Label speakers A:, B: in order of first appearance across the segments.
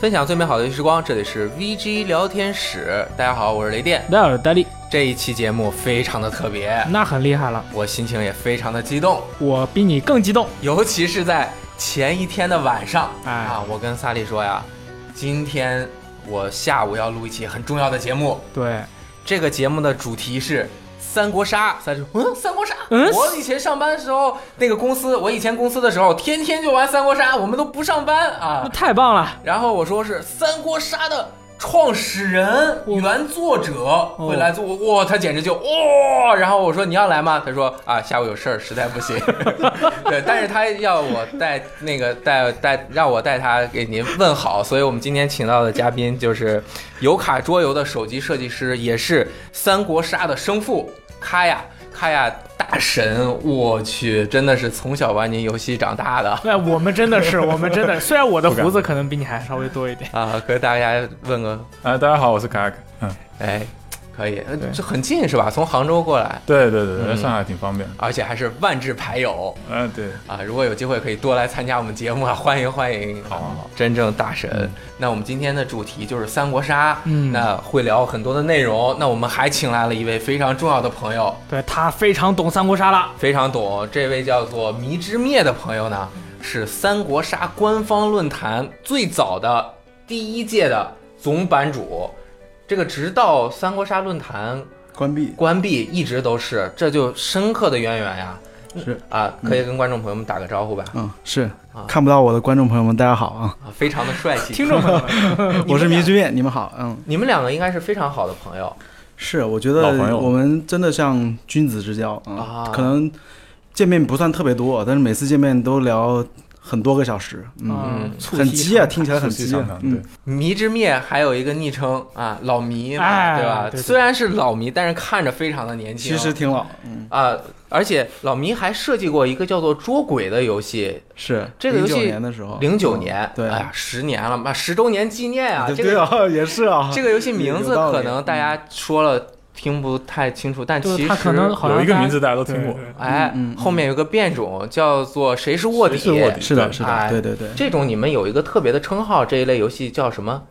A: 分享最美好的游戏时光，这里是 VG 聊天室。大家好，我是雷电。
B: 戴尔戴利，
A: 这一期节目非常的特别，
B: 那很厉害了，
A: 我心情也非常的激动，
B: 我比你更激动。
A: 尤其是在前一天的晚上，
B: 哎
A: 啊，我跟萨利说呀，今天我下午要录一期很重要的节目，
B: 对，
A: 这个节目的主题是。三国杀，萨利说：“嗯，三国杀，
B: 嗯
A: 我以前上班的时候，那个公司，我以前公司的时候，天天就玩三国杀，我们都不上班啊
B: 那。太棒了，
A: 然后我说是《三国杀》的创始人、
B: 我
A: 原作者会来做，哇，他简直就哇！然后我说你要来吗？他说啊，下午有事儿，实在不行。对，但是他要我带那个带带让我带他给您问好，所以我们今天请到的嘉宾就是油卡桌游的手机设计师，也是《三国杀》的生父卡呀卡呀大神，我去，真的是从小玩您游戏长大的。
B: 对，我们真的 是，我们真的，虽然我的胡子可能比你还稍微多一点，
A: 啊，和大家问个
C: 啊，大家好，我是卡卡。嗯，
A: 哎，可以，呃
C: 对
A: 这很近是吧？从杭州过来，
C: 对对对，对
A: 嗯
C: 上海挺方便的。
A: 而且还是万智牌友
C: 啊，对，
A: 啊！如果有机会可以多来参加我们节目啊，欢迎欢迎！
C: 好好好，
A: 真正大神。
C: 嗯
A: 那我们今天的主题就是三国杀，
B: 嗯
A: 那会聊很多的内容。那我们还请来了一位非常重要的朋友，
B: 对他非常懂三国杀了。
A: 非常懂。这位叫做迷之灭的朋友呢，是三国杀官方论坛最早的第一届的总版主。这个直到三国杀论坛
D: 关闭。
A: 关闭一直都是，这就深刻的渊源呀。
D: 是
A: 啊，可以跟观众朋友们打个招呼吧。
D: 嗯，是
A: 啊
D: 看不到我的观众朋友们，大家好 啊！
A: 啊，非常的帅气。
B: 听众朋友 们，
D: 我是迷之面，你们好。嗯，
A: 你们两个应该是非常好的朋友。
D: 是，我觉
C: 老
D: 得
C: 朋友
D: 我们真的像君子之交嗯
A: 啊
D: 可能见面不算特别多，但是每次见面都聊很多个小时，嗯，
B: 嗯
A: 嗯，
B: 促
D: 很
B: 膝
D: 急啊，
B: 长
D: 听起来很
C: 促膝
D: 急
C: 长
D: 啊
C: 谈。
D: 嗯，
A: 迷之灭还有一个昵称啊，老迷嘛，
B: 哎
A: 对吧？
B: 对对
A: 虽然是老迷，但是看着非常的年轻。
D: 其实挺老，嗯，
A: 啊，而且老迷还设计过一个叫做捉鬼的游戏。
D: 是
A: 这个游戏
D: 09年的时候，
A: 零九年，
D: 哦对
A: 哎呀，十年了嘛，十周年纪念啊，
D: 对
A: 这
D: 对
A: 个
D: 啊， 也是啊，
A: 这个游戏名字可
D: 有道
A: 能
D: 理嗯
A: 大家说了听不太清楚，但
B: 对
A: 其实
B: 他可能好像
C: 有一个名
B: 大
C: 字大家都
B: 家
C: 听过，
B: 对对
A: 哎，
D: 嗯嗯嗯
A: 后面有个变种叫做“谁是卧底”，
C: 谁是卧底
D: 是的，是
A: 哎
D: 的，对对对，
A: 这种你们有一个特别的称号，这一类游戏叫什么？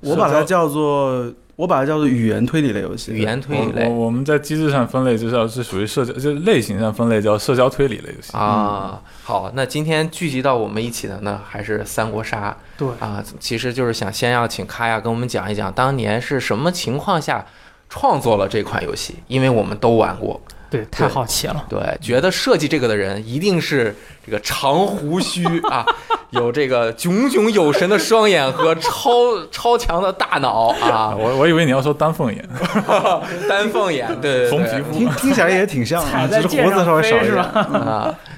D: 我把
C: 社
D: 它
C: 交
D: 叫做我把它叫做语言推理类游戏，
A: 语言推理
C: 我我
A: 类
C: 我们在机制上分类，至少是属于社交，就是类型上分类叫社交推理类游戏。
A: 啊。好，那今天聚集到我们一起的呢，还是三国杀
B: 对，
A: 啊。其实就是想先要请卡亚跟我们讲一讲，当年是什么情况下创作了这款游戏，因为我们都玩过。
B: 对，太好奇了。
A: 对，觉得设计这个的人一定是这个长胡须啊， 有这个炯炯有神的双眼和超超强的大脑
C: 啊
A: 啊，
C: 我我以为你要说丹凤眼，
A: 丹凤 眼，对对
C: 红
A: 对，
C: 皮肤
D: 听听起来也挺像啊，
B: 踩在
D: 只是
B: 剑
D: 胡子
B: 上
D: 稍微
B: 飞
D: 少一
B: 是
D: 点
B: 吧。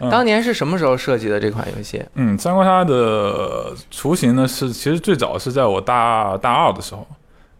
A: 啊。当年是什么时候设计的这款游戏？
C: 嗯，三国杀的雏形呢是其实最早是在我大大二的时候，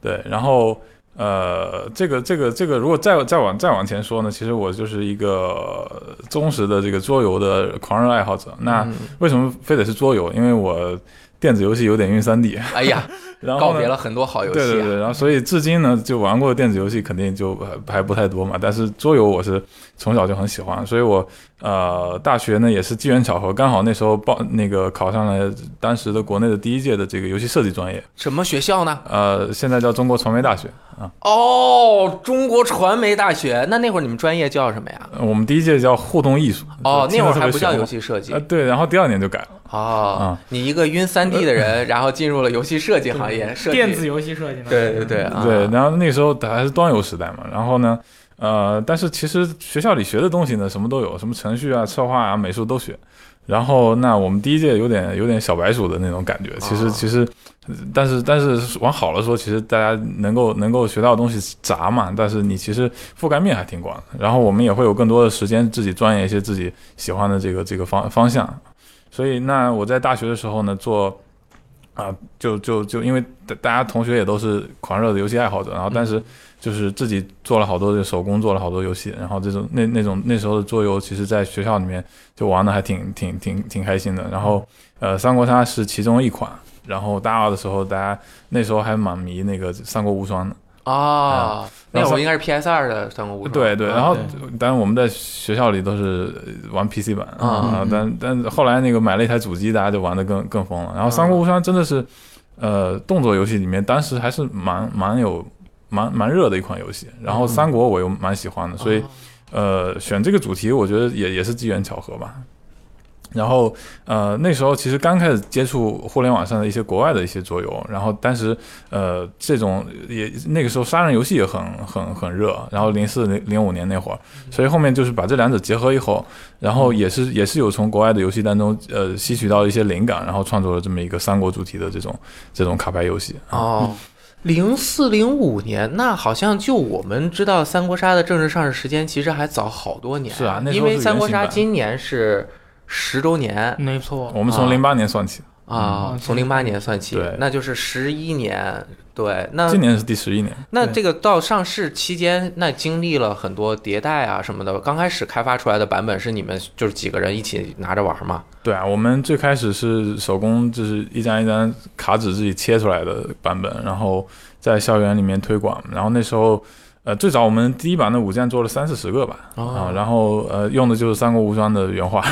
C: 对，然后呃，这个这个这个，如果再再往再往前说呢，其实我就是一个呃忠实的这个桌游的狂热爱好者。那
A: 嗯
C: 为什么非得是桌游？因为我电子游戏有点晕三 D，
A: 哎呀，
C: 然后
A: 告
C: 呢
A: 别了很多好游戏、啊。
C: 对对对，然后所以至今呢，就玩过的电子游戏肯定就呃还不太多嘛，但是桌游我是从小就很喜欢，所以我呃大学呢也是机缘巧合，刚好那时候报那个考上了当时的国内的第一届的这个游戏设计专业，
A: 什么学校呢？
C: 呃，现在叫中国传媒大学啊、
A: 哦，中国传媒大学。那那会儿你们专业叫什么呀？
C: 呃我们第一届叫互动艺术，
A: 哦，
C: 就
A: 那会儿
C: 呃听着特别
A: 还
C: 啊
A: 不叫
C: 玄
A: 游
C: 乎
A: 戏设计
C: 啊、。对，然后第二年就改了，
A: 哦，你一个晕三 D 的 人，然后进入了游戏设计行业，设计
B: 电子。游戏设计呢？
A: 对对对，啊
C: 对，然后那时候还是端游时代嘛，然后呢。呃，但是其实学校里学的东西呢，什么都有，什么程序啊、策划啊、美术都学。然后，那我们第一届有点有点小白鼠的那种感觉。其实，其实，但是但是往好了说，其实大家能够能够学到的东西杂嘛，但是你其实覆盖面还挺广的。然后我们也会有更多的时间自己钻研一些自己喜欢的这个这个方方向。所以，那我在大学的时候呢，做啊、就就就因为大大家同学也都是狂热的游戏爱好者，然后但是就是自己做了好多的手工，做了好多游戏，然后这种那那种那时候的桌游，其实在学校里面就玩的还挺挺挺挺开心的。然后呃，三国杀是其中一款。然后大二的时候，大家那时候还蛮迷那个《三国无双》的，
A: 哦，那
C: 嗯然后
A: 会儿应该是 PS 二的《三国无双》。
C: 对对。
A: 啊
C: 然后
D: 对，
C: 当然我们在学校里都是呃玩 PC 版
A: 嗯
C: 啊，但但后来那个买了一台主机，大家就玩的更更疯了。然后《三国无双》真的是呃动作游戏里面，当时还是蛮蛮有蛮蛮热的一款游戏。然后三国我又蛮喜欢的，所以呃选这个主题，我觉得也也是机缘巧合吧。然后，呃，那时候其实刚开始接触互联网上的一些国外的一些桌游，然后当时，呃，这种也那个时候杀人游戏也很很很热，然后零四零零五年那会儿，
A: 嗯
C: 所以后面就是把这两者结合以后，然后也是也是有从国外的游戏当中，呃，吸取到一些灵感，然后创作了这么一个三国主题的这种这种卡牌游戏。
A: 哦，零四零五年，那好像就我们知道三国杀的正式上市时间，其实还早好多年。
C: 是啊那时
A: 因
C: 候是
A: 为三国杀
C: 原型版嗯
A: 今年是十周年
B: 没
D: 嗯
B: 错，
C: 我们从
A: 啊
C: 零八年算起，
A: 啊，
B: 嗯
A: 从零八年算起
C: 对，
A: 那就是十一年。对，那
C: 今年是第十一年。
A: 那
B: 对
A: 这个到上市期间，那经历了很多迭代啊什么的。刚开始开发出来的版本是你们就是几个人一起拿着玩嘛？
C: 对啊，我们最开始是手工，就是一张一张卡纸自己切出来的版本，然后在校园里面推广。然后那时候，呃，最早我们第一版的武将做了三四十个吧，啊、
A: 哦嗯
C: 然后呃用的就是《三国无双》的原画，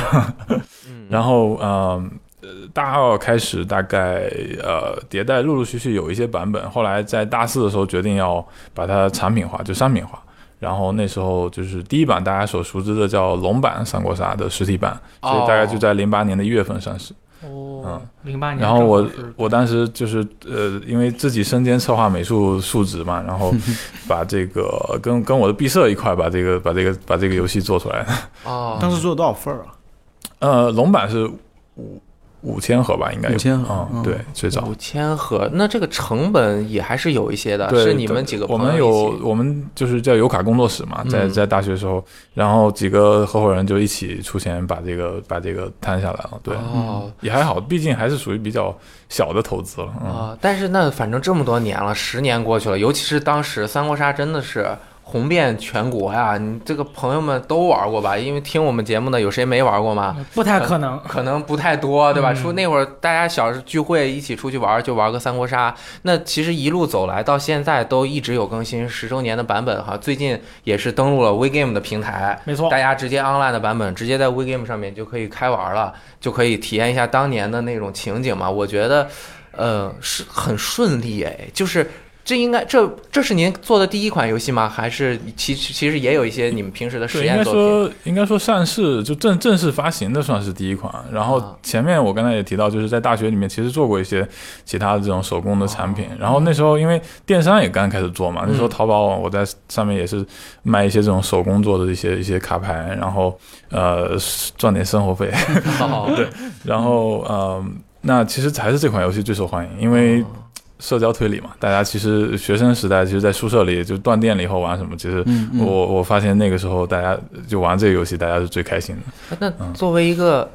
C: 然后呃。呃大二开始大概呃迭代，陆陆续续有一些版本。后来在大四的时候决定要把它产品化，就商品化。然后那时候就是第一版大家所熟知的叫龙版《三国杀》的实体版，所以大概就在零八年的一月份上市。
B: 哦，零八年。
C: 然后我我当时就是呃，因为自己身兼策划美术数值嘛，然后把这个跟跟我的毕设一块把这个把这个把这个游戏做出来。
A: 哦，
D: 当时做了多少份儿啊？
C: 呃，龙版是五五千盒吧，应该有
D: 5000盒
C: 啊、
D: 嗯
C: 对，最早
A: 五千盒，那这个成本也还是有一些的，
C: 对
A: 啊是你们几个
C: 我
A: 朋友
C: 们
A: 一
C: 有
A: 起
C: 我们就是叫油卡工作室嘛，在
A: 嗯
C: 在大学时候，然后几个合伙人就一起出钱把这个把这个摊下来了，对。嗯
A: 哦
C: 也还好，毕竟还是属于比较小的投资了。嗯、
A: 啊、但是那反正这么多年了，十年过去了，尤其是当时三国杀真的是红遍全国呀！你这个朋友们都玩过吧？因为听我们节目的有谁没玩过吗？
B: 不太可能，
A: 可能不太多，对吧？
B: 嗯
A: 说那会儿大家小时候聚会一起出去玩，就玩个三国杀。那其实一路走来到现在都一直有更新，十周年的版本哈，最近也是登录了 WeGame 的平台，
B: 没错
A: 大家直接 online 的版本，直接在 WeGame 上面就可以开玩了，就可以体验一下当年的那种情景嘛。我觉得，呃，是很顺利哎，就是。这应该这这是您做的第一款游戏吗？还是其实其实也有一些你们平时的实
C: 对，应
A: 验
C: 该
A: 作品？
C: 说应该说上市就正正式发行的算是第一款，然
A: 啊
C: 后前面我刚才也提到，就是在大学里面其实做过一些其他的这种手工的产
A: 哦
C: 品，然后那时候因为电商也刚开始做嘛，那时候
A: 嗯
C: 淘宝我在上面也是卖一些这种手工做的一些一些卡牌，然后呃赚点生活费，
A: 哦
C: 对然
A: 嗯
C: 后呃那其实还是这款游戏最受欢迎，因
A: 哦
C: 为社交推理嘛，大家其实学生时代，其实，在宿舍里就断电了以后玩什么，其实
D: 嗯嗯
C: 我我发现那个时候大家就玩这个游戏，大家是最开心的。
A: 那作为一个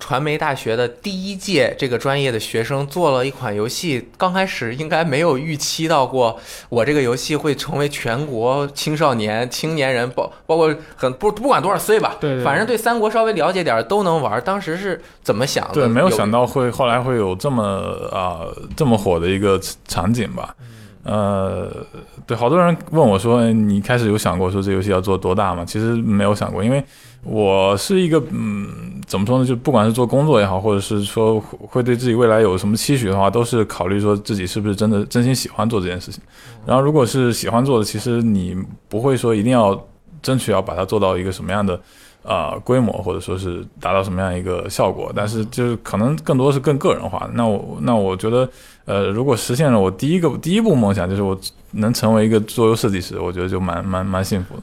A: 传媒大学的第一届这个专业的学生，做了一款游戏，刚开始应该没有预期到过，我这个游戏会成为全国青少年、青年人，包包括很不不管多少岁吧，
B: 对对对
A: 反正对三国稍微了解点儿都能玩。当时是怎么想的？
C: 对，没有想到会后来会有这么啊、这么火的一个场景吧。呃，对，好多人问我说，哎你开始有想过说这游戏要做多大吗？其实没有想过，因为我是一个嗯，怎么说呢，就不管是做工作也好，或者是说会对自己未来有什么期许的话，都是考虑说自己是不是真的真心喜欢做这件事情。然后如果是喜欢做的，其实你不会说一定要争取要把它做到一个什么样的呃规模，或者说是达到什么样一个效果，但是就是可能更多是更个人化的。那我那我觉得，呃，如果实现了我第一个第一步梦想，就是我能成为一个桌游设计师，我觉得就蛮蛮蛮幸福的。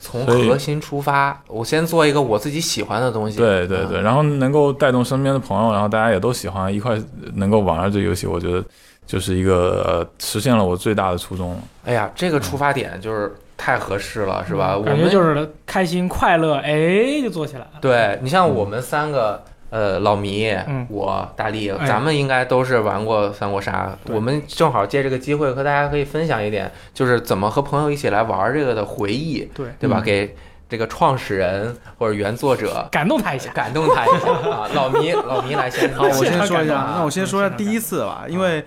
A: 从
C: 所以
A: 核心出发，我先做一个我自己喜欢的东西。
C: 对对
D: 嗯
C: 对，然后能够带动身边的朋友，然后大家也都喜欢一块能够玩儿这游戏，我觉得就是一个呃实现了我最大的初衷了。
A: 哎呀，这个出发点就是太合适了，是吧？我
B: 嗯感
A: 们
B: 觉就是开心快乐，哎，就做起来了。
A: 对你像我们三个，呃，老迷，
B: 嗯
A: 我大力，
B: 哎
A: 咱们应该都是玩过三国杀。
B: 对
A: 我们正好借这个机会和大家可以分享一点，就是怎么和朋友一起来玩这个的回忆，
B: 对，
A: 对吧？
D: 嗯
A: 给这个创始人或者原作 者
B: 感动他一下。
A: 感动他一下啊！老迷，老迷来先，
D: 好，我先说一
B: 现场感
D: 下
B: 啊，
D: 那我先说一下第一次吧，因为，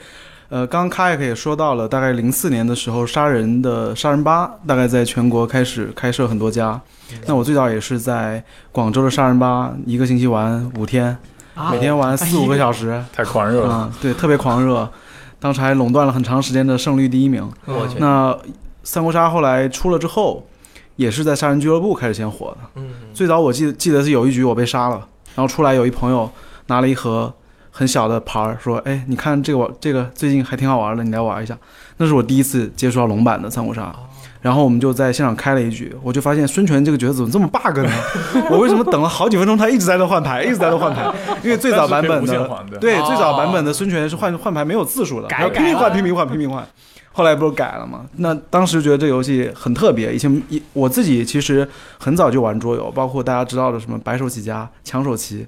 D: 呃，刚开也可以说到了，大概零四年的时候，杀人的杀人吧，大概在全国开始开设很
B: 嗯
D: 多家。那我最早也是在广州的杀人吧，一个星期玩五天，
B: 啊
D: 每天玩四五个小时，
C: 太狂热了。
D: 啊，对，特别狂热，当时还垄断了很长时间的胜率第一名。
B: 嗯
A: 我去，
D: 那三国杀后来出了之后，也是在杀人俱乐部开始先火的。
A: 嗯，
D: 最早我记记得是有一局我被杀了，然后出来有一朋友拿了一盒很小的牌儿，说：“哎，你看这个玩这个最近还挺好玩的，你来玩一下。”那是我第一次接触到龙版的三国
C: 哦
D: 杀。然后我们就在现场开了一局，我就发现孙权这个角色怎么这么 bug 呢？我为什么等了好几分钟，他一直在这换牌，一直在这换牌？因为最早版本
C: 但是可以无限
D: 的
C: 还的
D: 对
A: 哦
D: 最早版本的孙权是换换牌没有字数的，
B: 改
D: 然后拼命
B: 改
D: 换
B: 了
D: 拼命换拼命换，后来不是改了吗？那当时觉得这个游戏很特别，以前一我自己其实很早就玩桌游，包括大家知道的什么白手起家、抢手棋，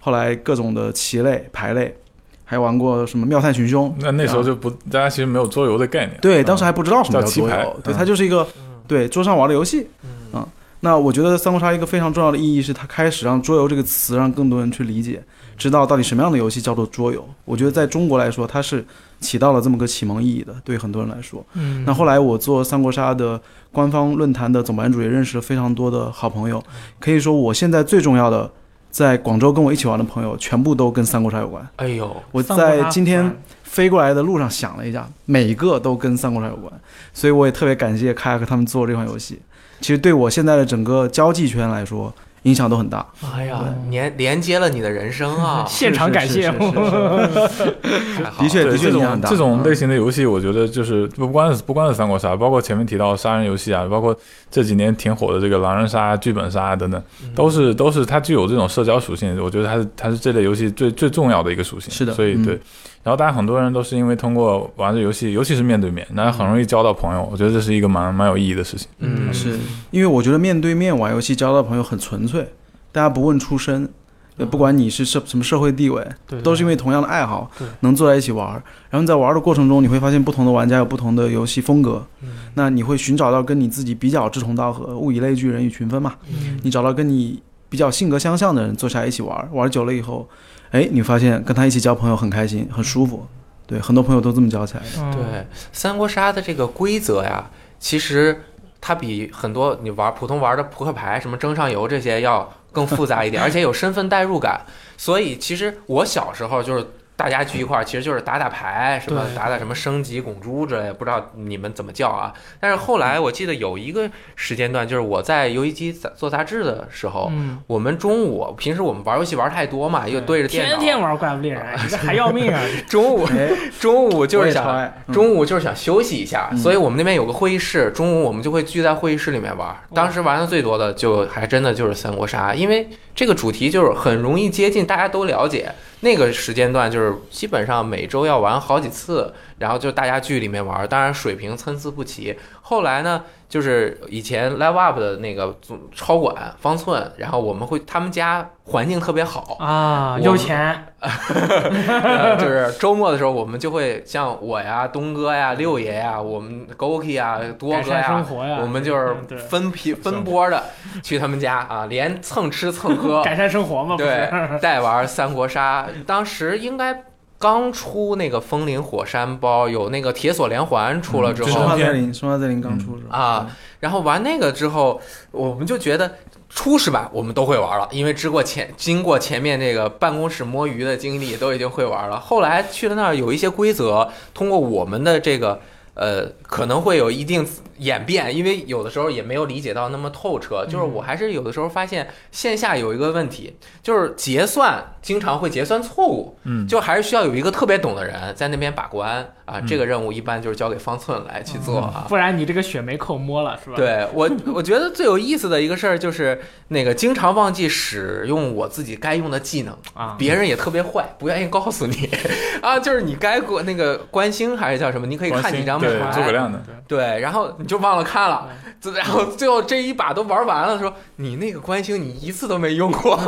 D: 后来各种的棋类、牌类，还玩过什么妙探寻凶。
C: 那那时候就不，大家其实没有桌游的概念。
D: 嗯对，当时还不知道什么
C: 嗯叫棋
D: 桌
C: 牌
D: 游，对，
C: 嗯
D: 它就是一个对桌上玩的游戏。
A: 嗯
D: 嗯，那我觉得三国杀一个非常重要的意义是，它开始让桌游这个词让更多人去理解，知道到底什么样的游戏叫做桌游。我觉得在中国来说，它是起到了这么个启蒙意义的，对很多人来说。
B: 嗯，
D: 那后来我做三国杀的官方论坛的总版主，也认识了非常多的好朋友。
C: 嗯
D: 可以说，我现在最重要的，在广州跟我一起玩的朋友，全部都跟三国杀有关。
A: 哎呦，
D: 我
B: 三国杀
D: 在今天
B: 玩，
D: 飞过来的路上想了一下，每一个都跟三国杀有关，所以我也特别感谢凯亚克他们做这款游戏。其实对我现在的整个交际圈来说，影响都很大。
A: 哎呀，连连接了你的人生啊
B: 现场感谢，
D: 是是是是 是
A: 太好了
D: 的确，的
C: 对
D: 确
C: 这
D: 影响
C: 种
D: 很大。嗯
C: 这种类型的游戏，我觉得就是不光是不光是三国杀，包括前面提到杀人游戏啊，包括这几年挺火的这个狼人杀、啊剧本杀等等，
D: 嗯
C: 都是都是它具有这种社交属性。我觉得它是它是这类游戏最最重要的一个属性。
D: 是的
C: 所以
D: 嗯
C: 对。然后大家很多人都是因为通过玩这游戏，尤其是面对面，那很容易交到朋友。我觉得这是一个蛮蛮有意义的事情。
A: 嗯
D: 是因为我觉得面对面玩游戏交到的朋友很纯粹，大家不问出身，
B: 嗯
D: 呃不管你是社什么社会地位，
B: 对
D: 都是因为同样的爱好
B: 对，
D: 能坐在一起玩儿。然后你在玩儿的过程中，你会发现不同的玩家有不同的游戏风格，
B: 嗯
D: 那你会寻找到跟你自己比较志同道合，物以类聚，人以群分嘛。
B: 嗯
D: 你找到跟你比较性格相像的人坐下来一起玩儿，玩儿久了以后，哎，你发现跟他一起交朋友很开心，很舒服。对，很多朋友都这么交起来的。
B: 嗯
A: 对，三国杀的这个规则呀，其实它比很多你玩普通玩的扑克牌、什么争上游这些要更复杂一点，而且有身份代入感。所以其实我小时候就是。大家聚一块儿，其实就是打打牌，什么
B: 对
A: 打打什么升级、拱猪之类的，不知道你们怎么叫啊。但是后来我记得有一个时间段，就是我在游戏机杂做杂志的时候，
B: 嗯，
A: 我们中午平时我们玩游戏玩太多嘛，又对着电脑，
B: 天天玩怪物猎人， 你这还要命啊！
A: 中午
D: 哎，
A: 中午就
D: 我
A: 是
D: 也超
A: 想
D: 爱嗯
A: 中午就是想休息一下，
D: 嗯
A: 所以我们那边有个会议室，中午我们就会聚在会议室里面玩儿。当时玩的最多的就还真的就是三国杀，因为这个主题就是很容易接近，大家都了解。那个时间段就是基本上每周要玩好几次，然后就大家聚里面玩儿，当然水平参差不齐。后来呢，就是以前 Live Up 的那个总超管方寸，然后我们会他们家环境特别好，
B: 啊，
A: 我
B: 有钱，
A: 呃就是周末的时候，我们就会像我呀、东哥呀、六爷呀、我们 Goki 呀、啊多
B: 改
A: 哥
B: 善生
A: 呀，
B: 活呀，
A: 我们就是
B: 嗯对
A: 分批分波的去他们家啊，连蹭吃蹭喝
B: ，改善生活嘛，不是
A: 对，带玩三国杀。当时应该刚出那个风林火山包，有那个铁索连环出了之
C: 嗯
A: 后
C: 就
D: 生
C: 是，
D: 化在林，生化在林刚出的时候
A: 啊，然后玩那个之后，我们就觉得初始版我们都会玩了，因为知过前经过前面这个办公室摸鱼的经历，都已经会玩了。后来去了那儿有一些规则，通过我们的这个。呃，可能会有一定演变，因为有的时候也没有理解到那么透彻。就是我还是有的时候发现线下有一个问题，就是结算经常会结算错误。
C: 嗯，
A: 就还是需要有一个特别懂的人在那边把关啊。
C: 嗯
A: 这个任务一般就是交给方寸来去做啊。
B: 不然你这个血没扣摸了是吧？，
A: 对我，我觉得最有意思的一个事儿就是那个经常忘记使用我自己该用的技能，
B: 啊，
A: 别人也特别坏，不愿意告诉你 啊。就是你该过那个关心还是叫什么，你可以看几张
C: 对
A: 牌，
C: 诸葛亮的，嗯
A: 对，然后你就忘了看了，然后最后这一把都玩完了，说你那个关心你一次都没用过，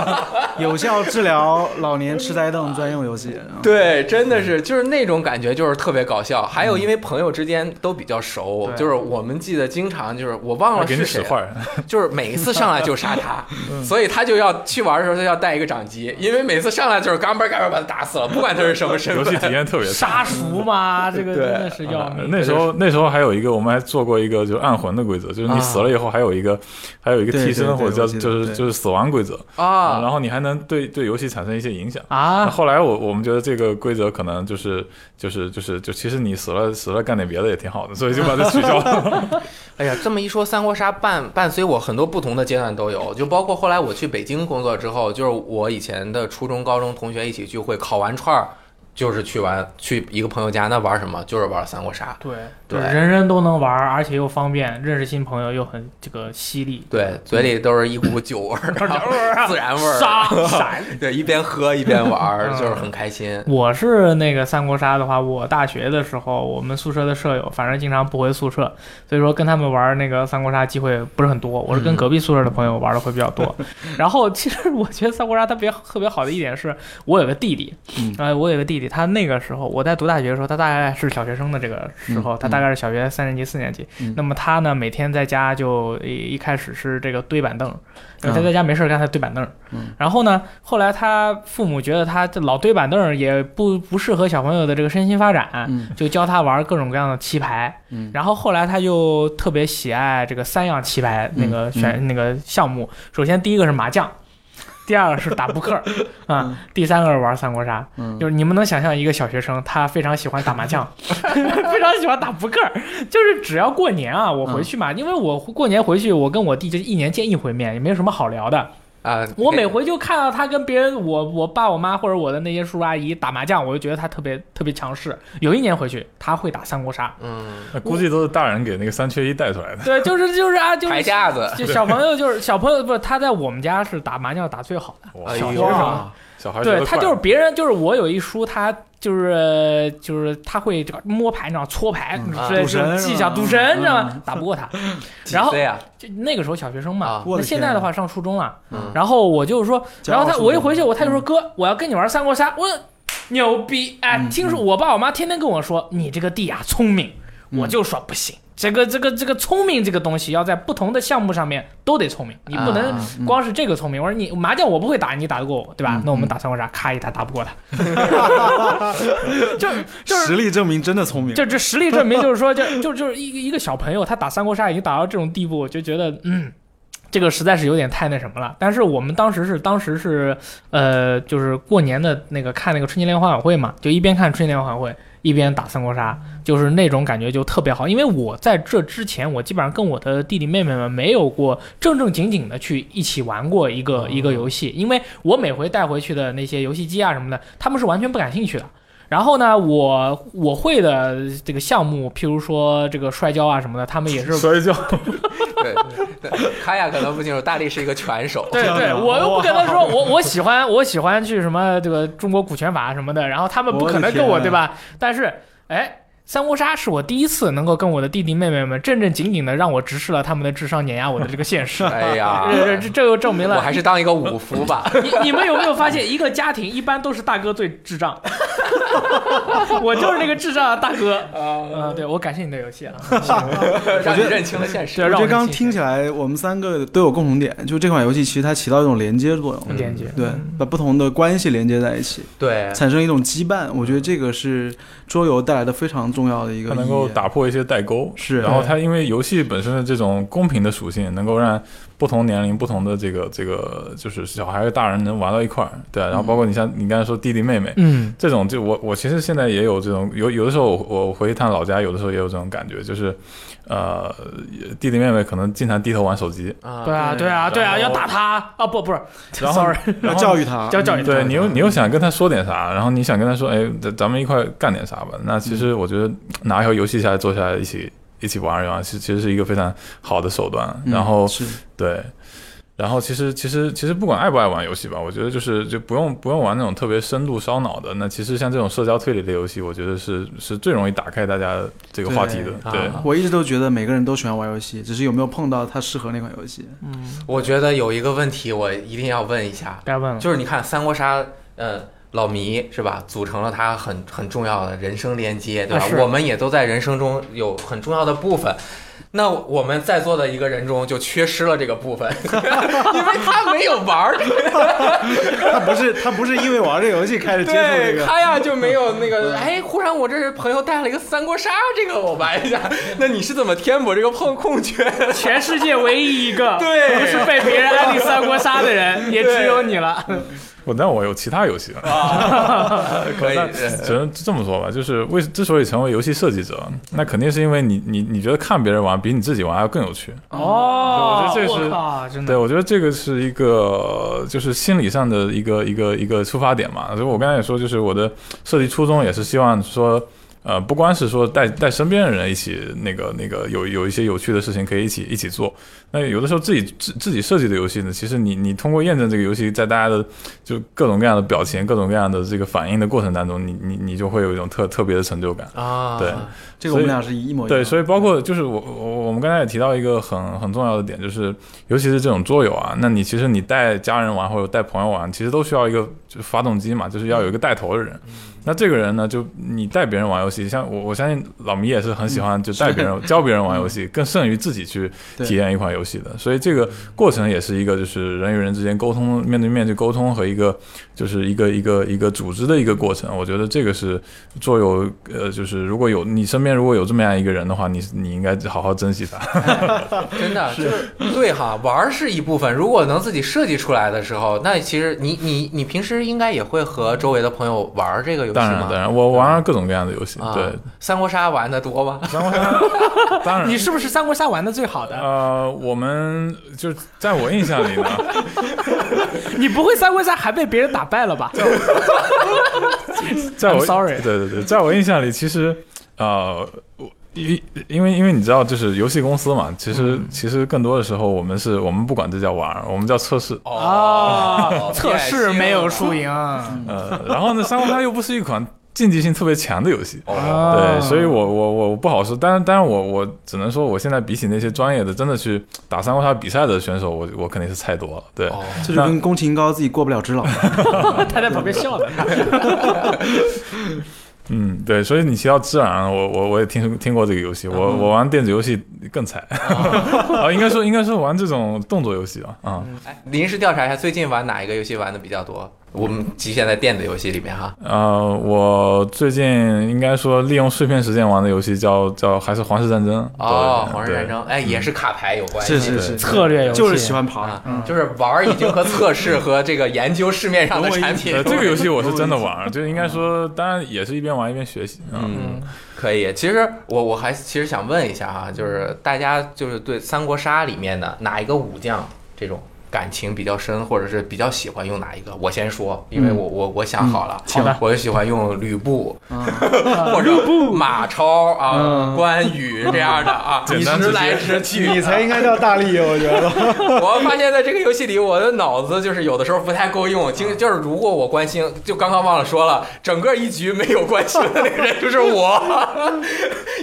D: 有效治疗老年痴呆症专用游戏。 啊
C: 嗯
A: 对，真的是就是那种感觉，就就是特别搞笑。还有因为朋友之间都比较熟，
B: 对
A: 就是我们记得经常就是我忘了
C: 给
A: 是
C: 你
A: 谁了，
C: 使坏儿，
A: 就是每一次上来就杀他，所以他就要去玩的时候他要带一个掌机，因为每次上来就是嘎嘣嘎嘣把他打死了，不管他是什么身
C: 游戏
A: 份。
C: 体验特别
B: 杀
C: 差。
B: 熟吗？这个真的嗯是要
C: 啊
B: 命。
C: 那时候那时候还有一个，我们还做过一个就是暗魂的规则，就是你死了以后还有一个还有一个
D: 对
C: 替
D: 对
C: 身
D: 对
C: 或者叫
D: 我记得
C: 就是
D: 对
C: 就是死亡规则
A: 啊，
C: 然后你还能对对游戏产生一些影响。那
B: 啊，
C: 后来我我们觉得这个规则可能就是就是就是就其实你死了死了干点别的也挺好的，所以就把它取消了。
A: 哎呀，这么一说，三国杀伴伴随我很多不同的阶段都有，就包括后来我去北京工作之后，就是我以前的初中、高中同学一起聚会，烤完串儿，就是去玩去一个朋友家，那玩什么？就是玩三国杀。
B: 对
A: 对
B: 就是人人都能玩，而且又方便，认识新朋友又很这个犀利。
A: 对，嘴里都是一股酒味儿，然 后自然味儿，
B: 杀闪。
A: 对，一边喝一边玩儿，
B: 嗯
A: 就是很开心。
B: 我是那个三国杀的话，我大学的时候，我们宿舍的舍友，反正经常不回宿舍，所以说跟他们玩那个三国杀机会不是很多。我是
A: 嗯
B: 跟隔壁宿舍的朋友玩的会比较多。
D: 嗯
B: 然后其实我觉得三国杀特别特别好的一点是，我有个弟弟，
D: 嗯
B: 呃，我有个弟弟，他那个时候我在读大学的时候，他大概是小学生的这个时候，
D: 嗯
B: 他大概是小学三年级、四年级。
D: 嗯
B: 那么他呢，每天在家就呃一一开始是这个堆板凳，因为他在家没事儿干，他堆板凳。
D: 嗯
B: 然后呢，后来他父母觉得他这老堆板凳儿也不不适合小朋友的这个身心发展，
D: 嗯
B: 就教他玩各种各样的棋牌。
D: 嗯
B: 然后后来他就特别喜爱这个三样棋牌那个
D: 嗯
B: 选、那个项目。首先第一个是麻 将，第二个是打扑克儿，啊、
D: 嗯
B: 第三个是玩三国杀。
D: 嗯
B: 就是你们能想象一个小学生，他非常喜欢打麻 将，非常喜欢打扑克儿，就是只要过年啊，我回去嘛，因为我过年回去，我跟我弟就一年见一回面，也没有什么好聊的。
A: 啊，
B: 我每
A: 给
B: 回就看到他跟别人，我我爸我妈或者我的那些叔叔阿姨打麻将，我就觉得他特别特别强势。有一年回去，他会打三国杀，
A: 嗯
C: 那估计都是大人给那个三缺一带出来的。
B: 对，就是就是啊，就
A: 抬
B: 是。
A: 架子，
B: 就小朋友就是小朋友，不是他在我们家是打麻将打最好的，
C: 哇
A: 哎
B: 小
A: 呦
B: 学生，
C: 小孩觉得
B: 对他
C: 快
B: 就是别人，就是我有一叔，他就是就是他会这个摸牌，你知道搓牌
D: 嗯
B: 之类
D: 赌神
B: 的
D: 是吧
B: 技巧，赌神，
D: 嗯
B: 知道吗
D: 嗯？
B: 打不过 他。
A: 几
B: 然后
A: 岁啊，
B: 就那个时候小学生嘛
A: 啊，
D: 我
B: 那
D: 的
B: 现
D: 天
B: 在
D: 啊
B: 的话上初中了。
A: 嗯
B: 然后我就说，
D: 骄
B: 然
D: 傲
B: 后他
D: 是嗯
B: 我一
D: 吗
B: 回去，我他就说哥，我要跟你玩三国杀。我说牛逼哎！
D: 嗯
B: 听说我爸我妈天天跟我说，你这个弟啊聪明，
D: 嗯
B: 我就说不行。这个这个这个聪明这个东西，要在不同的项目上面都得聪明，你不能
A: 啊
D: 嗯
B: 光是这个聪明。我说你麻将我不会打，你打得过我对吧
D: 嗯？
B: 那我们打三国杀，咔一打打不过他， 就就是
D: 实力证明真的聪明，
B: 就这实力证明，就是说， 就就就是一个一个小朋友，他打三国杀已经打到这种地步，我就觉得，嗯，这个实在是有点太那什么了。但是我们当时是当时是，呃，就是过年的那个看那个春节联欢晚会嘛，就一边看春节联欢晚会，一边打三国杀，就是那种感觉就特别好。因为我在这之前，我基本上跟我的弟弟妹妹们没有过正正经经的去一起玩过一个、一个游戏，因为我每回带回去的那些游戏机啊什么的，他们是完全不感兴趣的。然后呢，我我会的这个项目，譬如说这个摔跤啊什么的，他们也是
C: 摔跤，
A: 对，对卡亚可能不清楚，大力是一个拳手，
B: 对啊对，我又不跟他说，我我喜欢我喜欢去什么这个中国股权法什么的，然后他们不可能跟
D: 我
B: 我
D: 的
B: 对
D: 天
B: 吧？但是哎，三国杀是我第一次能够跟我的弟弟妹妹们正正经经的让我直视了他们的智商碾压我的这个现实。
A: 哎呀，
B: 这这这又证明
A: 我
B: 了
A: 还，是当一个武夫吧。
B: 你你们有没有发现，一个家庭一般都是大哥最智障， 我就是那个智障的大哥。嗯、对我感谢你的游戏啊，
A: 让你认清了现实。
B: 对，
D: 我
B: 让
D: 觉
B: 我
D: 得刚刚
B: 们
D: 听起来，我们三个都有共同点，就这款游戏其实它起到一种连接作用，
B: 连接
D: 对，
A: 嗯
D: 把不同的关系连接在一起，
A: 对，
D: 产生一种羁绊。我觉得这个是桌游带来的非常重要的一个
C: 它
D: 意义，啊
C: 能够打破一些代沟。
D: 是
C: 然后它因为游戏本身的这种公平的属性，能够让不同年龄、不同的这个这个就是小孩和大人能玩到一块儿，对啊、然后包括你像你刚才说弟弟妹妹。
B: 嗯
C: 这种就我我其实现在也有这种有有的时候我我回一趟老家，有的时候也有这种感觉，就是，呃，弟弟妹妹可能经常低头玩手 机，
A: 啊
B: 对啊，对啊，对啊，
C: 然后
B: 要打他啊！不，不是
C: 然后
B: ，sorry，
D: 要
C: 然后
D: 教育他，
B: 要教育他
C: 对你又你又想跟他说点啥，然后你想跟他说，哎，咱咱们一块干点啥吧。那其实我觉得拿一条游戏下来坐下来一起一起玩一玩，其其实是一个非常好的手段。
D: 嗯
C: 然后
D: 是
C: 对，然后其实其实其实不管爱不爱玩游戏吧，我觉得就是就不用不用玩那种特别深度烧脑的。那其实像这种社交推理类游戏，我觉得是是最容易打开大家这个话题的。
A: 对
C: 对
A: 啊
D: 我一直都觉得每个人都喜欢玩游戏，只是有没有碰到他适合那款游 戏。
B: 嗯，
A: 我觉得有一个问题我一定要问一下，
B: 该问了。
A: 就是你看三国杀，呃，老迷是吧，组成了他很很重要的人生连接，对吧
B: 啊？是
A: 我们也都在人生中有很重要的部分。那我们在座的一个人中就缺失了这个部分， 因为他没有玩儿，
D: 他不是他不是因为玩这游戏开始 接触这
A: 对
D: 个，
A: 他呀就没有那个，哎，忽然我这朋友带了一个三国杀，这个我玩一下。 那你是怎么填补这个空空缺？
B: 全世界唯一一 个
A: 对
B: 不是被别人安利三国杀的人，也只有你了。
C: 我但我有其他游戏了。
A: 可以，呃
C: 只能这么说吧，就是为之所以成为游戏设计者，那肯定是因为你你你觉得看别人玩比你自己玩要更有趣。
B: 哦，
C: 我觉得这是
B: 靠，真
C: 对，
B: 的
C: 我觉得这个是一个就是心理上的一个一个一个出发点嘛。所以我刚才也说，就是我的设计初衷也是希望说，呃，不光是说带带身边的人一起那个那个有有一些有趣的事情可以一起一起做。那有的时候自己自自己设计的游戏呢，其实你你通过验证这个游戏在大家的就各种各样的表情、各种各样的这个反应的过程当中，你你你就会有一种特特别的成就感。
A: 啊，
C: 对
D: 这个我们俩是一模一样。
C: 对，所以包括就是我我我们刚才也提到一个很很重要的点，就是尤其是这种桌游啊，那你其实你带家人玩或者带朋友玩，其实都需要一个就是发动机嘛，就是要有一个带头的人。
D: 嗯
C: 嗯那这个人呢，就你带别人玩游戏，像我我相信老迷也是很喜欢就带别人、 教别人玩游戏，更胜于自己去
D: 嗯对
C: 体验一款游戏的。所以这个过程也是一个就是人与人之间沟通、面对面去沟通和一个就是一个一个一个组织的一个过程。我觉得这个是桌游，呃，就是如果有你身边如果有这么样一个人的话，你你应该好好珍惜 他。
A: 真的啊就是对哈，玩儿是一部分，如果能自己设计出来的时候，那其实你你你平时应该也会和周围的朋友玩儿这个游戏
C: 当然
A: 吗？
C: 当然，我玩了各种各样的游戏，
A: 啊，
C: 对，
A: 三国杀玩的多吗？
C: 然后当 然
B: 你是不是三国杀玩的最好的？
C: 呃，我们就是在我印象 里呢，
B: 你不会三国杀还被别人打败了吧？
C: 在我
B: I'm sorry
C: 对对对，在我印象里，其实呃，我因因为因为你知道，就是游戏公司嘛，其实、
B: 嗯
C: 其实更多的时候，我们是我们不管这叫玩儿，我们叫测试。
B: 哦，测试没有
A: 数。
B: 输赢。
C: 呃，然后呢，三国杀又不是一款竞技性特别强的游戏。
A: 哦，
B: 哦
C: 对，所以我我我我不好说，当然当然我我只能说，我现在比起那些专业的真的去打三国杀比赛的选手，我我肯定是菜多了。对，
A: 哦
D: 这就跟宫崎英高自己过不了之 老。
B: 他在旁边笑的。
C: 嗯，对，所以你提到孜然，我我我也听听过这个游戏，
A: 嗯
C: 我我玩电子游戏更菜，
A: 哦
C: 啊，应该说应该说玩这种动作游戏啊，啊、
A: 哎临时调查一下，最近玩哪一个游戏玩的比较多？我们局限在电子游戏里面哈。
C: 呃，我最近应该说利用碎片时间玩的游戏叫叫还是皇室战争
A: 哦，
C: 对
A: 皇室
C: 对嗯
A: 战争，哎，也是卡牌有关系。
D: 是是是，
B: 策略游戏
D: 就是喜欢爬。
A: 啊，就是玩儿已经和测试和这个研究市面上 的产品
C: 呃，，这个游戏我是真 的玩，就应该说，当然也是一边玩一边学习啊。
A: 嗯，可以。其实我我还其实想问一下哈，就是大家就是对三国杀里面的哪一个武将这种感情比较深，或者是比较喜欢用哪一个？我先说，因为我我我想好了，
B: 请吧
A: 我就喜欢用吕布
D: 嗯
A: 或者马超啊、
D: 嗯
A: 关羽这样的啊，
C: 简单
A: 直
C: 直接
A: 来直去。
D: 才应该叫大力，我觉得。
A: 我发现在这个游戏里，我的脑子就是有的时候不太够用，经就是如果我关心，就刚刚忘了说了，整个一局没有关心的那个人就是我，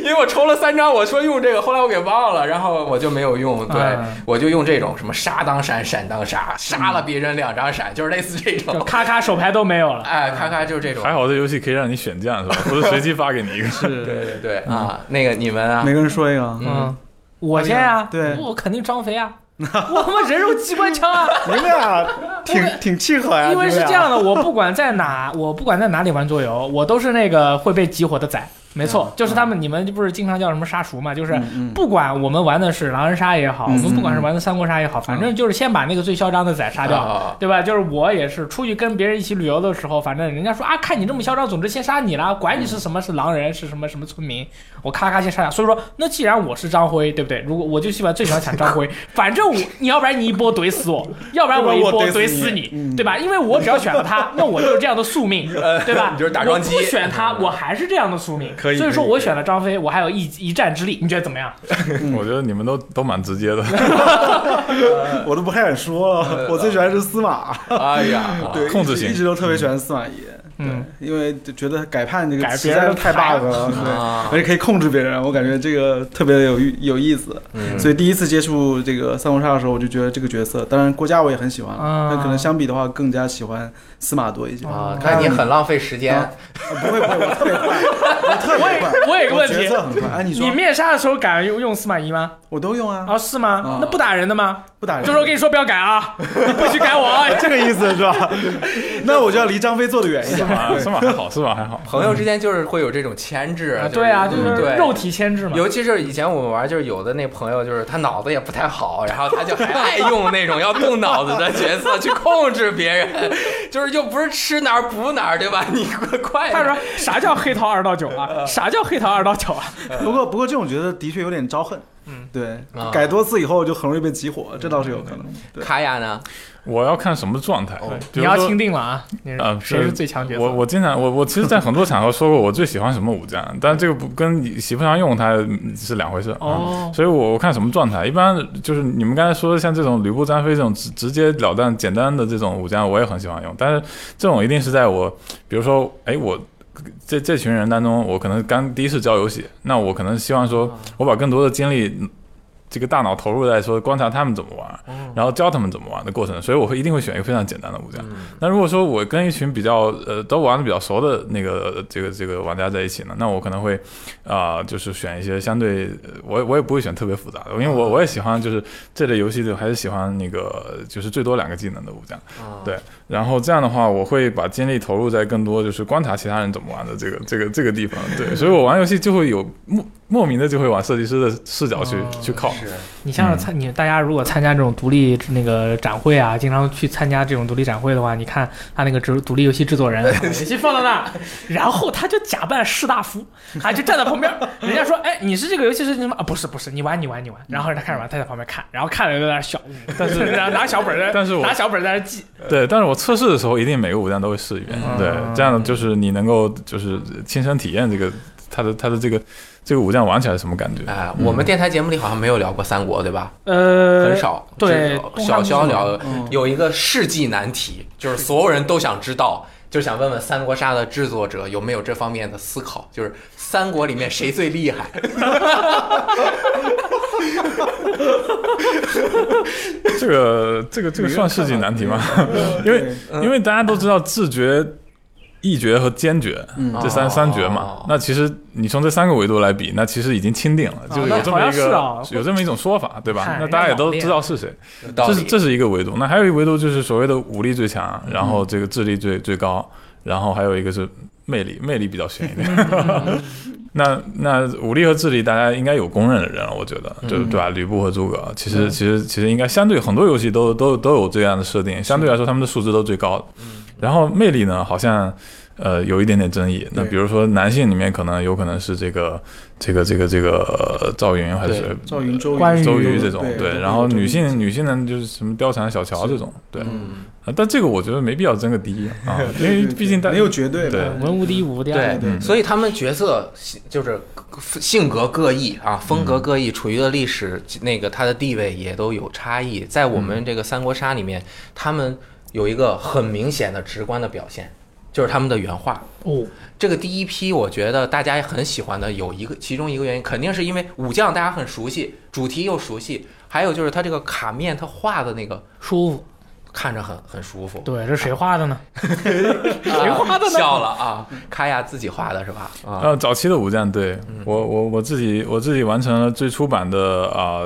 A: 因为我抽了三张，我说用这个，后来我给忘了，然后我就没有用，对、
B: 嗯
A: 我就用这种什么杀当闪，闪当杀，杀了别人两张闪，就是类似这
B: 就
A: 种，
B: 咔咔手牌都没有了。
A: 哎，咔咔就是这种
C: 还，好这游戏可以让你选将 是吧？不是随机发给你一个。
A: 对对对啊，那个你们啊
D: 每，个人说一个啊，
A: 嗯，
B: 我先
C: 嗯
B: 啊，
D: 对
B: 我肯定张飞啊，我他妈人肉机关枪啊！
D: 你们俩挺挺契合呀
B: 因为是这样的，我不管在哪，我不管在哪里玩桌游，我都是那个会被集火的仔。没错，就是他们，你们不是经常叫什么杀熟嘛？就是
D: 嗯嗯
B: 不管我们玩的是狼人杀也好，
D: 嗯
B: 我们不管是玩的三国杀也好，反正就是先把那个最嚣张的仔杀掉。
A: 啊
B: 对吧？就是我也是出去跟别人一起旅游的时候，反正人家说啊，看你这么嚣张，总之先杀你啦，管你是什么是狼人，是什么什么村民， 我咔咔先杀掉。所以说，那既然我是张辉，对不对？如果我就喜欢最喜欢抢张辉，反正我你要不然你一波怼死 我，要不然一波怼死嗯
D: 要不然我怼死你
B: 对吧？因为我只要选了他，那我就是这样的宿 命，对吧？
A: 你就是打桩机
B: 我不选他，我还是这样的宿命。
D: 可
B: 嗯
D: 以
B: 所以说
D: 可以
B: 我选了张飞，我还有一一战之力，你觉得怎么样？嗯
C: 我觉得你们都都蛮 直接的。
D: 我都嗯不太敢说了。我最喜欢是司马，
A: 哎呀，
D: 对，
C: 控制
D: 一直
C: 型
D: 一直都特别喜欢司马懿。
B: 嗯，
D: 因为就觉得改判这个
B: 改
D: 实
B: 别人
D: 在
B: 的
D: 是太
B: 牌
D: bug 了，对，
A: 啊
D: 而且可以控制别人，我感觉这个特别有意有意思。
A: 嗯
D: 所以第一次接触这个三国杀的时候，我就觉得这个角色，当然郭嘉我也很喜欢，
B: 啊
D: 但可能相比的话更加喜欢司马多一些。
A: 啊，看你很浪费时间
D: 啊。啊不会不会，我特别快，我特别快，
B: 我有一个问
D: 角
B: 题，
D: 色很快。哎，你
B: 你
D: 说
B: 面纱的时候敢用用司马懿吗？
D: 我都用啊，
B: 啊，是吗
D: 啊？
B: 那不打人的吗？
D: 不打人。
B: 就是我跟你说不要改啊，你不许改我啊！
D: 这个意思是吧？ 那我就要离张飞坐得远一点。
C: 啊，是吧？还好，是吧？还好。
A: 朋友之间就是会有这种牵制
B: 啊，， 对啊，就
A: 就是嗯
B: 是
A: 对
B: 肉体牵制嘛。
A: 尤其是以前我们玩，就是有的那朋友，就是他脑子也不太好，然后他就还爱用那种要动脑子的角色去控制别人，就是又不是吃哪儿补哪儿，对吧？ 你快快
B: 他
A: 点
B: 说啥叫黑桃二到九啊？啥叫黑桃二到九啊？
D: 不过不过这种角色的确有点招恨。
B: 嗯，
D: 对
A: 啊，
D: 改多次以后就很容易被集火，这倒是有可能。对，
A: 卡雅呢？
C: 我要看什么状态。
A: 哦
C: 比
B: 你
C: 如
B: 要
C: 说
B: 钦定了啊！你是
C: 啊
B: 谁
C: 是
B: 是最强角色？
C: 我我经常我我其实，在很多场合说过我最喜欢什么武将，但这个不跟你喜不喜欢用它嗯是两回事。
B: 哦
C: 嗯所以我我看什么状态，一般就是你们刚才说的像这种吕布、张飞这种直直截了当、简单的这种武将，我也很喜欢用。但是这种一定是在我，比如说，哎，我这这群人当中，我可能刚第一次教游戏，那我可能希望说，我把更多的精力。嗯这个大脑投入在说观察他们怎么玩，然后教他们怎么玩的过程，所以我会一定会选一个非常简单的武将。那如果说我跟一群比较呃都玩的比较熟的那个呃这个这个玩家在一起呢，那我可能会啊、就是选一些相对呃我也我也不会选特别复杂的，因为我我也喜欢就是这类游戏里我还是喜欢那个就是最多两个技能的武将，
B: 啊
C: 对。然后这样的话，我会把精力投入在更多就是观察其他人怎么玩的这个这个这个地方，对。所以我玩游戏就会有莫莫名的就会往设计师的视角去、
B: 哦
C: 去靠，
B: 你像
A: 嗯
B: 是参你大家如果参加这种独立那个展会啊，经常去参加这种独立展会的话，你看他那个制独立游戏制作 人，把游戏放到那儿，然后他就假扮士大夫，啊，就站在旁边儿，人家说，哎，你是这个游戏是什么啊？不是不是，你玩你玩你玩，然后他开始玩，他在旁边看，然后看了就在那儿笑，
A: 嗯
C: 但是
B: 然后拿小本儿在，
C: 但是我
B: 拿小本儿在那儿记，
C: 对，但是我测试的时候，一定每个武将都会试一遍。
B: 嗯
C: 对
B: 嗯，
C: 这样就是你能够就是亲身体验这个他的他的这个这个武将玩起来是什么感觉。
A: 哎，我们电台节目里好像没有聊过三国，对吧？
B: 呃，
A: 很少，
B: 对
A: 只有小肖聊
D: 嗯
A: 有一个世纪难题，就是所有人都想知道，就想问问《三国杀》的制作者有没有这方面的思考，就是三国里面谁最厉害？
C: 这个这个这个算世纪难题吗？ 因为因为大家都知道自觉、义决和坚决
D: 嗯
C: 这三三绝嘛
A: 哦。
C: 那其实你从这三个维度来比，那其实已经钦定了，就是有这么
B: 哦那
C: 一
B: 好像
C: 个
B: 是啊
C: 有这么一种说法，对吧
B: 看？
C: 那
B: 人家
C: 大家也都
B: 老练
C: 知道是谁。
A: 有道
C: 这是
A: 理，
C: 这是一个维度。那还有一个维度就是所谓的武力最强，然后这个智力最最高，然后还有一个是魅力，魅力比较悬一点。 那那武力和智力，大家应该有公认的人了，我觉得，就是对吧？吕布和诸葛，其实其实其实应该相对很多游戏都都都有这样的设定，相对来说他们的数值都最高的。然后魅力呢，好像呃有一点点争议。那
D: 对
C: 比如说男性里面可能有可能是这个这个这个这个呃赵云还是
A: 对
D: 赵云、周瑜、
B: 关羽
C: 周瑜这种，
D: 嗯对，
C: 对，然后女性女性呢就是什么貂蝉、小乔这种，对，
A: 嗯，
C: 啊但这个我觉得没必要争个第一 啊，因为毕竟大
D: 没有绝对
C: 对
D: 嘛，
B: 嗯文无第一，武无第二，
A: 对
C: 嗯
A: 所以他们角色就是性格各异啊，风格各异，处于的历史那个他的地位也都有差异。在我们这个三国杀里面，他们有一个很明显的直观的表现，就是他们的原话。
B: 哦，
A: 这个第一批，我觉得大家也很喜欢的有一个，其中一个原因肯定是因为武将大家很熟悉，主题又熟悉，还有就是他这个卡面他画的那个
B: 舒服。
A: 看着很很舒服。
B: 对，这谁画的呢？
A: 谁
B: 画的呢
A: 笑了啊！卡亚自己画的是吧？啊，
C: 呃早期的武将，对
D: 嗯
C: 我我我自己我自己完成了最初版的啊，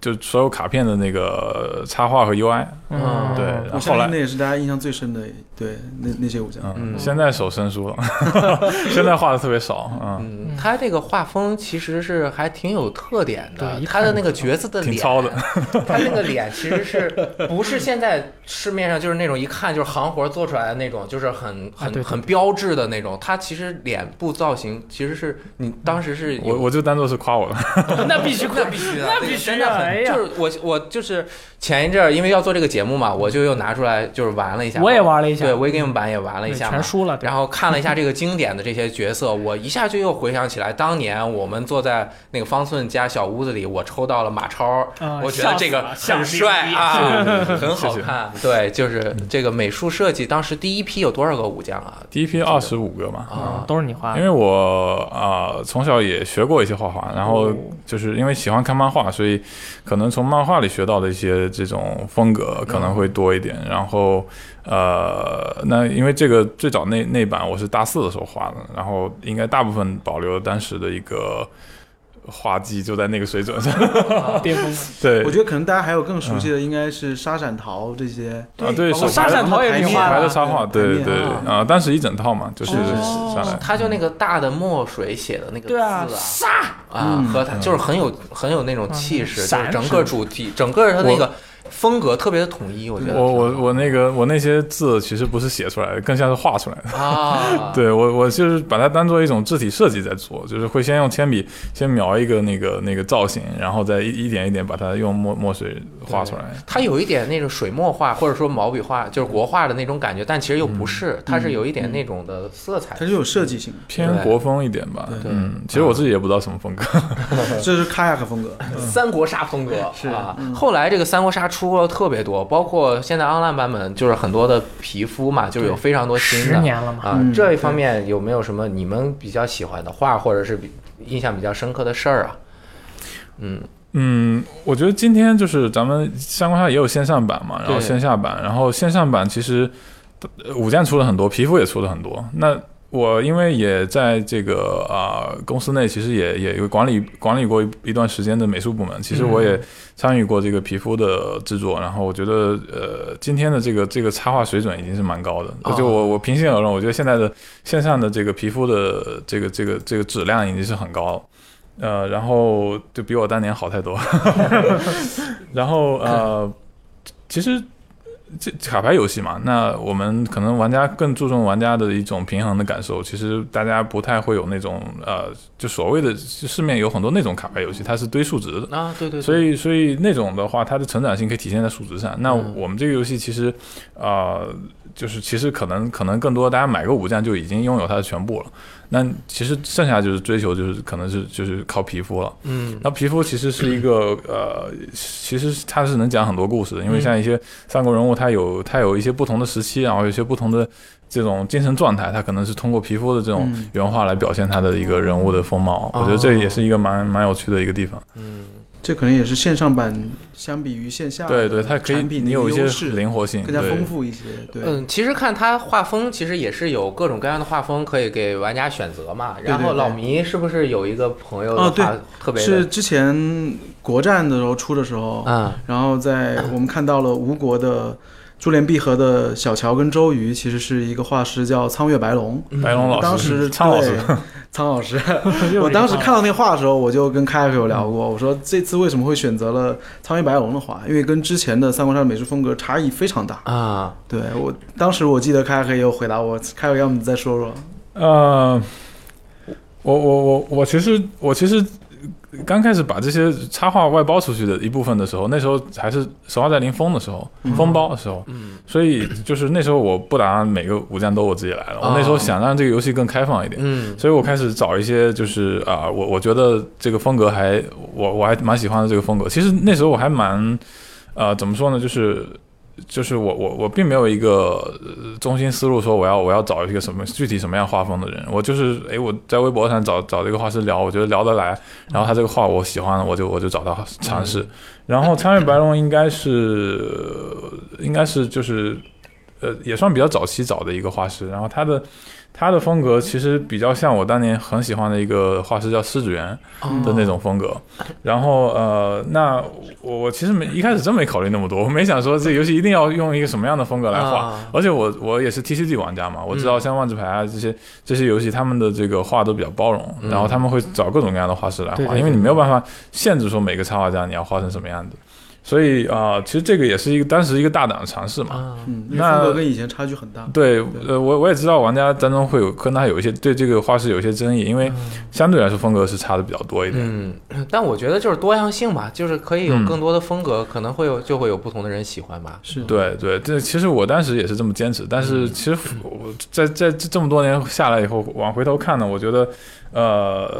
C: 就所有卡片的那个插画和 UI，
A: 嗯
C: 对，
D: 哦我
C: 然啊后
D: 相
C: 后
D: 信
C: 来
D: 那。也是大家印象最深的，对那那些武将。
C: 嗯，现在手生疏了， 现在画的特别少，嗯，
A: 嗯，他这个画风其实是还挺有特点的
B: 对，一
A: 他
B: 看
A: 的那个角色的脸，
C: 挺糙的，
A: 他那个脸其实是不是现在市面上就是那种一看就是行活做出来的那种，就是很
B: 啊对对
A: 很很标志的那种。他其实脸部造型其实是你当时
D: 嗯
A: 是
C: 我
A: 有
C: 我就当做是夸我了，
B: 那必须，
A: 那必须的，
B: 那必须
A: 真
B: 的
A: 的
B: 哎
A: 很，
B: 呀
A: 就是我我就是前一阵儿，因为要做这个节节目嘛，我就又拿出来就是玩了一下。
B: 我也玩了一下
A: 对 w e game 版也玩了一
B: 对
A: 下嘛
B: 全。输了。对
A: 然后看了一下这个经典的这些角色，我一下就又回想起来，当年我们坐在那个方寸家小屋子里，我抽到了马超，
B: 啊
A: 我觉得这个很帅啊，很好看。对，就是这个美术设计，当时第一批有多少个武将啊？
C: 第一批二十五个嘛，
A: 啊，
B: 嗯都是你画
C: 因
B: 的，
C: 为我啊、呃从小也学过一些画画，然后就是因为喜欢看漫画，所以可能从漫画里学到的一些这种风格可能会多一点。然后呃，那因为这个最早那那版我是大四的时候画的，然后应该大部分保留了当时的一个画技，就在那个水准上。
A: 哎
B: 巅峰。
C: 对，
D: 我觉得可能大家还有更熟悉的，应该是沙闪桃这些。
C: 嗯啊对，
A: 包括
C: 手
B: 沙
C: 牌
B: 闪桃也
D: 台
B: 挺
D: 面
B: 画
C: 牌
B: 的
C: 的插画，
D: 台
C: 对
D: 面
C: 对
A: 啊
C: 啊，当时一整套嘛，就是
B: 哦
C: 上来。
A: 他就那个大的墨水写的那个字
B: 对啊，
C: 嗯
A: 啊，和他就是很有很有那种气势，就
B: 闪
A: 是整个主题，整个他那个风格特别的统一，我觉得
C: 我我我那个我那些字其实不是写出来的，更像是画出来的。
A: 啊，
C: 对我，我就是把它当做一种字体设计在做，就是会先用铅笔先描一个那个那个造型，然后再一一点一点把它用墨墨水画出来。
A: 它有一点那种水墨画或者说毛笔画，就是国画的那种感觉，但其实又不是，它是有一点那种的色彩
D: 它。是有设计性
C: 偏国风一点吧，
A: 对
C: 嗯，其实我自己也不知道什么风格，
D: 的，这是卡亚克风格。
A: 三国杀风格是啊，后来这个三国杀出了特别多，包括现在 online 版本，就是很多的皮肤嘛，就是有非常多新
B: 十
A: 的。
B: 年了嘛，
A: 啊
D: 嗯，
A: 这一方面有没有什么你们比较喜欢的画，或者是比印象比较深刻的事儿啊？嗯，
C: 嗯，我觉得今天就是咱们三国杀也有线上版嘛，然后
A: 对
C: 线下版，然后线上版其实呃武将出了很多，皮肤也出了很多。那我因为也在这个啊、公司内，其实也也有管理管理过一一段时间的美术部门，其实我也参与过这个皮肤的制作。然后我觉得呃，今天的这个这个插画水准已经是蛮高的。
A: 哦
C: 就我我平心而论，我觉得现在的线上的这个皮肤的这个这个这个质量已经是很高了。呃，然后就比我当年好太多。然后呃，其实这卡牌游戏嘛，那我们可能玩家更注重玩家的一种平衡的感受。其实大家不太会有那种呃，就所谓的市面有很多那种卡牌游戏，它是堆数值的。
A: 啊，对对对，
C: 所以，所以那种的话，它的成长性可以体现在数值上。那
A: 嗯
C: 我们这个游戏其实，呃，就是其实可能可能更多，大家买个五战就已经拥有它的全部了。那其实剩下就是追求，就是可能是就是靠皮肤了。
A: 嗯，
C: 那皮肤其实是一个呃，其实它是能讲很多故事的，因为像一些三国人物，他有他有一些不同的时期，然后有一些不同的这种精神状态，他可能是通过皮肤的这种
D: 嗯
C: 原画来表现他的一个人物的风貌。我觉得这也是一个蛮蛮有趣的一个地方。
D: 这可能也是线上版相比于线下，
C: 对对，它可以
D: 产品
C: 你
D: 的
C: 有一
D: 优
C: 些
D: 势
C: 灵活性，
D: 更加
C: 对
D: 丰富一些。对，
A: 嗯，其实看他画风，其实也是有各种各样的画风可以给玩家选择嘛。
D: 对对
A: 然后
D: 对
A: 老迷是不是有一个朋友的
D: 哦对
A: 画特别
D: 是
A: 的
D: 之前国战的时候出的时候，
A: 啊
D: 然后在我们看到了吴国的珠联璧合的小乔跟周瑜，其实是一个画师叫苍月白龙。
C: 白龙老
D: 当时
C: 师，嗯苍老师
D: 对，苍 老师，我当时看到那画的时候，我就跟开有聊过，我说这次为什么会选择了苍月白龙的画？因为跟之前的三国杀的美术风格差异非常大。
A: 啊，
D: 对我当时我记得开黑也有回答我，开黑要不你再说说？
C: 呃，我我我我其实我其实刚开始把这些插画外包出去的一部分的时候，那时候还是《守望在临风》的时候，风包的时候，
A: 嗯
C: 所以就是那时候我不打算每个武将都我自己来了，我那时候
A: 哦
C: 想让这个游戏更开放一点。
A: 嗯
C: 所以我开始找一些，就是啊、我我觉得这个风格还我我还蛮喜欢的这个风格。其实那时候我还蛮，呃，怎么说呢，就是就是我我我并没有一个呃中心思路，说我要我要找一个什么具体什么样画风的人。我就是哎，我在微博上找找这个画师聊，我觉得聊得来，然后他这个画我喜欢，我就我就找他尝试。然后参与白龙应该是应该是就是呃也算比较早期找的一个画师，然后他的。他的风格其实比较像我当年很喜欢的一个画师叫施子源的那种风格，然后呃，那我我其实没一开始真没考虑那么多，我没想说这游戏一定要用一个什么样的风格来画，
A: 啊
C: 而且我我也是 TCG 玩家嘛，我知道
B: 嗯
C: 像万智牌啊这些这些游戏，他们的这个画都比较包容，
A: 嗯
C: 然后他们会找各种各样的画师来画，
B: 对对对
C: 因为你没有办法限制说每个插画家你要画成什么样子。所以啊、呃其实这个也是一个当时一个大胆的尝试嘛。
B: 啊，
D: 嗯，因为
C: 那
D: 风格跟以前差距很大。
B: 嗯
C: 对，呃，我我也知道玩家当中会有跟他有一些对这个画师有一些争议，因
B: 嗯
C: 为相对来说风格是差的比较多一点。
A: 嗯，但我觉得就是多样性吧，就是可以有
C: 嗯
A: 更多的风格，可能会有就会有不同的人喜欢吧。
D: 是，
C: 对对，这其实我当时也是这么坚持，但是其实我
D: 嗯
C: 我在在这这么多年下来以后，往回头看呢，我觉得，呃，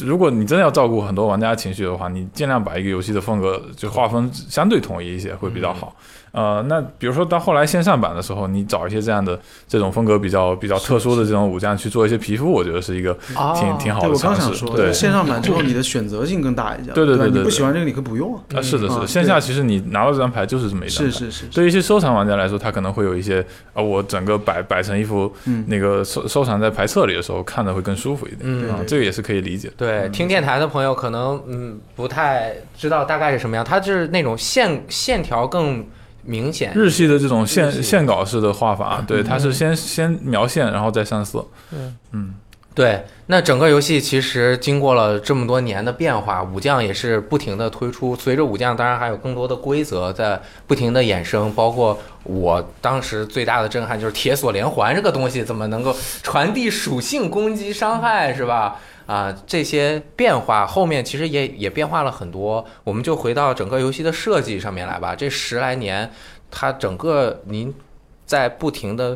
C: 如果你真的要照顾很多玩家情绪的话，你尽量把一个游戏的风格就划分相对统一一些会比较好。
D: 嗯
C: 呃，那比如说到后来线上版的时候，你找一些这样的这种风格比较比较特殊的这种武将去做一些皮肤，我觉得是一个
A: 啊
C: 挺挺好
D: 对
C: 的
D: 我刚
C: 尝
D: 想
C: 试。
D: 说，
C: 对
D: 就，线上版之后你的选择性更大一些。
C: 对对
D: 吧
C: 对对
D: 你不喜
C: 对
D: 欢这个你可以不用啊。
C: 啊是的是
D: 嗯
C: 的，
D: 啊
C: 线下其实你拿到这张牌就是这么一张
D: 是
C: 牌。
D: 是是，是
C: 对于一些收藏玩家来说，他可能会有一些啊，我整个摆摆成一幅
D: 嗯，
C: 那个收收藏在牌册里的时候，看着会更舒服一点。
A: 嗯
C: 啊
D: 对，嗯
C: 这个也是可以理解的。
A: 对，听电台的朋友可能嗯不太知道大概是什么样，它就是那种线线条更明显。
C: 日系的这种线
A: 日系嗯
C: 线稿式的画法，啊对，它是先先描线，然后再上色。
B: 嗯
C: 嗯，
A: 对，那整个游戏其实经过了这么多年的变化，武将也是不停的推出。随着武将，当然还有更多的规则在不停的衍生，包括我当时最大的震撼就是铁索连环这个东西怎么能够传递属性、攻击、伤害，是吧？啊，这些变化后面其实也也变化了很多。我们就回到整个游戏的设计上面来吧。这十来年，它整个您在不停的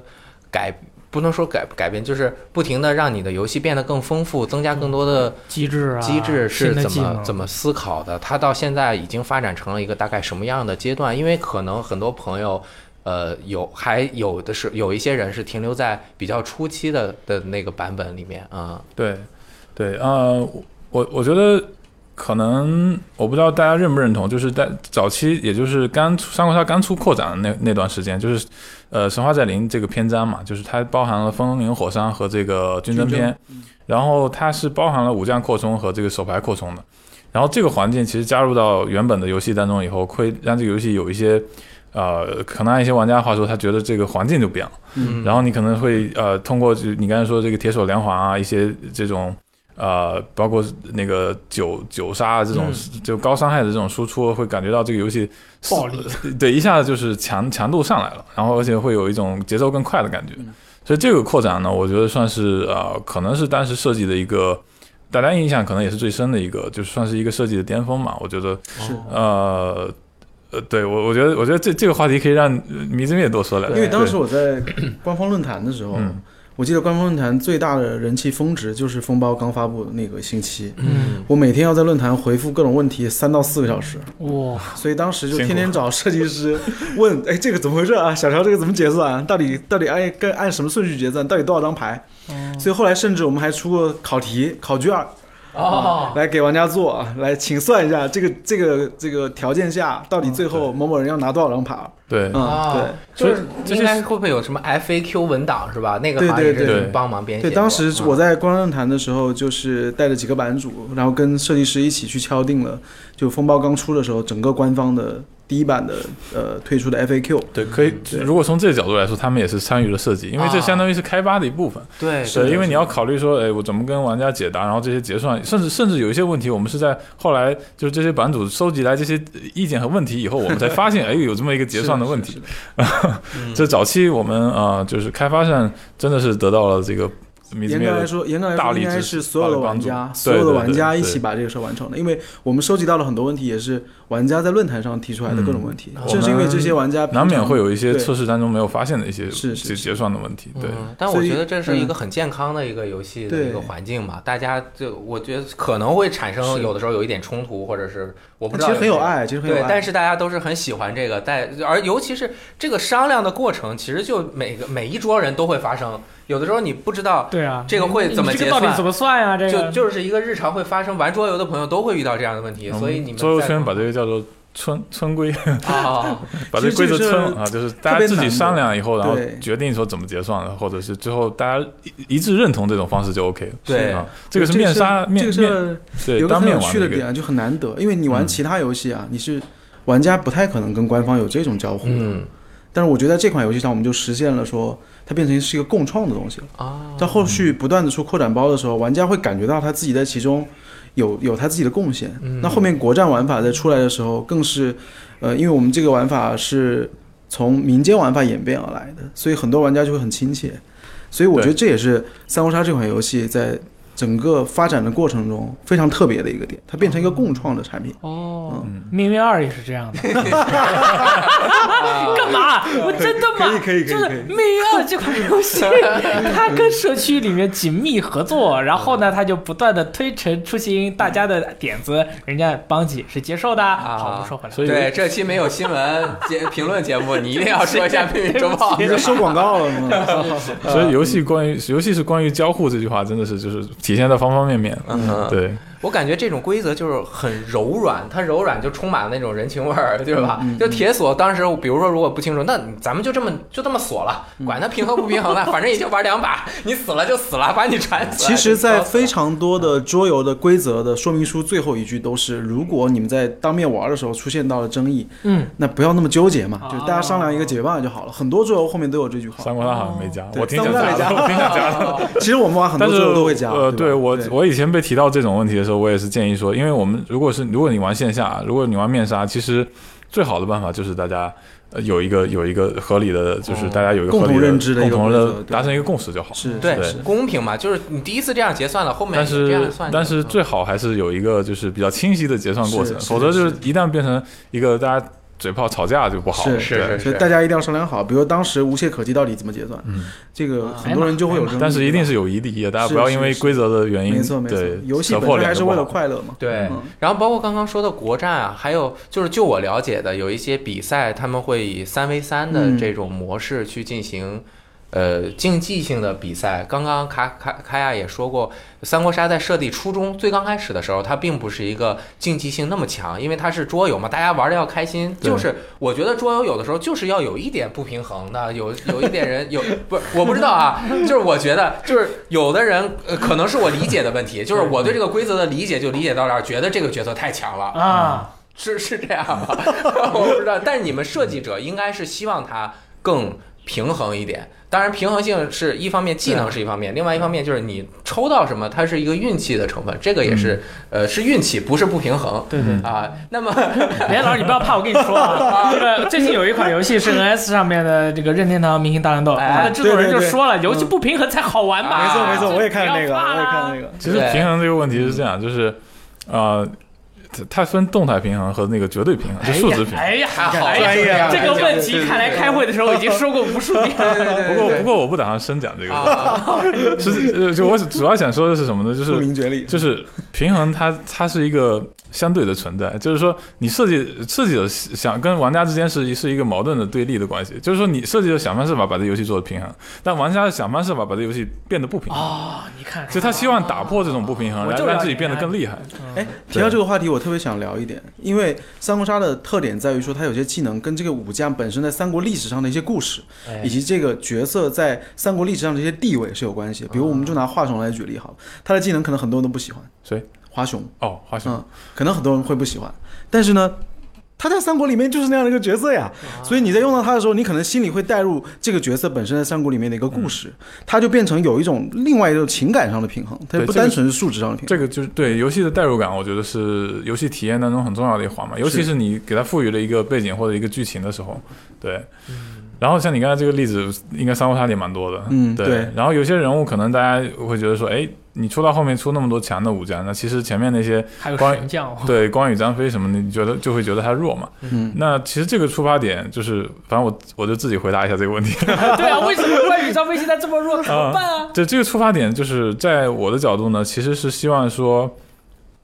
A: 改不能说改改变，就是不停的让你的游戏变得更丰富，增加更多的
B: 机制啊，
A: 机制是
B: 新的
A: 怎
B: 技
A: 么
B: 能
A: 怎么思考的。它到现在已经发展成了一个大概什么样的阶段？因为可能很多朋友。呃，有还有的是有一些人是停留在比较初期的的那个版本里面啊、
C: 对，对，呃，我我觉得可能我不知道大家认不认同，就是在早期，也就是刚出《三国杀》刚出扩展的那那段时间，就是呃，《神话再临》这个篇章嘛，就是它包含了《风林火山》和这个军争
D: 军
C: 篇
D: 争，
C: 然后它是包含了武将扩充和这个手牌扩充的。然后这个环境其实加入到原本的游戏当中以后，会让这个游戏有一些，呃，可能按一些玩家话说，他觉得这个环境就变了。
A: 嗯，
C: 然后你可能会呃通过就你刚才说这个铁索连环啊，一些这种呃包括那个九九杀啊这种、就高伤害的这种输出，会感觉到这个游戏
B: 暴力，
C: 对一下子就是强强度上来了，然后而且会有一种节奏更快的感觉。所以这个扩展呢，我觉得算是呃可能是当时设计的一个。大家印象可能也是最深的一个，就算是一个设计的巅峰嘛。我觉得，
D: 是
C: 呃，呃，对我，我觉得，我觉得这这个话题可以让呃迷之灭多说两句。
D: 因为当
C: 对
D: 时我在官方论坛的时候，
C: 嗯
D: 我记得官方论坛最大的人气峰值就是风暴刚发布的那个星期，
B: 嗯，
D: 我每天要在论坛回复各种问题三到四个小时，
B: 哇，
D: 所以当时就
C: 辛苦
D: 天天找设计师问，哎，这个怎么回事啊？小乔这个怎么结算？到底到底按该按什么顺序结算？到底多少张牌？所以后来甚至我们还出过考题、考卷儿
A: 哦，
D: 来给玩家做，啊，来请算一下这个这个这个条件下到底最后某某人要拿多少张牌儿？
C: 对，
D: 嗯，对
A: 哦。就是
C: 所以这
A: 应
C: 些
A: 该会不会有什么 FAQ 文档是吧？那个
D: 对
A: 好像也
D: 对
A: 是
C: 对
A: 你帮忙编写
D: 对，
A: 过。
D: 当时
A: 嗯
D: 我在官方论坛的时候，就是带着几个版主，然后跟设计师一起去敲定了，就风暴刚出的时候，整个官方的第一版的呃推出的 FAQ。
C: 对，可以。
D: 对
C: 如果从这个角度来说，他们也是参与了设计，因为这
A: 啊
C: 相当于是开发的一部分。
A: 对
C: 是因为你要考虑说，哎，我怎么跟玩家解答，然后这些结算，甚至甚至有一些问题，我们是在后来就是这些版主收集来这些意见和问题以后，我们才发现，哎，有这么一个结算的问题。这早期我们啊、呃就是开发上真的是得到了这个米兹
D: 严
C: 灭
D: 格来
C: 的
D: 说，严格来
C: 大
D: 说，
C: 力
D: 应
C: 支
D: 该
C: 持
D: 是所有的玩
C: 大力
D: 家，
C: 帮助
D: 所有的
C: 对对
D: 玩家
C: 对
D: 一
C: 对
D: 起把这个事儿完成的。因为我们收集到了很多问题，也是玩家在论坛上提出来的各种问题。正是因为这些玩家
C: 嗯难免会
D: 有，
C: 有一些
D: 对
C: 测试当中没有发现的一些
D: 是是
C: 结
D: 是
C: 结算的问题。对，
A: 嗯，但
D: 所
A: 我
D: 以
A: 觉得这是一个
D: 嗯
A: 很健康的一个游戏的
D: 对
A: 一个环境嘛，大家就我觉得可能会产生有的时候有一点冲突，或者是我不知
D: 其
A: 道
D: 实
A: 有没
D: 很有
A: 有。
D: 爱，其实很有
A: 对，但
D: 爱。
A: 是大家都是很喜欢这个，但而尤其是这个商量的过程，其实就每个每一桌人都会发生。有的时候你不知道，
B: 对啊，
A: 这个会
B: 你
A: 怎么
B: 你这
A: 结
B: 个到底
A: 算
B: 怎么算呀？这
C: 啊
A: 就
B: 个
A: 就是一个日常会发生，玩桌游的朋友都会遇到这样的问题，
C: 嗯
A: 所以你们
C: 桌游
A: 在哦
C: 圈把这个叫做村村规。
A: 啊，
C: 把这规则称啊，就是大家自己商量以后，然
D: 特
C: 后
D: 别难的对
C: 决定说怎么结算的，或者是最后大家一一致认同这种方式就 OK 了。
A: 对
C: 啊，这个是面杀
D: 这
C: 面
D: 个事
C: 面
D: 儿
C: 对
D: 有个
C: 当
D: 很
C: 面
D: 有
C: 玩
D: 趣
C: 的
D: 的
C: 一个
D: 点啊就很难得，因为你玩
C: 嗯
D: 其他游戏啊，你是玩家不太可能跟官方有这种交互的。
A: 嗯
D: 但是我觉得在这款游戏上，我们就实现了说它变成是一个共创的东西了。
A: 啊，
D: 在后续不断的出扩展包的时候，玩家会感觉到他自己在其中有有它自己的贡献。
B: 嗯
D: 那后面国战玩法在出来的时候，更是，呃，因为我们这个玩法是从民间玩法演变而来的，所以很多玩家就会很亲切。所以我觉得这也是《三国杀》这款游戏在整个发展的过程中非常特别的一个点，它变成一个共创的 产品。
B: 哦，
A: 嗯
B: 命运二也是这 样的。 干
A: 啊
B: 嘛？我真的吗？
D: 可以可以可以
B: 就是
D: 可以
B: 命运二这款游戏，它跟社区里面紧密合
A: 嗯
B: 作，然后呢，它就不断的推陈出新，大家的点子，人家邦吉是接受的。
A: 啊
B: 好，我们说回来，
C: 所以
A: 对，这期没有新闻节评论节目，你一定要说一下《命运周报
D: 你》这收广告了 吗？
C: 所
D: 呃
C: 以游戏关于游戏是关于交互这句话，真的是就是体现在方方面面。
A: 嗯哼。
C: 对，
A: 我感觉这种规则就是很柔软，它柔软就充满了那种人情味儿，对吧？就铁锁当时，比如说如果不清楚，那咱们就这么就这么锁了，管它平衡不平衡了，反正也就玩两把，你死了就死了，把你传死了。
D: 其实，在
A: 就死了
D: 非常多的桌游的规则的说明书最后一句都是：如果你们在当面玩的时候出现到了争议，
B: 嗯，
D: 那不要那么纠结嘛，
C: 啊
B: 哦
D: 就是大家商量一个解决办法就好了。很多桌游后面都有这句话
C: 三。国杀好像没加，
D: 嗯对
C: 我挺想
D: 三国杀没
C: 的，
D: 加
C: 我挺想加的。
D: 其实我们玩很
C: 但
D: 多
C: 是
D: 桌游都会加，
C: 呃，
D: 对
C: 对
D: 吧
C: 我
D: 对
C: 我以前被提到这种问题的时候，我也是建议说，因为我们如果是如果你玩线下，如果你玩面杀，其实最好的办法就是大家。呃，有一个有一个合理的，就是大家有一个
D: 哦共
C: 合
D: 同
C: 理的
D: 认知的一
C: 共同
D: 个规则
C: 的
D: 对
C: 达成一个共识就好。
D: 是
A: 对
D: 是
A: 公平嘛，就是你第一次这样结算了，后面
C: 但
A: 也这样
C: 是
A: 算就行。
C: 但是最好还是有一个就是比较清晰的结算过
D: 是
C: 程，
D: 是
C: 否则就是是一旦变成一个大家嘴炮吵架就不好。
D: 是
A: 是
C: 对
A: 是
D: 所以大家一定要商量好，比如当时无懈可击到底怎么结算，
C: 嗯哎
D: 这个
B: 啊
D: 很多人就会有争议，
C: 但是一定是有疑题的，大家
D: 是
C: 不要因为
D: 是是
C: 规则的原因，
D: 没错没错
C: 对，，
D: 游戏
C: 扯
D: 本
C: 破
D: 身
C: 脸
D: 还
C: 就是不
D: 为了
C: 好。
D: 快乐嘛。
A: 对
D: 嗯，
A: 然后包括刚刚说的国战啊，还有就是就我了解的，有一些比赛他们会以三 v 三的
D: 嗯
A: 这种模式去进行。呃，竞技性的比赛，刚刚卡卡卡亚也说过，三国杀在设计初衷最刚开始的时候，它并不是一个竞技性那么强，因为它是桌游嘛，大家玩的要开心。
C: 对
A: 就是我觉得桌游有的时候就是要有一点不平衡的，有有一点人有不是我不知道啊， 就是我觉得就是有的人、呃、可能是我理解的问题，就是我对这个规则的理解就理解到这儿，觉得这个角色太强了，
B: 啊，
A: 是是这样吗？ 我不知道，但是你们设计者应该是希望它更平衡一点。当然，平衡性是一方面，技能是一方面，另外一方面就是你抽到什么，它是一个运气的成分，这个也是、呃是运气，不是不平衡
B: 对对。
A: 啊。那么
B: 连老师，你不要怕，我跟你说 啊，这个最近有一款游戏是 NS 上面的这个任天堂明星大乱斗，
A: 哎
B: 它的制作人就
D: 对对对嗯
B: 说了，游戏不平衡才好玩嘛。
A: 啊
D: 没错没错，我也看那
B: 不
D: 个，
B: 要怕啦
D: 我也看那个，
C: 其实
A: 对
C: 平衡这个问题是这样，就是，呃，它它分动态平衡和那个绝对平衡，就数值平衡。
B: 哎呀，
A: 还好
B: 哎呀
D: 专业啊
B: 这个问题看来开会的时候已经说过无数遍了。
C: 不过不过我不打算深讲这个，
A: 啊，
C: 是呃就我主要想说的是什么呢？就
D: 不
C: 是
D: 明觉厉，
C: 就是平衡它，它是一个相对的存在，就是说你设计设计者想跟玩家之间是是一个矛盾的对立的关系，就是说你设计者想方设法把这游戏做的平衡，但玩家想方设法把这游戏变得不平衡，
B: 哦，你看，
C: 就他希望打破这种不平衡，
B: 我
C: 来
B: 就
C: 让
B: 了
C: 自己
B: 解
C: 变得
B: 啊
C: 更厉害。
D: 哎，提到这个话题，我特别想聊一点，因为三国杀的特点在于说，它有些技能跟这个武将本身在三国历史上的一些故事，
A: 哎
D: 以及这个角色在三国历史上的一些地位是有关系的。比如，我们就拿华雄来举例好了，他的技能可能很多人都不喜欢，
C: 啊谁？
D: 华雄，
C: 哦，花熊
D: 嗯，可能很多人会不喜欢，但是呢。他在三国里面就是那样的一个角色呀，
C: 啊
D: 所以你在用到他的时候，你可能心里会带入这个角色本身在三国里面的一个故事，他就变成有一种另外一种情感上的平衡，
C: 嗯
D: 它
C: 对
D: 不
C: 这个
D: 单纯是数值上的平衡。
C: 这个就是对
D: 嗯
C: 游戏的代入感，我觉得是游戏体验当中很重要的一环嘛，尤其是你给它赋予了一个背景或者一个剧情的时候，对。然后像你刚才这个例子，应该三国杀里蛮多的，
D: 嗯
C: 对。
D: 对
C: 然后有些人物可能大家会觉得说，哎，你出到后面出那么多强的武将，那其实前面那些
B: 还有
C: 关
B: 神将哦，
C: 对关羽、张飞什么的，你觉得就会觉得他弱嘛？
D: 嗯，
C: 那其实这个出发点就是，反正我我就自己回答一下这个问题。
B: 对啊，为什么关羽、张飞现在这么弱，怎么办啊？
C: 这这个出发点就是在我的角度呢，其实是希望说，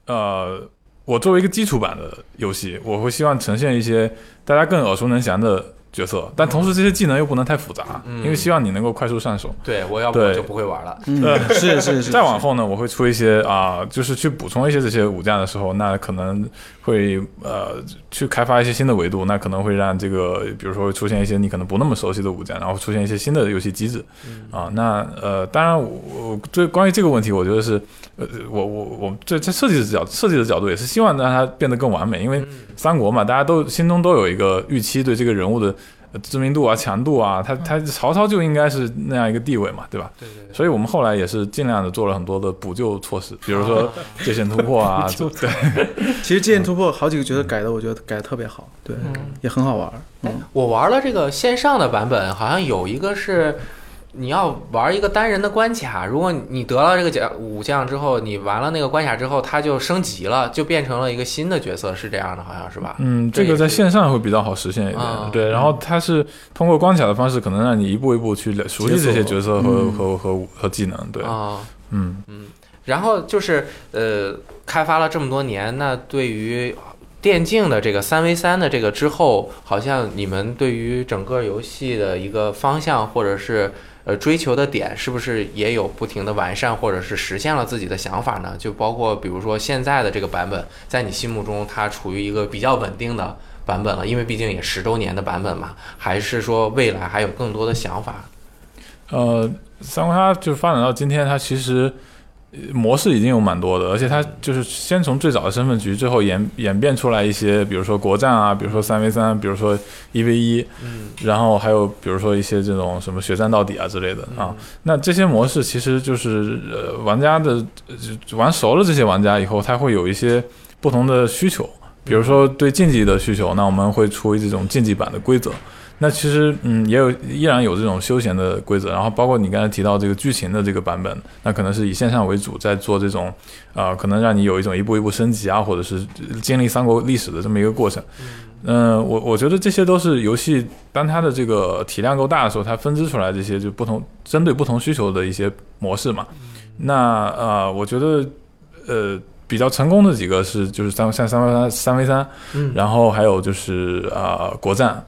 C: 呃，我作为一个基础版的游戏，我会希望呈现一些大家更耳熟能详的角色，但同时这些技能又不能太复杂，
A: 嗯
C: 因为希望你能够快速上手。
A: 对我要不我
C: 对
A: 就不会玩了。
C: 呃
D: 嗯，是是 是。
C: 再往后呢，我会出一些啊、就是去补充一些这些武将的时候，那可能会呃去开发一些新的维度，那可能会让这个，比如说会出现一些你可能不那么熟悉的武将，然后出现一些新的游戏机制
D: 嗯
C: 啊、那呃，当然我我对关于这个问题，我觉得是呃，我我我这这设计的角设计的角度也是希
D: 嗯
C: 望让它变得更完美，因为三国嘛，大家都心中都有一个预期对这个人物的。知名度啊、强度啊，
D: 嗯
C: 他他曹操就应该是那样一个地位嘛，对吧？
A: 对对对，
C: 所以我们后来也是尽量的做了很多的补救措施，比如说界限突破啊，这对，
D: 其实《剑突破》好几个角色改的，我觉得改的特别好，对，
B: 嗯
D: 也很好玩儿。嗯，
A: 我玩了这个线上的版本，好像有一个是。你要玩一个单人的关卡，如果你得了这个奖武将之后，你完了那个关卡之后，它就升级了，就变成了一个新的角色，是这样的，好像是吧？
C: 嗯，
A: 这
C: 这
A: 也
C: 个在
A: 是
C: 线上会比较好实现一点
A: 啊，
C: 对。然后它是通过关卡的方式，可能让你一步一步去了熟悉
D: 解锁
C: 这些角色和
D: 嗯
C: 和和和技能，对
A: 啊、，
C: 嗯，
A: 然后就是呃，开发了这么多年，那对于电竞的这个三 v 三的这个之后，好像你们对于整个游戏的一个方向或者是呃追求的点，是不是也有不停的完善，或者是实现了自己的想法呢？就包括比如说现在的这个版本，在你心目中它处于一个比较稳定的版本了，因为毕竟也十周年的版本嘛，还是说未来还有更多的想法？
C: 呃，三国杀就是发展到今天，它其实呃模式已经有蛮多的，而且它就是先从最早的身份局，最后演演变出来一些，比如说国战啊，比如说三 v 三，比如说一 v 一，
A: 嗯
C: 然后还有比如说一些这种什么血战到底啊之类的啊。那这些模式其实就是呃，玩家的呃就玩熟了这些玩家以后，他会有一些不同的需求，比如说对竞技的需求，那我们会出这种竞技版的规则。那其实嗯，也有依然有这种休闲的规则，然后包括你刚才提到这个剧情的这个版本，那可能是以线上为主，在做这种呃，可能让你有一种一步一步升级啊，或者是经历三国历史的这么一个过程。嗯，我我觉得这些都是游戏，当它的这个体量够大的时候，它分支出来这些就不同针对不同需求的一些模式嘛。那呃，我觉得呃比较成功的几个是就是三像三 v 三三 v 三，
A: 嗯
C: 然后还有就是啊、呃、国战。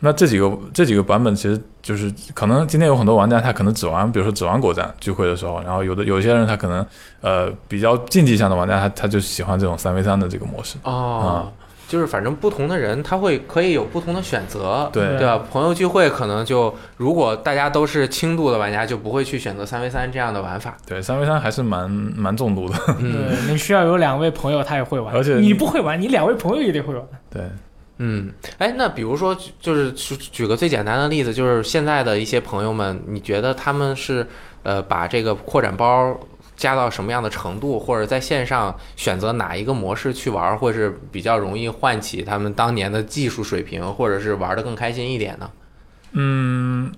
C: 那这几个这几个版本其实就是可能今天有很多玩家他可能只玩，比如说只玩国战聚会的时候，然后有的有些人他可能呃比较竞技向的玩家他他就喜欢这种三 v 三的这个模式。
A: 哦，就是反正不同的人他会可以有不同的选择，
C: 对
A: 对吧？朋友聚会可能就如果大家都是轻度的玩家，就不会去选择三 v 三这样的玩 法。
C: 对，三 v 三还是蛮蛮中毒的。
A: 嗯
B: 对，你需要有两位朋友，他也会玩，
C: 而且
B: 你不会玩，你两位朋友也得会玩。
C: 对，
A: 嗯，哎，那比如说就就是举举个最简单的例子，就是现在的一些朋友们，你觉得他们是呃把这个扩展包？加到什么样的程度，或者在线上选择哪一个模式去玩，会是比较容易唤起他们当年的技术水平，或者是玩的更开心一点 呢？
C: 嗯，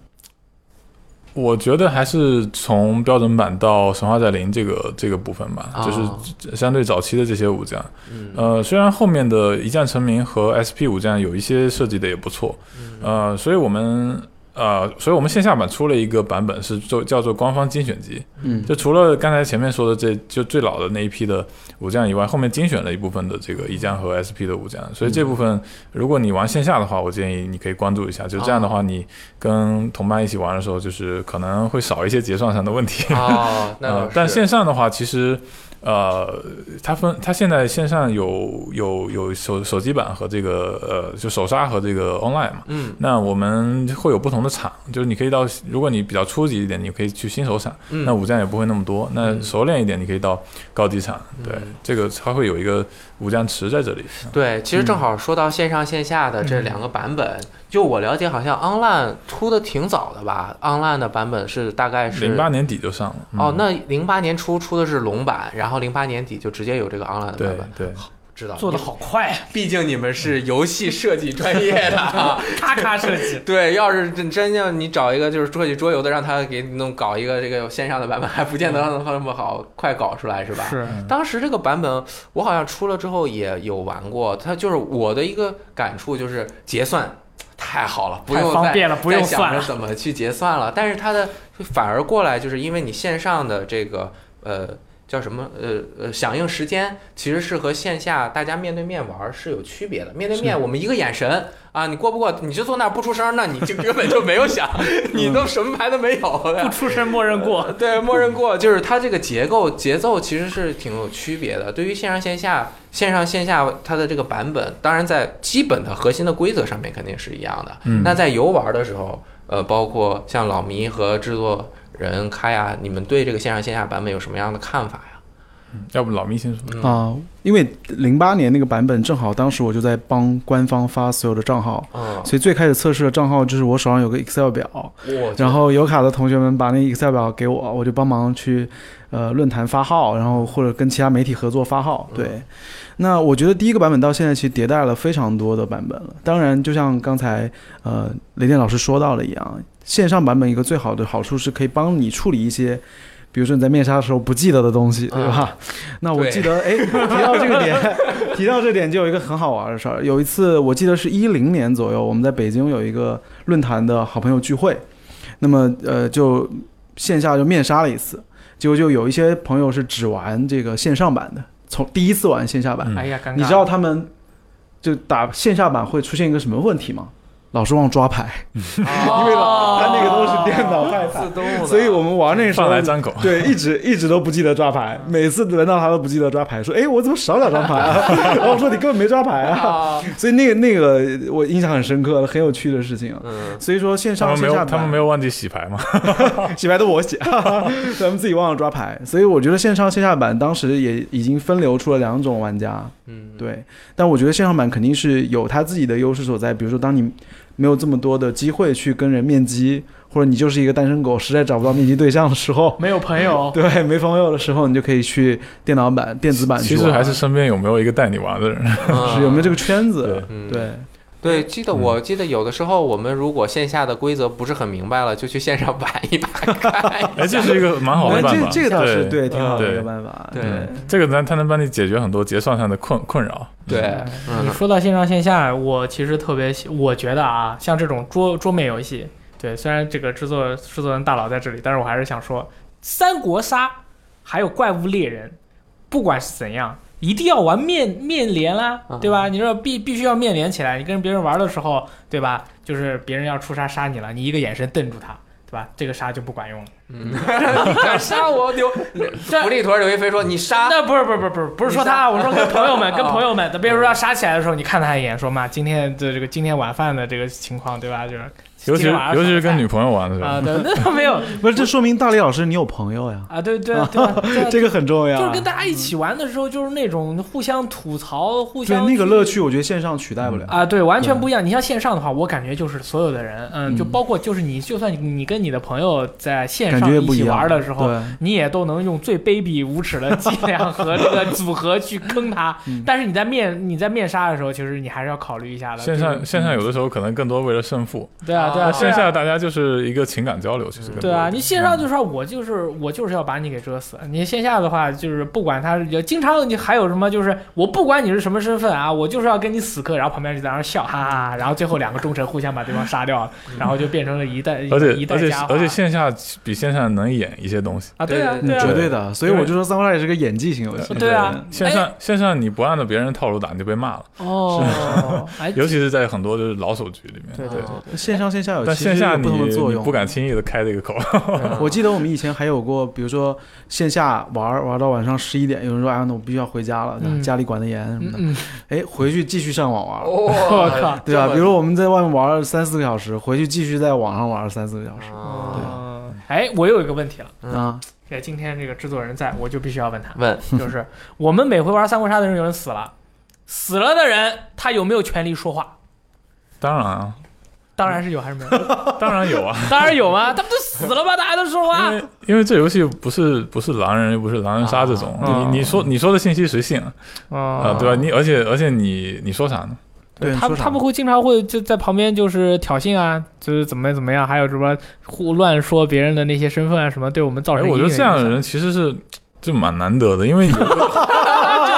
C: 我觉得还是从标准版到神话再临这个这个部分吧，
A: 哦
C: 就是相对早期的这些武将。
A: 嗯
C: 呃，虽然后面的一战成名和 SP 武将有一些设计的也不错，
A: 嗯
C: 呃，所以我们。呃，所以我们线下版出了一个版本，是做叫做官方精选集。
D: 嗯
C: 就除了刚才前面说的这就最老的那一批的武将以外，后面精选了一部分的这个一将和 SP 的武将，所以这部分如果你玩线下的话，我建议你可以关注一下。就这
A: 哦
C: 样的话，你跟同伴一起玩的时候，就是可能会少一些结算上的问题。
A: 哦， 那倒
C: 呃
A: 是、
C: 但线上的话，其实，呃，它分它现在线上有有有手手机版和这个呃，就手刹和这个 online 嘛。
A: 嗯
C: 那我们会有不同的场，就是你可以到，如果你比较初级一点，你可以去新手场，
A: 嗯，
C: 那武将也不会那么多。那
A: 嗯
C: 熟练一点，你可以到高级场。对，这个它会有一个武将池在这里。
A: 对，其实正好说到线上线下的这两个版本，就我了解，好像 online 出的挺早的吧？online 的版本是大概是
C: 零八年底就上了。嗯
A: 哦，那零八年初出的是龙版，然后零八年底就直接有这个 online 的
C: 对
A: 版本，
C: 对，
A: 知道
B: 做的，好快啊，
A: 毕竟你们是游戏设计专业的啊。。
B: 咔咔设计
A: 对，要是真真要你找一个就是设计桌游的，让他给你弄搞一个这个线上的版本，还不见得能那么好，快搞出来是吧？
B: 是，
A: 当时这个版本我好像出了之后也有玩过，它就是我的一个感触就是结算太好了，不
B: 太
A: 用
B: 方
A: 再
B: 便了，不用
A: 再想
B: 算
A: 着
B: 了。
A: 怎么去结算了。但是它的反而过来就是因为你线上的这个呃叫什么呃呃响应时间，其实是和线下大家面对面玩儿是有区别的。面对面我们一个眼神啊，你过不过你就坐那儿不出声，那你就 根本就没有想，你都什么牌都没有
B: 不
A: 的。
B: 出声，默认过。
A: 对，默认过，就是它这个结构节奏其实是挺有区别的。对于线上线下、线上线下它的这个版本，当然在基本的核心的规则上面肯定是一样的。
C: 嗯
A: 那在游玩的时候，呃，包括像啊老迷和制作人开呀，你们对这个线上线下版本有什么样的看法呀？
C: 要不老咪先说。
A: 嗯
D: 啊、因为零八年那个版本正好当时我就在帮官方发所有的账号，
A: 嗯，
D: 所以最开始测试的账号就是我手上有个 Excel 表，
A: 我
D: 然后有卡的同学们把那 Excel 表给我，我就帮忙去呃论坛发号，然后或者跟其他媒体合作发号。对，那我觉得第一个版本到现在其实迭代了非常多的版本了。当然，就像刚才呃雷电老师说到的一样，线上版本一个最好的好处是可以帮你处理一些。比如说你在面杀的时候不记得的东西，对吧？那我
A: 对
D: 记得，哎，提到这个点， 提到这点就有一个很好玩的事儿。有一次我记得是一零年左右，我们在北京有一个论坛的好朋友聚会，那么呃就线下就面杀了一次，结果就有一些朋友是只玩这个线上版的，从第一次玩线下版，
C: 嗯
B: 哎呀，尴尬。
D: 你知道他们就打线下版会出现一个什么问题吗？老是忘抓牌，
B: 哦
D: 因为老他那个都 是电脑害怕
A: 自动的，
D: 所以我们玩那时
C: 饭
D: 候
C: 来张 口，
D: 对，一直一直都不记得抓牌，每次轮到他都不记得抓牌，说：“哎，我怎么少两张牌啊？” 然后我说：“你根本没抓牌啊！”
A: 啊，
D: 所以那个那个我印象很深刻，很有趣的事情啊。
A: 嗯，
D: 所以说线
C: 他
D: 上
C: 们没
D: 线下
C: 有，他们
D: 版
C: 没有忘记洗牌 吗？
D: 洗牌都 我洗，咱们自己忘了抓牌。所以我觉得线上线下版当时也已经分流出了两种玩家，
A: 嗯，
D: 对。但我觉得线上版肯定是有它自己的优势所在，比如说当你没有这么多的机会去跟人面基，或者你就是一个单身狗，实在找不到面基对象的时候，
B: 没有朋友，
D: 对，没朋友的时候，你就可以去电脑版、电子版去
C: 其
D: 玩。
C: 实还是身边有没有一个带你玩的 人。
D: 是有没有这
A: 个？
D: 个圈子？
A: 嗯，
D: 对，
A: 啊
D: 嗯
A: 对，记得我记得有的时候我们如果线下的规则不是很明白了，就去线上 摆一把看一下。
C: 哎，这是一个蛮好的
D: 哎
C: 办
D: 这
C: 法。
D: 这个倒是
C: 对，
D: 对，挺好的一个
C: 对
D: 办法。
A: 对
D: 对，
C: 这个咱它能帮你解决很多结算上的困困扰。
A: 对，
B: 你
A: 嗯
B: 说到线上线下，我其实特别喜，我觉得啊，像这种桌桌面游戏，对，虽然这个制作制作人大佬在这里，但是我还是想说，《三国杀》还有《怪物猎人》，不管是怎样，一定要玩面面连啦
D: 啊
A: 嗯，
B: 对吧？你说必必须要面连起来，你跟别人玩的时候，对吧？就是别人要出杀杀你了，你一个眼神瞪住他。对吧？这个杀就不管用了。
A: 嗯，你敢杀我刘福利坨刘亦菲说你杀，
B: 那不是不是不是不是不是说他，我说跟朋友们，跟朋友 们，别人说要杀起来的时候，你看他一眼，说妈，今天的这个今天晚饭的这个情况，对吧？就是
C: 尤其
B: 今天晚上
C: 尤其是跟女朋友玩的时候，
B: 啊，对，那倒没 有
D: 不是，这说明大力老师你有朋友呀，
B: 啊，对对对 啊，对啊
D: 这个很重要。
B: 就是跟大家一起玩的时候，就是那种互相吐槽、互
D: 对
B: 相
D: 那个乐趣，我觉得线上取代不了。
B: 啊，对，完全不一样。你像线上的话，我感觉就是所有的人，嗯，就
D: 嗯
B: 包括就是你，就算你跟你的朋友在线
D: 感
B: 上
D: 觉也不一
B: 起
D: 样。
B: 玩的时候，
D: 对，
B: 你也都能用最卑鄙无耻的伎俩和这个组合去坑 他。
D: 嗯
B: 但是你在面你在面杀的时候，其实你还是要考虑一下的。
C: 线上线上有的时候可能更多为了胜负，
B: 对啊对啊，
A: 啊
B: 对
C: 线
B: 啊
C: 下嗯大家就是一个情感交流，其实更多
B: 对啊，你线上就说我就是我就是要把你给折死，你线下的话就是不管他，也经常你还有什么就是我不管你是什么身份啊，我就是要跟你死磕，然后旁边就在那儿笑哈哈哈，然后最后两个忠臣互相把对方杀掉，然后就变成了 一代
C: 而且
B: 一代
C: 而且
B: 佳话
C: 而且呃线下比线上能演一些东西。
B: 啊对啊
A: 对
D: 嗯
B: 对啊
D: 绝对的。所以我就说三国杀也是个演技型游戏。
B: 对啊
C: 线
D: 哎
C: 上线上你不按照别人套路打，你就被骂了，
B: 哦哎
C: 尤其是在很多就是老手局里面。
B: 对
A: 对
D: 对嗯线上线下有
C: 但
D: 其实
C: 线下
D: 有
C: 你
D: 不同的作
C: 你
D: 用
C: 不。敢轻易的开这个口，
D: 我记得我们以前还有过，比如说线下玩儿玩到晚上十一点，有人说啊，那我必须要回家了，
B: 嗯
D: 家里管得严什么的。
B: 嗯
D: 哎，回去继续上网玩儿。
A: 哦我
B: 靠
D: 对吧？比如 说我们在外面玩了三四个小时，回去继续在网上玩了三四个小时
A: 啊
B: 嗯，哎我有一个问题了，
A: 嗯
D: 啊，
B: 哎今天这个制作人在我就必须要问 他，
A: 问
B: 就是我们每回玩三国杀的人有人死了，死了的人他有没有权利说话？
C: 当然啊，
B: 当然是有还是没 有？
C: 当然有啊，
B: 当然有吗？他不都死了吗？大家都说
C: 因
B: 话
C: 为因为这游戏不是不是狼人又不是狼人杀这种，
D: 啊
C: 你你说你说的信息随性啊、
B: 啊
C: 对吧？你而且而且你你说啥呢？
D: 对，
B: 他
D: 你说
B: 们
D: 啥
B: 他们会经常会就在旁边就是挑衅啊，就是怎么怎么样，还有什么胡乱说别人的那些身份啊什么，对我们造
D: 哦
C: 哎，
B: 成阴
C: 我
B: 影
C: 觉
B: 影
C: 得
B: 响。
C: 这样的人其实是就蛮难得的，因 为有的
A: 就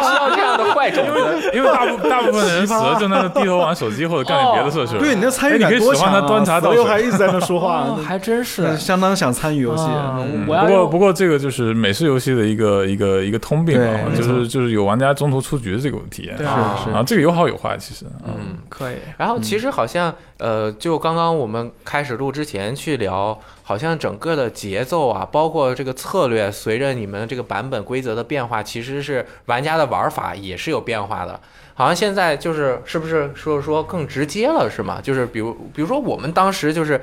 A: 是要这样的坏种人，
C: 因为大部大部分人死了就在那低头玩手机或者干点别的事去了。
D: 对你的参与
C: 哎
D: 感
C: 你可以
D: 多
C: 使唤
D: 强
C: 他
D: 啊！
C: 端茶倒
D: 左右
C: 水
D: 还一直在那说话，
B: 哦还真是
D: 那相当想参与游戏。
B: 啊
A: 嗯
B: 我
C: 不
B: 要
C: 过
B: 用
C: 不过这个就是每次游戏的一个一个一个通病吧，
D: 对
C: 就是
D: 没
C: 就是有玩家中途出局这个体验
B: 对，
A: 啊
D: 是
C: 然后
D: 是，
C: 这个有好有坏，其实
A: 嗯。
B: 可以
A: 然后其实好像呃，就刚刚我们开始录之前去聊，好像整个的节奏啊，包括这个策略，随着你们这个版本规则的变化，其实是玩家的玩法也是有变化的。好像现在就是是不是说说更直接了是吗？就是比如比如说我们当时就是。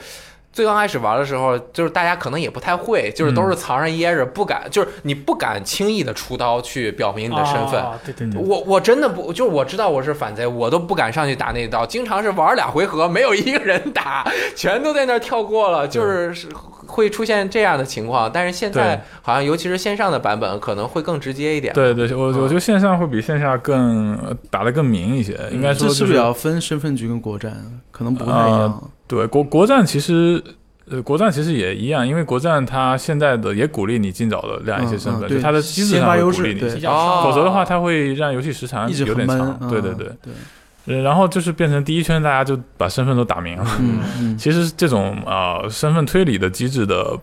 A: 最刚开始玩的时候，就是大家可能也不太会，就是都是藏着掖着，不敢，就是你不敢轻易的出刀去表明你的身份。
B: 哦对对
C: 嗯
B: 对，
A: 我我真的不，就是我知道我是反贼，我都不敢上去打那一刀。经常是玩俩回合，没有一个人打， 全都在那儿跳过了，就是是会出现这样的情况。但是现在
C: 对
A: 好像，尤其是线上的版本，可能会更直接一点。
C: 对对，我我觉得线上会比线下更呃打得更明一些，应该说
D: 这
C: 就是是啊
D: 不是也要分身份局跟国战？可能不太一样。
C: 对国国战其实。呃，国战其实也一样，因为国战它现在的也鼓励你尽早的亮一些身
D: 嗯
C: 份，
D: 嗯
C: 就
D: 对
C: 它的机制
D: 先发
C: 上
D: 优
C: 会
D: 势
C: 鼓励你
D: 对
B: 比较少
A: 哦
C: 否则的话，它会让游戏时长
D: 一直
C: 有
D: 很
C: 点
D: 闷
C: 长。，对
D: 嗯
C: 对对，
D: 对，
C: 呃然后就是变成第一圈，大家就把身份都打明了。
D: 嗯嗯，
C: 其实这种啊、呃身份推理的机制的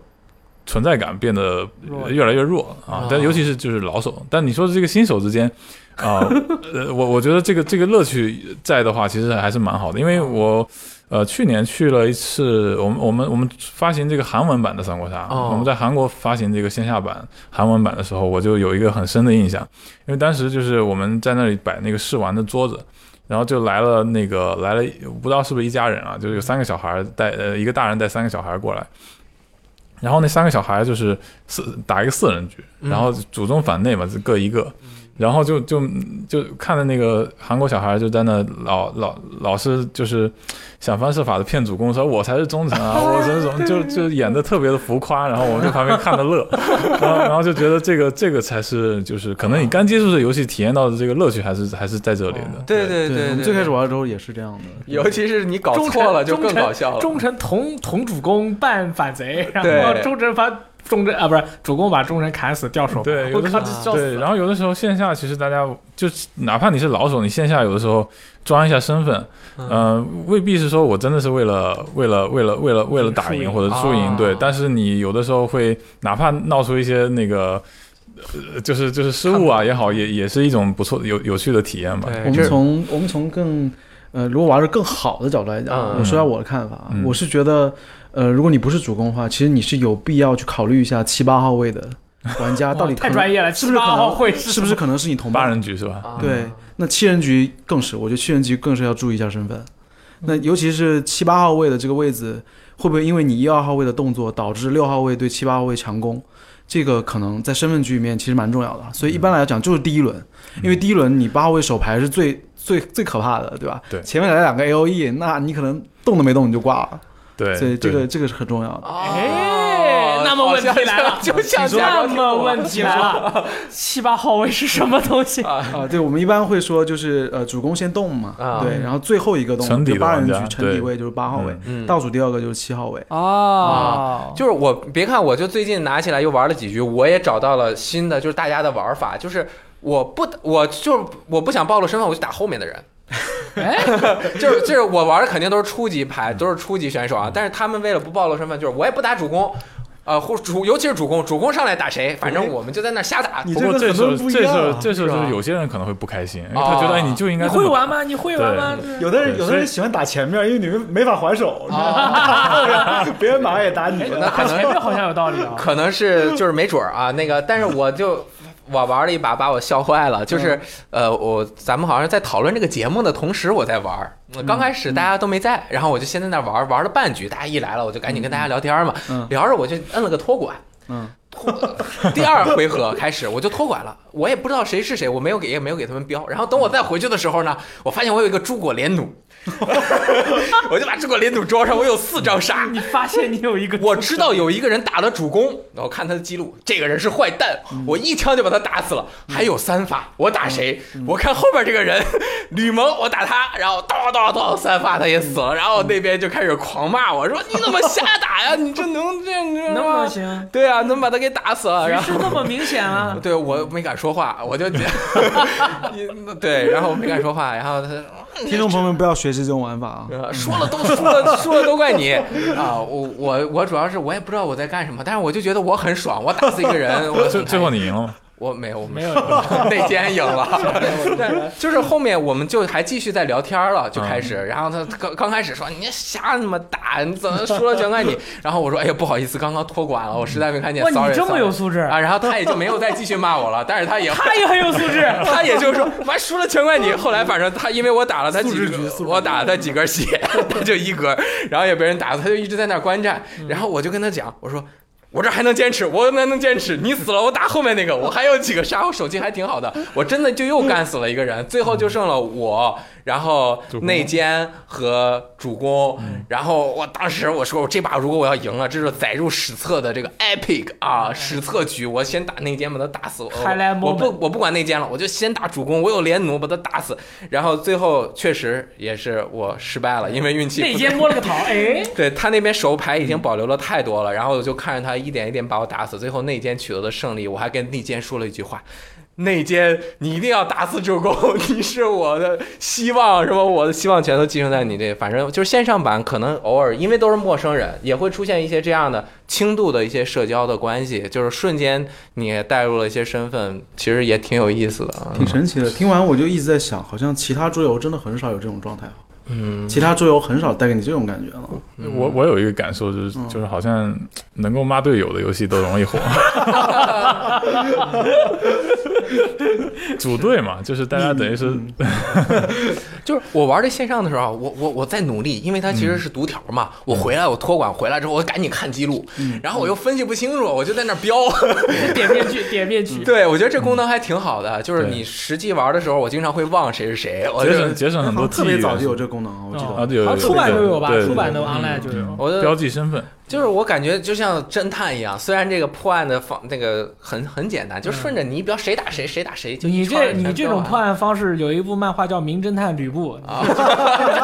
C: 存在感变得
B: 弱
C: 越来越弱
A: 哦，
C: 啊但尤其是就是老手，但你说的这个新手之间啊，呃，我我觉得这个这个乐趣在的话，其实还是蛮好的，因为我。呃，去年去了一次，我们我们我们发行这个韩文版的《三国杀》
A: 哦
C: 我们在韩国发行这个线下版韩文版的时候，我就有一个很深的印象，因为当时就是我们在那里摆那个试玩的桌子，然后就来了那个来了，不知道是不是一家人啊，就是有三个小孩儿带呃一个大人带三个小孩儿过来，然后那三个小孩儿就是四打一个四人局，
A: 嗯
C: 然后主中反内嘛，就各一个，然后就就就看着那个韩国小孩儿就在那老老老是就是想方设法的骗主公说我才是忠 臣啊，我才是什么，就就演的特别的浮夸，然后我们在旁边看 的乐，然后然后就觉得这个这个才是就是可
A: 嗯
C: 能你刚接触这游戏体验到的这个乐趣还是还是在这里的，
A: 对对对
D: 我们
A: 对，
D: 最开始玩的时候也是这样的。
A: 尤其是你搞
B: 忠
A: 错了
B: 臣
A: 就更搞笑了。
B: 忠臣同同主公扮反贼，然后
A: 对
B: 忠臣把忠臣啊不是主公把忠臣砍死吊手吧，
C: 对有
B: 我
C: 的
B: 靠，
A: 时
B: 这
A: 候
B: 笑死
C: 对，
B: 了。
C: 然后有的时候线下其实大家就是哪怕你是老手，你线下有的时候装一下身份，
A: 嗯
C: 呃，未必是说我真的是为了为了为了为了为了打
B: 输赢
C: 赢或者输
A: 啊
C: 赢，对，但是你有的时候会哪怕闹出一些那个。呃，就是就是失误啊也好，也也是一种不错有有趣的体验吧。
A: 对
D: 我
A: 这
D: 们从我们从更呃，如果玩的更好的角度来讲，
A: 嗯
D: 我说下我的看法啊，
C: 嗯
D: 我是觉得呃，如果你不是主攻的话，其实你是有必要去考虑一下七八号位的玩家到底
B: 太
D: 可能
B: 专业了，
D: 是不是可
B: 八号
D: 能
B: 会
D: 是不是可能是你同
C: 八
D: 伴？
C: 人局是吧？
A: 啊
D: 对，那七人局更是，我觉得七人局更是要注意一下身份。那
A: 嗯
D: 尤其是七八号位的这个位置，会不会因为你一二号位的动作导致六号位对七八号位强攻？这个可能在身份局里面其实蛮重要的，啊所以
C: 嗯
D: 一般来讲就是第一轮，因为第一轮你八号位手牌是最最最可怕的，对吧？
C: 对
D: 前面来两个 A O E，那你可能动都没动你就挂了，
C: 对，
D: 所以这
C: 对
D: 个这个是很重要的。
B: 哎
A: 哦，
B: 那么问题来了
A: 就像
B: 这
A: 假装听不
B: 么
A: 懂
B: 问题来了，七八号位是什么东西？
A: 啊，
D: 啊，对，我们一般会说就是呃主攻先动嘛，
A: 啊
D: 对，然后最后一个动
C: 沉底
D: 就
C: 的
D: 八人
C: 玩
D: 局
C: 家
D: 沉底
C: 对
D: 位就是八号位，
A: 嗯
D: 倒数第二个就是七号位。
A: 哦就是我别看，我就最近拿起来又玩了几局，我也找到了新的，就是大家的玩法，就是我不我就是我不想暴露身份，我就打后面的人。
B: 哎，
A: 就是就是我玩的肯定都是初级牌，都是初级选手啊，但是他们为了不暴露身份，就是我也不打主攻。呃，或主尤其是主攻，主攻上来打谁，反正我们就在那瞎打。
D: 你
C: 不过
D: 这
C: 这
D: 个
C: 时
D: 很
C: 候
D: 多不一
C: 这时
D: 样
C: 候
D: 啊
C: 这时候
A: 是
C: 就
A: 吧
C: 是有些人可能会不开心，因为他觉得
A: 哦
C: 哎你就应该
B: 你
C: 这么
B: 会
C: 打
B: 玩？吗？你会玩吗？
D: 有的人
C: 对
D: 有的人喜欢打前面，因为你们没法 还手，啊别人马上也打你
A: 那
C: 哎
D: 了。
A: 可
B: 前
A: 能
B: 面好像有道理啊。
A: 可能是 就是没准儿啊，那个，但是我就我玩了一把，把我笑坏了。就是
D: 嗯
A: 呃，我咱们好像在讨论这个节目的同时，我在玩儿。刚开
D: 嗯
A: 始大家都没在，然后我就先在那玩儿，玩了半局，大家一来了，我就赶紧跟大家聊天嘛，
D: 嗯
A: 聊着我就摁了个托管。
D: 嗯，
A: 托第二回合开始我就托管了，我也不知道谁是谁，我没有给也没有给他们标。然后等我再回去的时候呢，我发现我有一个诸葛连弩， 我就把诸葛连弩装上，我有四张杀，
B: 你发现你有一个，
A: 我知道有一个人打了主攻，我看他的记录，这个人是坏蛋，
B: 嗯
A: 我一枪就把他打死了。还有三发，我打谁？
B: 嗯
A: 我看后边这个人，吕蒙，我打他，然后叨叨叨三发他也死
B: 嗯
A: 了，然后那边就开始狂骂我说：“你怎么瞎打呀？你这能这样这样
B: 能
A: 吗
B: 不能？行？
A: 对啊，能把他给打死了。”
B: 局
A: 然
B: 势
A: 后。
B: 那么明显 啊！
A: 对我没敢说话，我就 对，然后我没敢说话，然后他
D: 听众朋友们不要学习这种玩法啊！
A: 呃，说了都说了，说了都怪你啊！我 我我主要是我也不知道我在干什么，但是我就觉得我很爽，我打死一个人，我
C: 最最后你赢了吗？
A: 我没有，我们
B: 没有有
A: 那天赢了，但就是后面我们就还继续在聊天了，就
C: 嗯
A: 开始，然后他刚刚开始说你瞎那么打，你怎么输了全怪你，然后我说哎呀不好意思，刚刚托管了，我实在没看见
B: 哇，
A: ，sorry，
B: 你这么
A: sorry
B: 有素质，
A: 啊，然后他也就没有再继续骂我了，但是他也
B: 他也很有素质。
A: 他也就是说，妈输了全怪你。后来反正他因为我打了他几
D: 素质局
A: 个
D: 素质，局
A: 我打了他几根血， 他就一格，然后也被人打，他就一直在那儿观战。
D: 嗯
A: 然后我就跟他讲，我说。我这还能坚持，我能能坚持。你死了，我打后面那个，我还有几个杀，我手气还挺好的。我真的就又干死了一个人，最后就剩了我，然后
C: 主公
A: 内奸和主公。
D: 嗯
A: 然后我当时我说，我这把如果我要赢了，这是载入史册的这个 epic 啊史册局。我先打内奸，把他打死。我
B: Highlight
A: 我
B: moment
A: 不我不管内奸了，我就先打主公，我有连弩把他打死。然后最后确实也是我失败了，因为运气不
B: 内
A: 太
B: 奸摸了个桃，哎，
A: 对他那边手牌已经保留了太多了，然后我就看着他一点一点把我打死，最后内奸取得的胜利，我还跟内奸说了一句话。内奸，你一定要打死主公，你是我的希望，什么我的希望全都寄生在你这。反正就是线上版，可能偶尔因为都是陌生人，也会出现一些这样的轻度的一些社交的关系，就是瞬间你也带入了一些身份，其实也挺有意思的。
D: 挺神奇的。听完我就一直在想，好像其他桌游真的很少有这种状态，啊
A: 嗯，
D: 其他桌游很少带给你这种感觉了。
C: 我
D: 嗯
C: 我有一个感受就是，就是好像能够骂队友的游戏都容易 火，组队嘛，就是大家
D: 嗯
C: 等于是
A: 就是我玩这线上的时候，啊我我我在努力，因为它其
B: 嗯
A: 实是读条嘛。我回来我托管回来之后，我赶紧看记录，
B: 嗯
A: 然后我又分析不清楚，我就在那儿 标。
B: 点面具，点面具，
A: 对，我觉得这功能还挺好
B: 嗯
A: 的，就是
C: 对
A: 你实际玩的时候，我经常会忘谁是谁，我
C: 节
A: 就
C: 省节省很多记
D: 特
C: 忆
D: 别
C: 元
D: 早就有
C: 素。
D: 这功能啊，我记
B: 哦
C: 啊
D: 得。
C: 对有
B: 好像出版
C: 有
B: 都有吧
C: 对，对
B: 出版
C: 对嗯
B: 都 online 就
D: 嗯
B: 有。
A: 我的
C: 标记身份，
A: 就是我感觉就像侦探一样，虽然这个破案的方那个很很简单，就顺着你标谁打谁，谁打谁就
B: 嗯你
A: 一圈
B: 这
A: 儿全
B: 你这
A: 标
B: 种
A: 完啊
B: 破案方式，有一部漫画叫《名侦探吕 布》，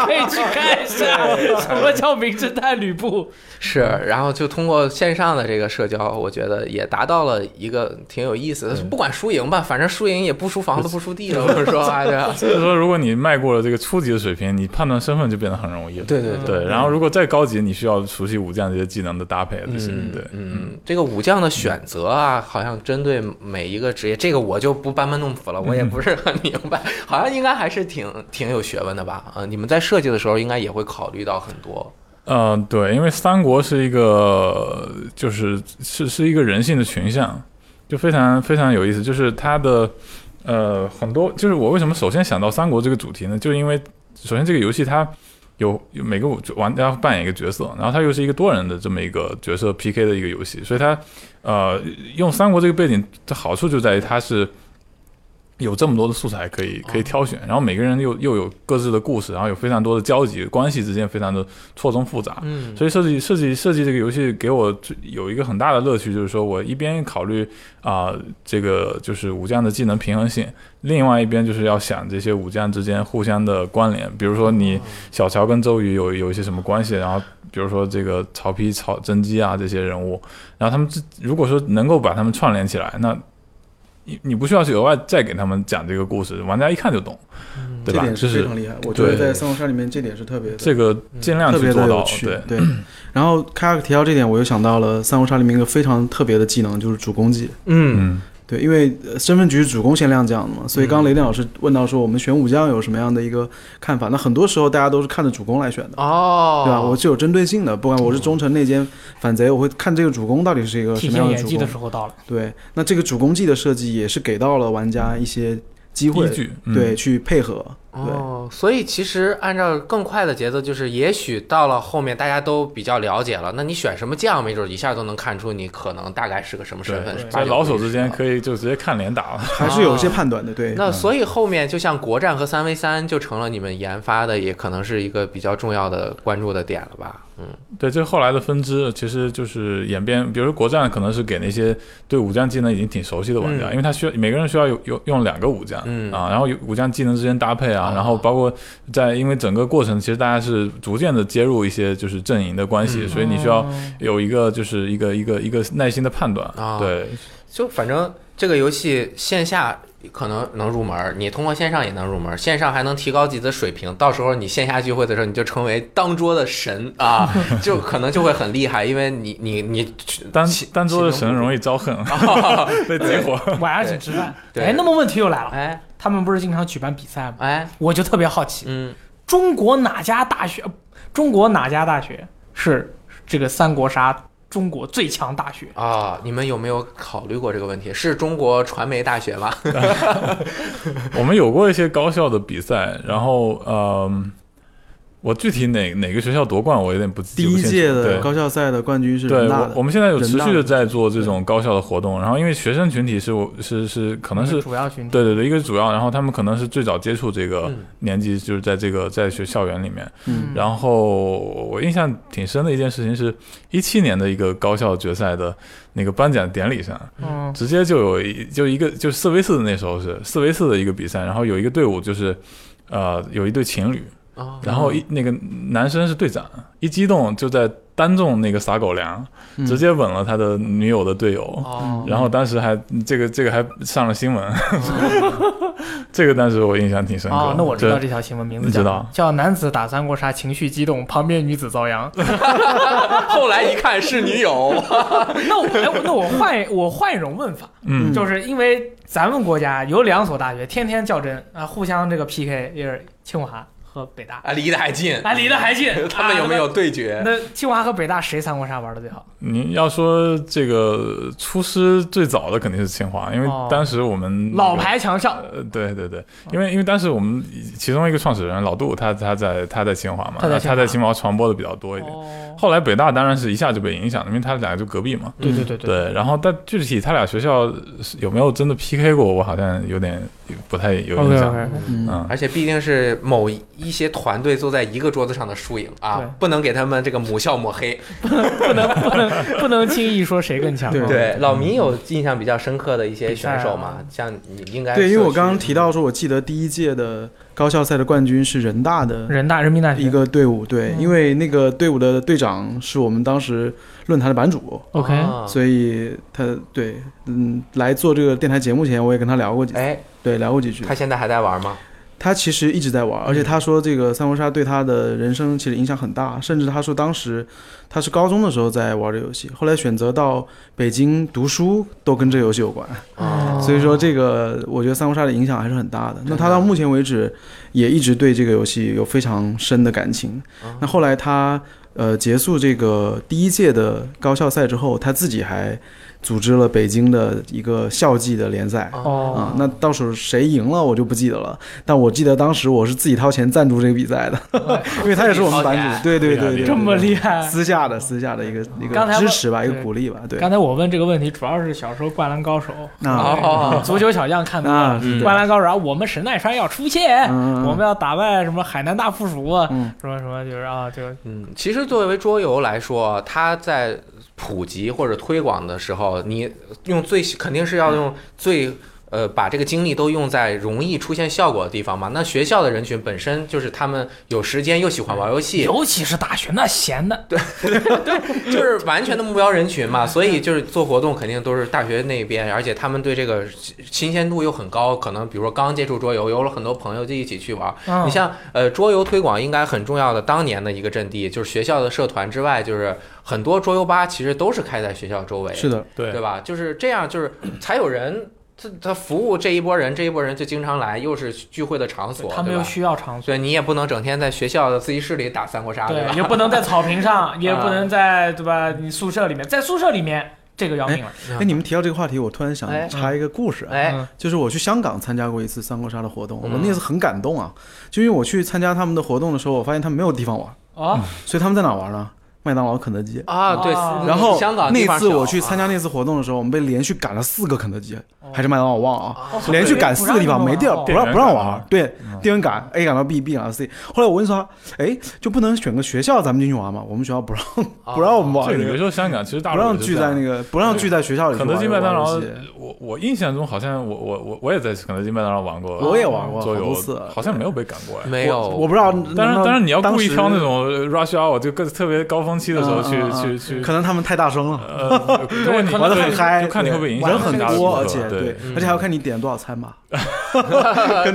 B: 可以去看一下。什么叫《名侦探吕布》？
A: 是，然后就通过线上的这个社交，我觉得也达到了一个挺有意思的，不管输赢吧，反正输赢也不输房子不输地了， 我说啊，对嗯吧？
C: 所以说如果你迈过了这个初级的水平，你判断身份就变得很容易了。
A: 对对
B: 对
C: 对，然后如果再高级，你需要熟悉武将这些技能的搭配，啊这些
A: 嗯，
C: 对，
A: 嗯，这个武将的选择啊，好像针对每一个职业，这个我就不班门弄斧了，我也不是很明白，好像应该还是挺挺有学问的吧？啊、你们在设计的时候应该也会考虑到很多，
C: 呃，对，因为三国是一个，就是是是一个人性的群像，就非常非常有意思。就是它的，呃，很多就是我为什么首先想到三国这个主题呢？就是因为首先这个游戏它有有每个玩家扮演一个角色，然后它又是一个多人的这么一个角色 PK 的一个游戏，所以它呃用三国这个背景的好处就在于它是。有这么多的素材可以可以挑选，然后每个人又又有各自的故事，然后有非常多的交集，关系之间非常的错综复杂。
A: 嗯
C: 所以设计设计设计这个游戏给我最有一个很大的乐趣，就是说我一边考虑啊、这个就是武将的技能平衡性，另外一边就是要想这些武将之间互相的关联，比如说你小乔跟周瑜有有一些什么关系，然后比如说这个曹丕、曹甄姬啊这些人物，然后他们自如果说能够把他们串联起来，那你你不需要去额外再给他们讲这个故事，玩家一看就懂，对
D: 这
C: 吧？
D: 点
C: 就是
D: 非
C: 是
D: 常厉害，我觉得
C: 对
D: 在三国杀里面这点是特别的
C: 这个尽量
D: 嗯特
C: 去
D: 别
C: 做
D: 的有
C: 到，
D: 趣
C: 对。。
D: 对，然后凯尔提到这点，我又想到了三国杀里面一个非常特别的技能，就是主攻技。
A: 嗯
C: 嗯，
D: 对，因为呃身份局是主攻先亮将的嘛，所以
B: 嗯
D: 刚刚雷电老师问到说我们选武将有什么样的一个看法，那很多时候大家都是看着主攻来选的。
A: 哦，
D: 对吧？我是有针对性的，不管我是忠臣内奸、反贼，我会看这个主攻到底是一个什
B: 哦体
D: 么
B: 现
D: 样
B: 演
D: 主
B: 技的
D: 攻。
B: 时候到了。
D: 对，那这个主攻技的设计也是给到了玩家一些机会
C: 依，据嗯
D: 对，，去配合。对，
A: 哦，所以其实按照更快的节奏，就是也许到了后面大家都比较了解了，那你选什么将，没准一下都能看出你可能大概是个什么身份。
C: 对
A: 是，吧
C: 在老手之间
A: 以。
C: 可以就嗯直接看脸打了。
D: 还是有一
B: 哦
D: 些判断的。对，
A: 那所以后面就像国战和三 v 三就成了你们研发的，也可能是一个比较重要的关注的点了吧？嗯，
C: 对，这后来的分支其实就是演变，比如说国战可能是给那些对武将技能已经挺熟悉的玩家，
A: 嗯
C: 因为他需要每个人需要有有用两个武将、
A: 嗯
C: 啊，然后有武将技能之间搭配啊，
A: 啊
C: 然后包括在因为整个过程其实大家是逐渐的接入一些就是阵营的关系，
A: 嗯
C: 所以你需要有一个就是一个一个一个耐心的判断，
A: 啊
C: 对，
A: 就反正这个游戏线下可能能入门，你通过线上也能入门，线上还能提高自己的水平。到时候你线下聚会的时候，你就成为当桌的神啊，就可能就会很厉害，因为你你你
C: 单
A: 起
C: 单桌的
A: 起
C: 神
A: 能
C: 容易 招恨，被激活。
B: 晚上请吃饭。
A: 对
B: 哎，那么问题又来了，
A: 哎
B: 他们不是经常举办比赛吗？
A: 哎
B: 我就特别好奇，
A: 嗯
B: 中国哪家大学？呃中国哪家大学是这个三国杀中国最强大学？
A: 啊，你们有没有考虑过这个问题？是中国传媒大学吗？
C: 我们有过一些高校的比赛，然后嗯，我具体哪哪个学校夺冠我有点不记
D: 第
C: 不
D: 一
C: 清楚
D: 届的
C: 对
D: 高校赛的冠军是
C: 对
D: 人大
C: 我，我
D: 的，
C: 们现在有持
D: 人大
C: 续的
D: 的
C: 在做这种高校的活动，然后因为学生群体是我是是可能是
D: 嗯
B: 主要群体。
C: 对对对，一个是主要，然后他们可能是最早接触这个
A: 嗯
C: 年纪，就是在这个在学校园里面。
D: 嗯
C: 然后我印象挺深的一件事情是，一七年的一个高校决赛的那个颁奖典礼上，
B: 嗯，
C: 直接就有一就一个就四 v 四的那时候是四 v 四的一个比赛，然后有一个队伍就是，呃，有一对情侣，
A: 啊
C: 然
B: 嗯
C: 后一那个男生是队长，一激动就在单中那个撒狗粮，
D: 嗯
C: 直接吻了他的女友的队友。
A: 哦，
C: 然后当时还这个这个还上了新闻， 这个当时我印象挺深刻。
B: 哦哦，那我知道
C: 对
B: 这条新闻名字
C: 你
B: 叫
C: 知
B: 什
C: 道
B: 么，叫男子打三国杀情绪激动，旁边女子遭 殃。
A: 后来一看是女友，
B: 那我哎我那我换我换一种问法，
C: 嗯，
B: 就是因为咱们国家有两所大学天天较真啊，互相这个 PK，也是清华和北大，
A: 啊，离得还近，，
B: 啊离得还近
A: 他们有没有对决
D: 呃
B: 啊？？那清华和北大谁三国杀玩的最好？
C: 你要说这个呃出师最早的肯定是清华，因为
B: 哦
C: 当时我
D: 嗯
C: 们
B: 老。牌强校，
C: 呃，对对对，因为因为当时我们其中一个创始人老杜，他他在他在清华嘛，
B: 他在清华
C: 他在清华传播的比较多一点。
B: 哦，
C: 后来北大当然是一下就被影响了，因为他俩就隔壁嘛。
B: 对对对对，
C: 对，然后但具体他俩学校是有没有真的 PK 过，我好像有点不太有印象。
B: OK，
D: 嗯
C: 嗯，
A: 而且必定是某一些团队坐在一个桌子上的输赢
B: 对
A: 啊，不能给他们这个母校抹黑。
B: 不能不能不能轻易说谁更强。
D: 对
A: 对，老迷有印象比较深刻的一些
B: 比赛
A: 选
B: 啊
A: 手嘛，像你应该啊
D: 对，因为
A: 社
D: 我
A: 区
D: 刚刚提到说，我记得第一届的高校赛的冠军是人大的
B: 人大人民大学
D: 一个队伍，对，
B: 嗯
D: 因为那个队伍的队长是我们当时论坛的版主，
B: OK，
A: 啊
D: 所以他对，嗯，来做这个电台节目前，我也跟他聊过几，
A: 哎，
D: 对，聊过几句。
A: 他现在还在玩吗？
D: 他其实一直在玩，而且他说这个三国杀对他的人生其实影响很大，甚至他说当时他是高中的时候在玩这游戏，后来选择到北京读书都跟这游戏有关。
A: 啊
B: 哦，
D: 所以说，这个我觉得三国杀的影响还是很大的。那他到目前为止也一直对这个游戏有非常深的感情
B: 哦
A: 啊。
D: 那后来他呃结束这个第一届的高校赛之后，他自己还组织了北京的一个校际的联赛。
A: 哦
D: 啊、那到时候谁赢了我就不记得了，但我记得当时我是自己掏钱赞助这个比赛的，
B: 哦
D: 因为他也是我们版主，对对对对，
B: 这么厉
D: 害，
B: 害。
D: 私下的私下的一个一
B: 刚才
D: 个
B: 我
D: 支持吧，一个
B: 对
D: 鼓励吧，对，
B: 刚才我问这个问题，主要是小时候《灌篮高手》
D: 那
A: 哦
B: 足球小将看多了
D: 那
A: 嗯
B: 《灌篮高手》，啊，我们神奈川要出现，
D: 嗯嗯
B: 我们要打败什么海南大附属，啊
D: 嗯
B: 什么什么，就是啊，就
A: 嗯，其实作为桌游来说，它在普及或者推广的时候，你用最肯定是要用最。呃，把这个精力都用在容易出现效果的地方嘛。那学校的人群本身就是他们有时间又喜欢玩游戏，
B: 尤其是大学那闲的，
A: 就是完全的目标人群嘛，所以就是做活动肯定都是大学那边，而且他们对这个新鲜度又很高。可能比如说刚接触桌游，有了很多朋友就一起去玩。
B: 嗯
A: 你像呃，桌游推广应该很重要的当年的一个阵地，就是学校的社团之外，就是很多桌游吧其实都是开在学校周围，
D: 是的，
C: 对
A: 对吧？就是这样，就是才有人他他服务这一波人，这一波人就经常来，又是聚会的场所，
B: 他们
A: 对
B: 又
A: 吧？
B: 需要场所。
A: 所以你也不能整天在学校的自习室里打三国杀，吧？
B: 对，也不能在草坪 上，也不
A: 嗯
B: 能在对吧？你宿舍里面，在宿舍里面，这个要命了。
A: 嗯
D: 哎，你们提到这个话题，我突然想
A: 哎
D: 插一个故事啊，
A: 哎，
B: 嗯
D: 就是我去香港参加过一次三国杀的活动，我
A: 嗯
D: 那次很感动啊，就因为我去参加他们的活动的时候，我发现他们没有地方玩，
A: 嗯
B: 哦，
D: 所以他们在哪玩呢？麦当劳、肯德基。
A: 啊，对，
B: 啊
D: 然后
A: 香港地
D: 那
A: 方
D: 次
A: 小
D: 我去参加
A: 啊
D: 那次活动的时候，我们被连续赶了四个肯德基
B: 哦
D: 还是麦当劳，我忘了啊，
A: 啊
B: 哦
D: 连续赶四个地方，没地儿不
C: 店
D: 让
C: 员
D: 不让
C: 赶
D: 玩，对，店员赶 A 赶到 B，B 赶到 C。后来我问他，哎，就不能选个学校咱们进去玩吗？我们学校不让
A: 啊
D: 不让我们玩
C: 这个
D: 这
C: 比如
D: 个，
C: 说香港，其实大
D: 不
C: 陆
D: 让
C: 也是
D: 聚
C: 这样
D: 在那个不让聚在学校里去
C: 肯德基、
D: 玩
C: 麦当劳
D: 玩游戏，
C: 我我印象中好像我我我我也在肯德基、麦当劳玩过，
D: 我也玩过
C: 桌
D: 好
C: 游
D: 多次，
C: 好像没有被赶过哎。
A: 没有，
D: 呃我不知道。
C: 当然，
D: 那
C: 当然你要
D: 当
C: 故意
D: 时
C: 挑那种呃 rush hour 就更特别高峰期的时候去
D: 嗯嗯嗯
C: 去去，
D: 可能他们太大声了，
C: 呃，如果你
D: 玩的很
C: 对
D: 嗨，
C: 就看你会不会影响
D: 人很
C: 其他的
D: 多，
C: 顾客
D: 而且
C: 对，
A: 嗯
D: 而且还要看你点多少餐吧。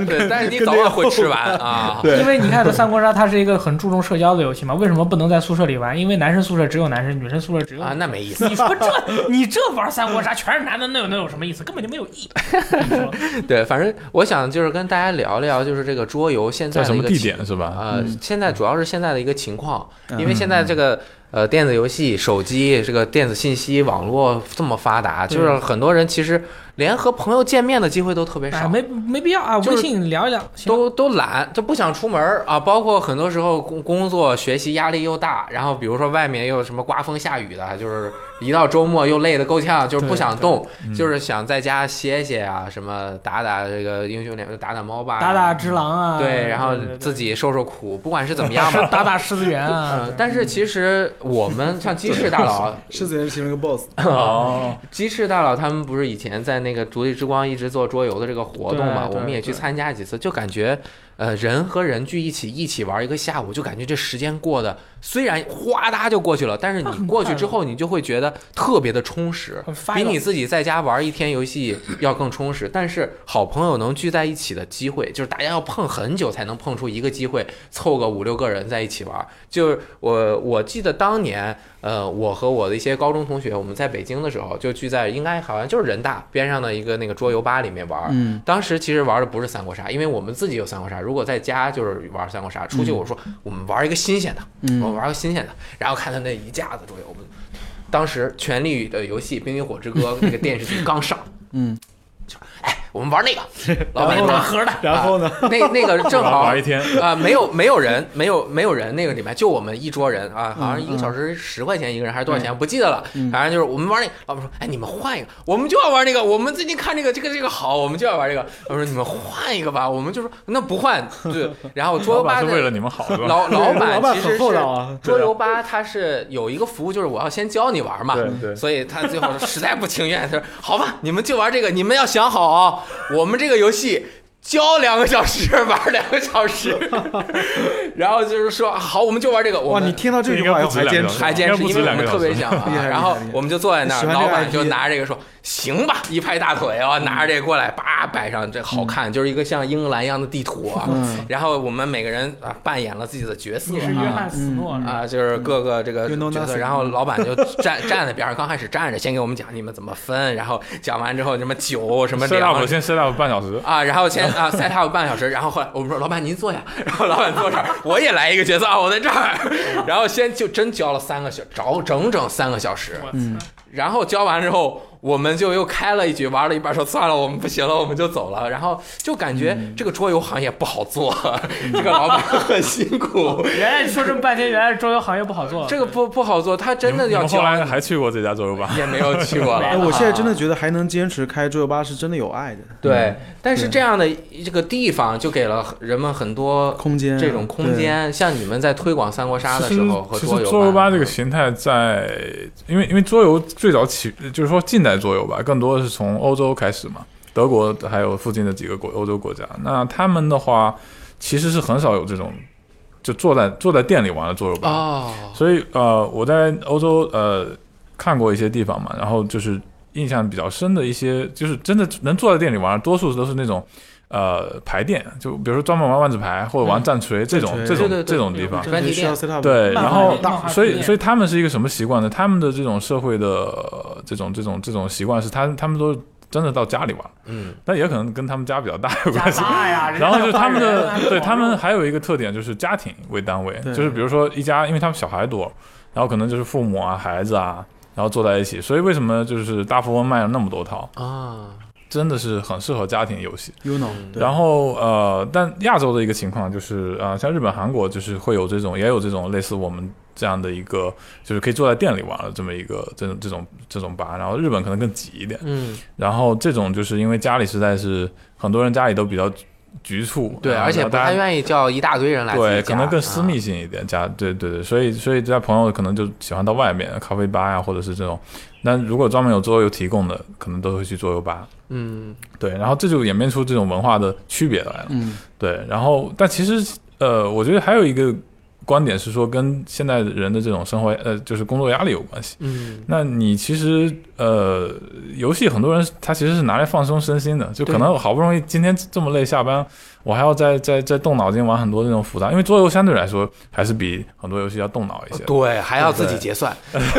A: 对，但是你早晚会吃完 啊。
D: 对
B: 因为你看 这三国杀，它是一个很注重社交的游戏嘛，为什么不能在宿舍里玩？因为男生宿舍只有男生，女生宿舍只有
A: 啊，
B: 女生。
A: 那没意思。
B: 你说这，你这玩三国杀全是男的，那有那有什么意思？根本就没有意义。
A: 对，反正我想就是跟大家聊聊，就是这个桌游现在
C: 在
A: 的
C: 什
A: 一
C: 么
A: 个
C: 地
A: 情
C: 点是 吧？
A: 呃，
D: 嗯
A: 现在主要是现在的一个情况，
D: 嗯
A: 因为现在这个呃电子游戏、手机这个电子信息网络这么发达，
B: 对
A: 就是很多人其实连和朋友见面的机会都特别
B: 哎，
A: 少。
B: 没没必要啊，
A: 就是
B: 微信聊一聊。行
A: 都都懒，就不想出门儿啊！包括很多时候工工作、学习压力又大，然后比如说外面又有什么刮风下雨的，就是一到周末又累得够呛，就是不
B: 对
A: 想动，
C: 嗯
A: 就是想在家歇歇啊，什么打打这个英雄联盟、打打猫吧，
B: 打打只狼啊，
A: 对，然后
B: 对
A: 自
B: 对
A: 己受受苦，不管是怎么样吧，
B: 打打狮子猿啊
A: 嗯，，但是其实我们像鸡翅大佬，
D: 狮子也是其中一个 boss，
C: 哦，
A: 鸡翅大佬他们不是以前在那个独立之光一直做桌游的这个活动嘛，
B: 对对
A: 我们也去参加几次，就感觉呃人和人聚一起一起玩一个下午，就感觉这时间过得虽然哗嗒就过去了，但是
B: 那 很
A: 你
B: 快
A: 过去之后，你就会觉得特别的充实。
B: 很
A: 嗯
B: 发
A: 比
B: 达
A: 你自己在家玩一天游戏要更充实，但是好朋友能聚在一起的机会，就是大家要碰很久才能碰出一个机会，凑个五六个人在一起玩。就是我我记得当年，呃，我和我的一些高中同学，我们在北京的时候就聚在应该好像就是人大边上的一个那个桌游吧里面玩。
D: 嗯，
A: 当时其实玩的不是三国杀，因为我们自己有三国杀。如果在家就是玩三国杀，出去我说我们玩一个新鲜的，
D: 嗯
C: 哦
A: 我们玩个新鲜的，然后看他那一架子桌游，我们当时《权力的游戏》《冰与火之歌》那个电视剧刚上，
D: 嗯，
A: 哎，我们玩那个，老板拿盒的，
D: 然后呢？
A: 那那个正好
C: 玩一天，
A: 啊、没有没有人，没有没有人，那个里面就我们一桌人啊，好像一个小时十块钱一个人还是多少钱，不记得了。反正就是我们玩那，老板说，哎，你们换一个，我们就要玩那个，我们最近看这个这个这个好，我们就要玩这个。我说你们换一个吧，我们就说那不换，对。然 后桌
C: 老
A: 游吧
C: 板是为了
A: 的
C: 你 们好是吧？
A: 老老 板其实
D: 很厚
A: 是
D: 道啊，
A: 桌游吧，它是有一个服务，就是我要先教你玩嘛。
C: 对对
A: 所以他最后实在不情愿，他说：“好吧，你们就玩这个，你们要想好啊、我们这个游戏。”教两个小时，玩两个小时，然后就是说好，我们就玩这个。我
D: 哇，你
A: 们
D: 听到这
C: 应
D: 句
C: 该
D: 话
C: 不
D: 要
C: 止
D: 还
C: 两
D: 坚
C: 个
D: 持
C: 小时，
A: 还坚持，
C: 应该不
A: 因为
C: 止
A: 我
C: 两个
A: 们
C: 小
A: 特别
C: 时
A: 想玩
D: 厉害厉害。
A: 然后
D: 厉害
A: 我们就坐在那儿，
D: 喜欢这
A: 老
D: 个
A: 板就
D: IP
A: 拿着这个说：“行吧！”一拍大腿啊，拿着这个过来，叭摆上，这好看，就是一个像英格兰一样的地图啊。
D: 嗯
A: 然后我们每个人啊扮演了自己的角色啊，
B: 你是约翰斯诺
C: 嗯
B: 是吧？
A: 啊，就是各个这个
D: You know
A: 角色，
D: nothing
A: 然后老板就站站在边上，刚开始站着，先给我们讲你们怎么分，然后讲完之后什么酒什么
C: set
A: 凉
C: up 先 set up 半小时，
A: 啊，然后先啊 set up 半个小时，然后后来我们说老板您坐下，然后老板坐这儿，我也来一个角色啊，我在这儿，然后先就真教了三个小，找整整三个小时，
B: 我操
D: 嗯
A: 然后教完之后，我们就又开了一局，玩了一半，说算了，我们不行了，我们就走了。然后就感觉这个桌游行业不好做， 这个老板很辛苦，
B: 原来你说这么半天，原来桌游行业不好做。
A: 这个不不好做，他真的
C: 你
A: 要
C: 们
A: 教
C: 后。来还去过这家桌游吧？
A: 也没有去过了。
D: 哎，我现在真的
A: 啊
D: 觉得还能坚持开桌游吧是真的有爱的，
A: 对，但是这样的这个地方就给了人们很多
D: 空间
A: 这种空，间。像你们在推广三国杀的
C: 其
A: 时
C: 实
A: 候和
C: 其
A: 桌
C: 实
A: 游嗯
C: 桌游吧这个形态在，因为因为桌游最早起就是说近代桌游吧，更多的是从欧洲开始嘛，德国还有附近的几个国欧洲国家。那他们的话，其实是很少有这种就坐在坐在店里玩的桌游吧。
A: 哦，
C: 所以呃，我在欧洲呃看过一些地方嘛，然后就是印象比较深的一些，就是真的能坐在店里玩，多数都是那种呃牌店，就比如说专门玩万字牌或者玩战锤、这种
D: 战
C: 这
D: 锤
C: 种
A: 嗯对对对
C: 这种地方。
A: 专题
D: 需要
A: 店
D: set up
C: 对，
B: 漫
C: 然
B: 画
C: 后
B: 店漫画
C: 所以
B: 店
C: 所以他们是一个什么习惯呢？他们的这种社会的呃这种这种这种习惯是他他们都真的到家里玩，
A: 嗯，
C: 但也可能跟他们家比较大有
B: 加
C: 关系。
B: 大呀，人家
C: 然后就是他们的
B: 大人，
C: 对他们还有一个特点就是家庭为单位，
D: 对
C: 就是比如说一家，因为他们小孩多，然后可能就是父母啊、孩子啊，然后坐在一起，所以为什么就是大富翁卖了那么多套，
A: 啊，
C: 真的是很适合家庭游戏。
D: you know，对
C: 然后呃，但亚洲的一个情况就是啊、呃像日本、韩国就是会有这种，也有这种类似我们这样的一个，就是可以坐在店里玩的这么一个这种这种这种吧。然后日本可能更挤一点，
A: 嗯，
C: 然后这种就是因为家里实在是很多人家里都比较局促，
A: 对，
C: 嗯然后
A: 而且不
C: 大家
A: 太愿意叫一大堆人来自己家
C: 对，
A: 嗯啊
C: 可能更私密。性一点，加对对对，所以所以这家朋友可能就喜欢到外面咖啡吧呀、或者是这种。那如果专门有桌游提供的，可能都会去桌游吧。
A: 啊嗯，
C: 对，然后这就演变出这种文化的区别来了。
D: 嗯
C: 对，然后但其实呃，我觉得还有一个观点是说跟现在人的这种生活呃就是工作压力有关系。
A: 嗯，
C: 那你其实呃，游戏很多人他其实是拿来放松身心的，就可能我好不容易今天这么累下班，我还要再再再动脑筋玩很多这种复杂，因为桌游相对来说还是比很多游戏要动脑一些的，
A: 啊对，还要自己结算，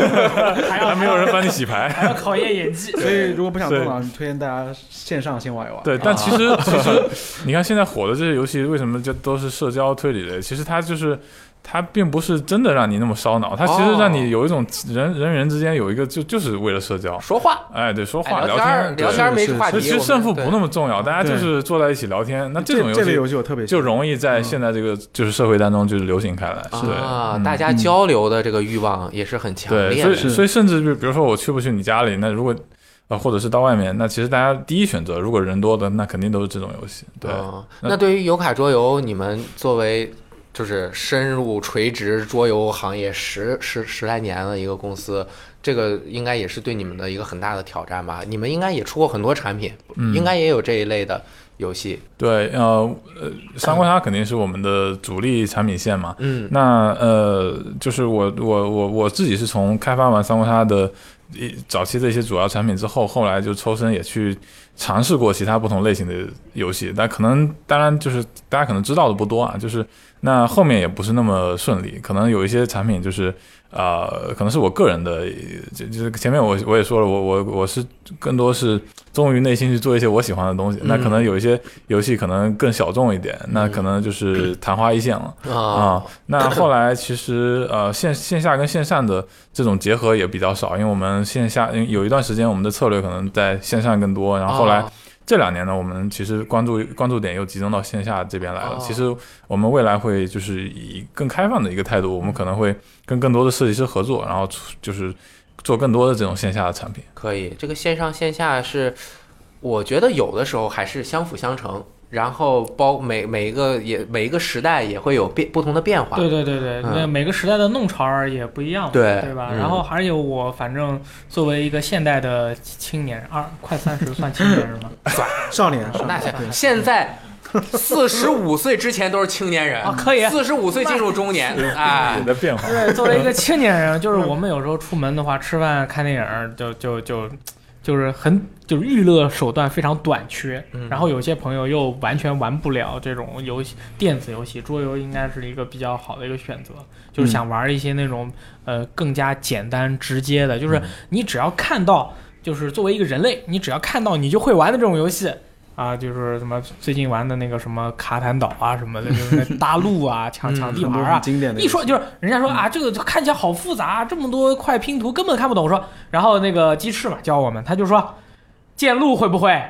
B: 还
C: 还
B: 要
C: 没有人帮你洗牌。
B: 还要考验演 技，
D: 所以如果不想动
C: 对
D: 脑，推荐大家线上 先玩一玩。
C: 对，但其实其实你看现在火的这些游戏，为什么就都是社交推理类？其实它就是它并不是真的让你那么烧脑，它其实让
A: 哦
C: 你有一种人、人与人之间有一个就就是为了社交，
A: 说话，
C: 哎，对，说
A: 哎
C: 话、
A: 聊
C: 天
A: 儿
C: 儿，
A: 聊
C: 对
A: 天儿没
D: 是是
A: 话
C: 其
A: 题，
C: 实
A: 我
C: 胜
A: 们
C: 负
A: 对
C: 不那么重要，大家就是坐在一起聊天。那这种
D: 这类
C: 游
D: 游
C: 戏
D: 戏我特别喜
C: 就
D: 欢。
C: 容易在现在这个就是社会当中就是流行开来，是
A: 啊，
C: 嗯
A: 大家交流的这个欲望也是很强
C: 对，
A: 烈
C: 所以
A: 的。
C: 所以甚至就比如说我去不去你家里，那如果呃或者是到外面，那其实大家第一选择如果人多的，那肯定都是这种游戏。对，
A: 嗯
C: 那
A: 那对于油卡桌游，你们作为就是深入垂直桌游行业十十十来年的一个公司，这个应该也是对你们的一个很大的挑战吧？你们应该也出过很多产品，
C: 嗯
A: 应该也有这一类的游戏。
C: 对，呃呃，三国杀肯定是我们的主力产品线嘛。
A: 嗯
C: 那呃，就是我我我我自己是从开发完三国杀的一早期的一些主要产品之后，后来就抽身也去尝试过其他不同类型的游戏，但可能当然就是大家可能知道的不多啊，就是那后面也不是那么顺利，可能有一些产品就是呃，可能是我个人的，就就是前面我我也说了，我我我是更多是忠于内心去做一些我喜欢的东西，那可能有一些游戏可能更小众一点，那可能就是昙花一现了。
A: 啊
C: 啊、那后来其实呃线线下跟线上的这种结合也比较少，因为我们线下因为有一段时间我们的策略可能在线上更多，然后后来
A: 啊
C: 这两年呢，我们其实关注关注点又集中到线下这边来
A: 哦
C: 了。其实我们未来会就是以更开放的一个态度，我们可能会跟更多的设计师合作，然后出就是做更多的这种线下的产品。
A: 可以，这个线上线下是，我觉得有的时候还是相辅相成，然后包每每一个也每一个时代也会有变不同的变化。
B: 对对对对，
A: 嗯
B: 那每个时代的弄潮儿也不一样嘛，
A: 对
B: 对吧？
A: 嗯
B: 然后还有我，反正作为一个现代的青年，二快三十算青年是吗？
D: 少年，少
A: 那
D: 年
A: 现现在四十五岁之前都是青年人
B: 啊可以
A: 四十五岁进入中年，哎
C: 也，在变化。
B: 对，作为一个青年 人，就是
D: 嗯
B: 我们有时候出门的话，吃饭、看电影儿，就就就就是很就是娱乐手段非常短缺。
A: 嗯
B: 然后有些朋友又完全玩不了这种游戏，电子游戏，桌游应该是一个比较好的一个选择。
D: 嗯
B: 就是想玩一些那种呃更加简单直接的，
D: 嗯
B: 就是你只要看到，就是作为一个人类，你只要看到你就会玩的这种游戏。啊，就是什么最近玩的那个什么卡坦岛啊什么的，就是那大陆啊、抢抢地
D: 嗯很
B: 盘
D: 多
B: 啊
D: 很，经典的
B: 一说就是人家说
A: 嗯
B: 啊，这个看起来好复杂啊，这么多块拼图根本看不懂。我说，然后那个鸡翅嘛教我们，他就说，建路会不会，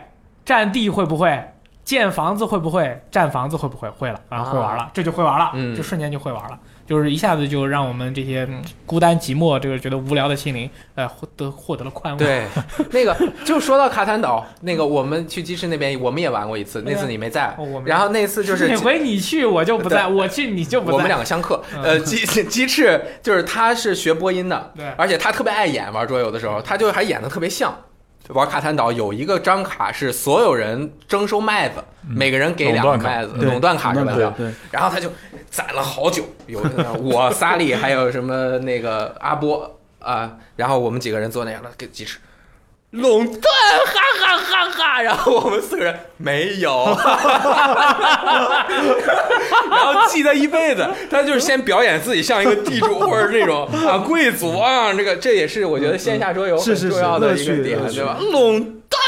B: 占地会不会，建房子会不会，占房子会不会，会了啊，
A: 啊
B: 会玩了，这就会玩了，
A: 嗯
B: 就瞬间就会玩了。就是一下子就让我们这些嗯孤单寂寞、这个觉得无聊的心灵，呃，获得获得了宽慰。
A: 对，那个就说到卡坦岛，那个我们去鸡翅那边我们也玩过一次，
B: 对
A: 那
B: 啊
A: 次你没在
B: 哦我，没
A: 然后那次就是
B: 每回你去我就不在，我去你就不在。
A: 我们两个相克，
B: 嗯
A: 呃， 鸡鸡翅就是他是学播音的，
B: 对
A: 而且他特别爱演玩桌游的时候，他就还演的特别像。玩卡坦岛有一个张卡是所有人征收麦子，每个人给两个
C: 垄断卡
A: 麦子，
D: 对
A: 垄断卡是吧？
D: 垄断卡对
A: 然后他就攒了好久，有呃我萨利还有什么那个阿波啊、然后我们几个人坐那样的给鸡翅。垄断，哈哈哈哈！然后我们四个人没有，然后记他一辈子。他就是先表演自己像一个地主或者这种啊贵族啊，这个这也是我觉得线下桌游
D: 是
A: 很
D: 是是
A: 重要的一个
D: 乐趣
A: 点，
D: 乐趣
A: 对吧？垄断，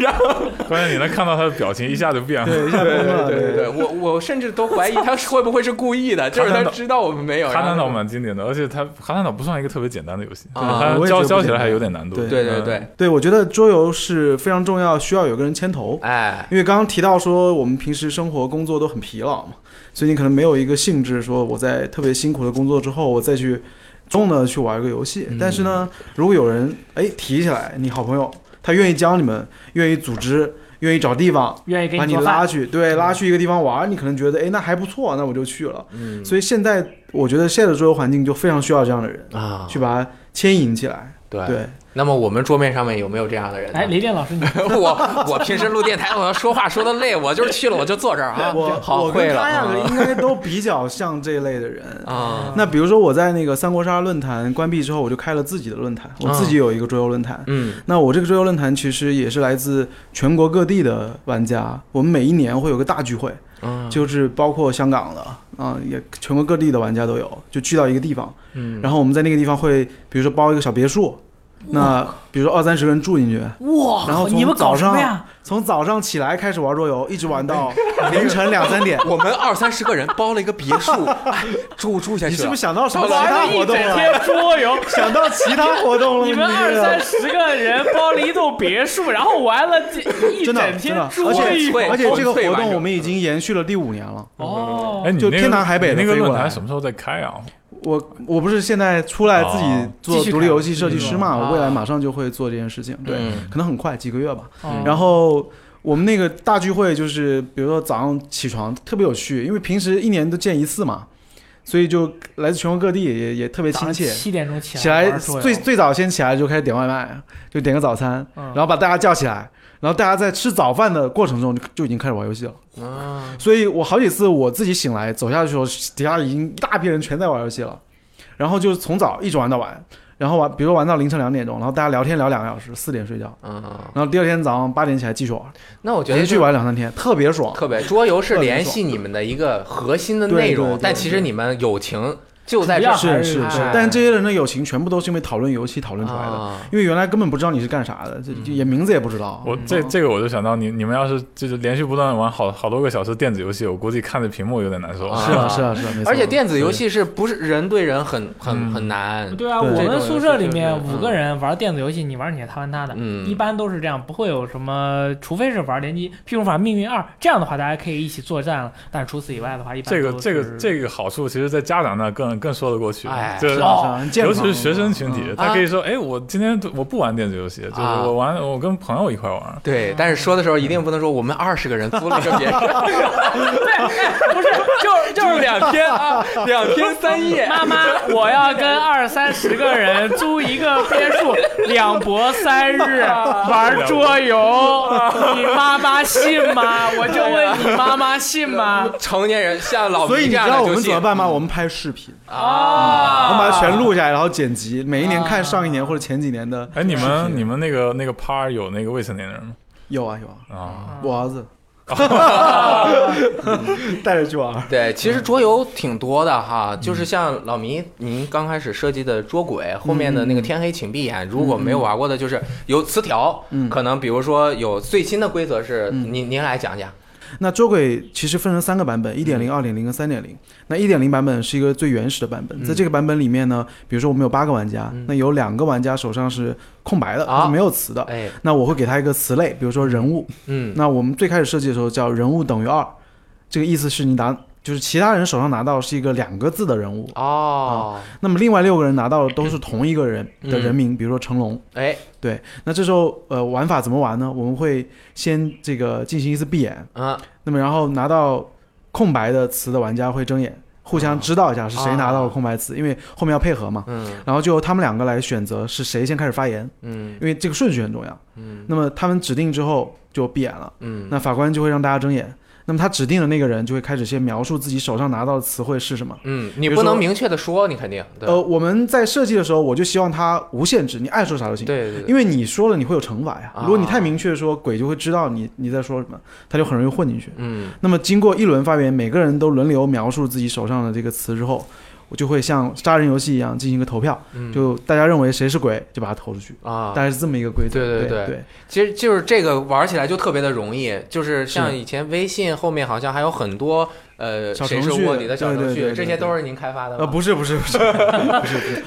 A: 然后
C: 关键你能看到他的表情一下就变了。
D: 对一下
A: 对
D: 崩了，
A: 对对对，
D: 对，啊
A: 我我甚至都怀疑他会不会是故意的，就是他知道我们没有。
C: 哈坦
A: 然后
C: 岛蛮经典的，而且它哈坦岛不算一个特别简单的游戏，
A: 啊
C: 它
D: 我也觉
C: 教
D: 得不
C: 教起
D: 简
C: 来
D: 单
C: 还有点难度。
D: 对
A: 对对
C: 嗯
A: 对，
D: 对我觉得桌游是非常重要，需要有个人牵头。
A: 哎，
D: 因为刚刚提到说，我们平时生活工作都很疲劳嘛，所以你可能没有一个兴致说，我在特别辛苦的工作之后，我再去重的去玩一个游戏。
C: 嗯
D: 但是呢，如果有人哎提起来，你好朋友，他愿意教你们，愿意组织，愿意找地方
B: 愿意给
D: 把
B: 你
D: 你
B: 做饭
D: 拉去，对，拉去一个地方玩，你可能觉得哎那还不错，那我就去了。
A: 嗯
D: 所以现在我觉得现在的桌游环境就非常需要这样的人
A: 啊
D: 去把他牵引起来。
A: 对
D: 对，
A: 那么我们桌面上面有没有这样的人呢？
B: 哎，雷电老师，你
A: 我我平时录电台，我要说话说的累，我就是去了我就坐这儿啊，
D: 我
A: 好
D: 我
A: 会
D: 跟
A: 了
D: 他两个
A: 啊
D: 应该都比较像这类的人。
A: 啊，
D: 那比如说我在那个三国杀论坛关闭之后，我就开了自己的论坛，我自己
A: 啊
D: 有一个桌游论坛。
A: 嗯
D: 那我这个桌游论坛其实也是来自全国各地的玩家，我们每一年会有个大聚会，
A: 嗯
D: 就是包括香港的啊，也全国各地的玩家都有，就聚到一个地方，
A: 嗯，。
D: 然后我们在那个地方会，比如说包一个小别墅，那比如说二三十个人住进去，
B: 哇，
D: 然后从
B: 你们搞
D: 早
B: 什么
D: 上
B: 呀？
D: 从早上起来开始玩桌游，一直玩 到凌晨两三点
A: 我们二三十个人包了一个别墅，哎住住下
D: 你
A: 去
D: 是
A: 了
D: 不是。想到什么其
B: 玩了
D: 他活
B: 一
D: 动
B: 整
D: 了？
B: 天桌游，
D: 想到其他活动了吗？
B: 你们二三十个人包了一栋别墅，然后玩了 这一
D: 真的
B: 整
D: 真
B: 天
D: 的，
B: 桌
D: 而且
B: 游。
A: 对
D: 而且这个活
A: 纯粹玩
D: 动
A: 这
D: 我们已经延续了第五年了。
B: 哦，
C: 哎，你
D: 就
C: 那个
D: 天南海北的
C: 你那个
D: 飞过
C: 论坛
D: 来
C: 什么时候再开啊？
D: 我我不是现在出来自己
C: 哦
D: 做
B: 继续嗯
D: 独立游戏设计师嘛，
B: 开
D: 我未来马上就会做这件事情，对，
A: 嗯
D: 可能很快几个月吧。
C: 嗯
B: 哦
D: 然后我们那个大聚会就是，比如说早上起床特别有趣，因为平时一年都见一次嘛，所以就来自全国各地也也特别
B: 早
D: 亲
B: 上
D: 切。
B: 七点钟起
D: 起来
B: 玩桌游
D: 最最早先起来就开始点外卖，就点个早餐，
B: 嗯
D: 然后把大家叫起来，然后大家在吃早饭的过程中就就已经开始玩游戏了。
A: 啊，
D: 所以我好几次我自己醒来走下去的时候，底下已经一大批人全在玩游戏了，然后就是从早一直玩到晚，然后玩，比如玩到凌晨两点钟，然后大家聊天聊两个小时，四点睡觉，
A: 嗯，
D: 然后第二天早上八点起来继续玩，
A: 那我觉得
D: 连续
A: 就
D: 玩两三天，特别爽。
A: 特别桌游是
D: 特别
A: 联
D: 爽
A: 系你们的一个核心的
D: 对
A: 内
D: 对
A: 容
D: 对，
A: 但其实
D: 对
A: 你们友情就在
B: 主
A: 这
B: 要
A: 儿
B: 还
D: 是
B: 是
D: 是是
A: 哎，
D: 但是这些人的友情全部都是因为讨论游戏讨论出来的，
A: 啊。
D: 因为原来根本不知道你是干啥的，这这也名字也不知道。
C: 我这这个我就想到你你们要是就是连续不断地玩好好多个小时电子游戏，我估计看着屏幕有点难受。
A: 啊
D: 是啊是啊是啊，没错嗯
A: 而且电子游戏是不是人对人很很很难？
B: 对啊，
D: 对
B: 我们宿舍里
A: 这种游
B: 面
A: 戏就是
C: 嗯
B: 五个人玩电子游戏，你玩你的，他玩他的，
A: 嗯
B: 一般都是这样，不会有什么，除非是玩联机，譬如玩《命运二》这样的话，大家可以一起作战了。但是除此以外的话，一般
C: 这个
B: 都是
C: 这个这个好处，其实，在家长那更更说得过去
A: 哎。
C: 就是是
D: 啊是啊，很健
C: 尤
D: 康
C: 其是学生群体，
D: 嗯
C: 他可以说：“哎，我今天我不玩电子游戏，就是
A: 啊
C: 我玩，我跟朋友一块玩。
A: 对，但是说的时候一定不能说我们二十个人租了一个别墅，
B: 不是，就是就
A: 住
B: 是
A: 两 天啊，两天三夜。
B: 妈妈，我要跟二三十个人租一个别墅，两泊三 日玩桌游，你妈妈 信吗？我就问你妈妈信吗？
A: 成年人像老
D: 嗯所以
A: 明
D: 你
A: 这样
D: 知
A: 的
D: 道我
A: 就嗯
D: 们怎
A: 信
D: 么办吗？我们拍视频，
B: 啊，
D: 我们把它全录下来，然后剪辑，每一年看上一年或者前几年的”。
C: 哎，你们你们那个那个趴有那个未成年人吗？
D: 啊有啊有啊，
C: 啊，
D: 我儿子带着去玩。
A: 对，其实桌游挺多的哈，就是像老迷您刚开始设计的桌轨，后面的那个天黑请闭眼，如果没有玩过的，就是有词条，
D: 嗯
A: 可能比如说有最新的规则是，您您来讲讲。
D: 那捉鬼其实分成三个版
A: 嗯
D: 本，一点零、二点零跟三点零。那一点零版本是一个最原始的版
A: 嗯
D: 本，在这个版本里面呢，比如说我们有八个玩家，那有两个玩家手上是空白的，
A: 啊
D: 是没有词的。
A: 哎，
D: 那我会给他一个词类，比如说人物。
A: 嗯
D: 那我们最开始设计的时候叫人物等于二，这个意思是你拿就是其他人手上拿到是一个两个字的人物，
A: 哦，
D: 那么另外六个人拿到的都是同一个人的人
A: 嗯
D: 名，比如说成龙。
A: 哎，
D: 对，那这时候呃玩法怎么玩呢？我们会先这个进行一次闭眼，
A: 嗯，
D: 那么然后拿到空白的词的玩家会睁眼，互
A: 啊
D: 相知道一下是谁拿到了空白词，因为后面要配合嘛。
A: 嗯
D: 然后就由他们两个来选择是谁先开始发言，
A: 嗯
D: 因为这个顺序很重要。
A: 嗯
D: 那么他们指定之后就闭眼了，
A: 嗯，
D: 那法官就会让大家睁眼。那么他指定的那个人就会开始先描述自己手上拿到的词汇是什么。
A: 嗯，你
D: 比如
A: 不能
D: 说
A: 明确的说，你肯定对
D: 呃，我们在设计的时候，我就希望它无限制，你爱说啥都行。
A: 对对对，
D: 因为你说了你会有惩罚呀。
A: 啊
D: 如果你太明确说，鬼就会知道你你在说什么，他就很容易混进去。
A: 嗯
D: 那么经过一轮发言，每个人都轮流描述自己手上的这个词之后，我就会像杀人游戏一样进行一个投票，
A: 嗯，
D: 就大家认为谁是鬼就把它投出去，
A: 啊
D: 大，概是这么一个规则。
A: 对对
D: 对
A: 对其实就是这个玩起来就特别的容易，就是像
D: 是
A: 以前微信后面好像还有很多呃
D: 小
A: 谁
D: 程
A: 是
D: 序
A: 卧底的小
D: 对
A: 程
D: 对对
A: 序，
D: 对
A: 这些都是您开发的吗？
D: 呃，不是不是不是，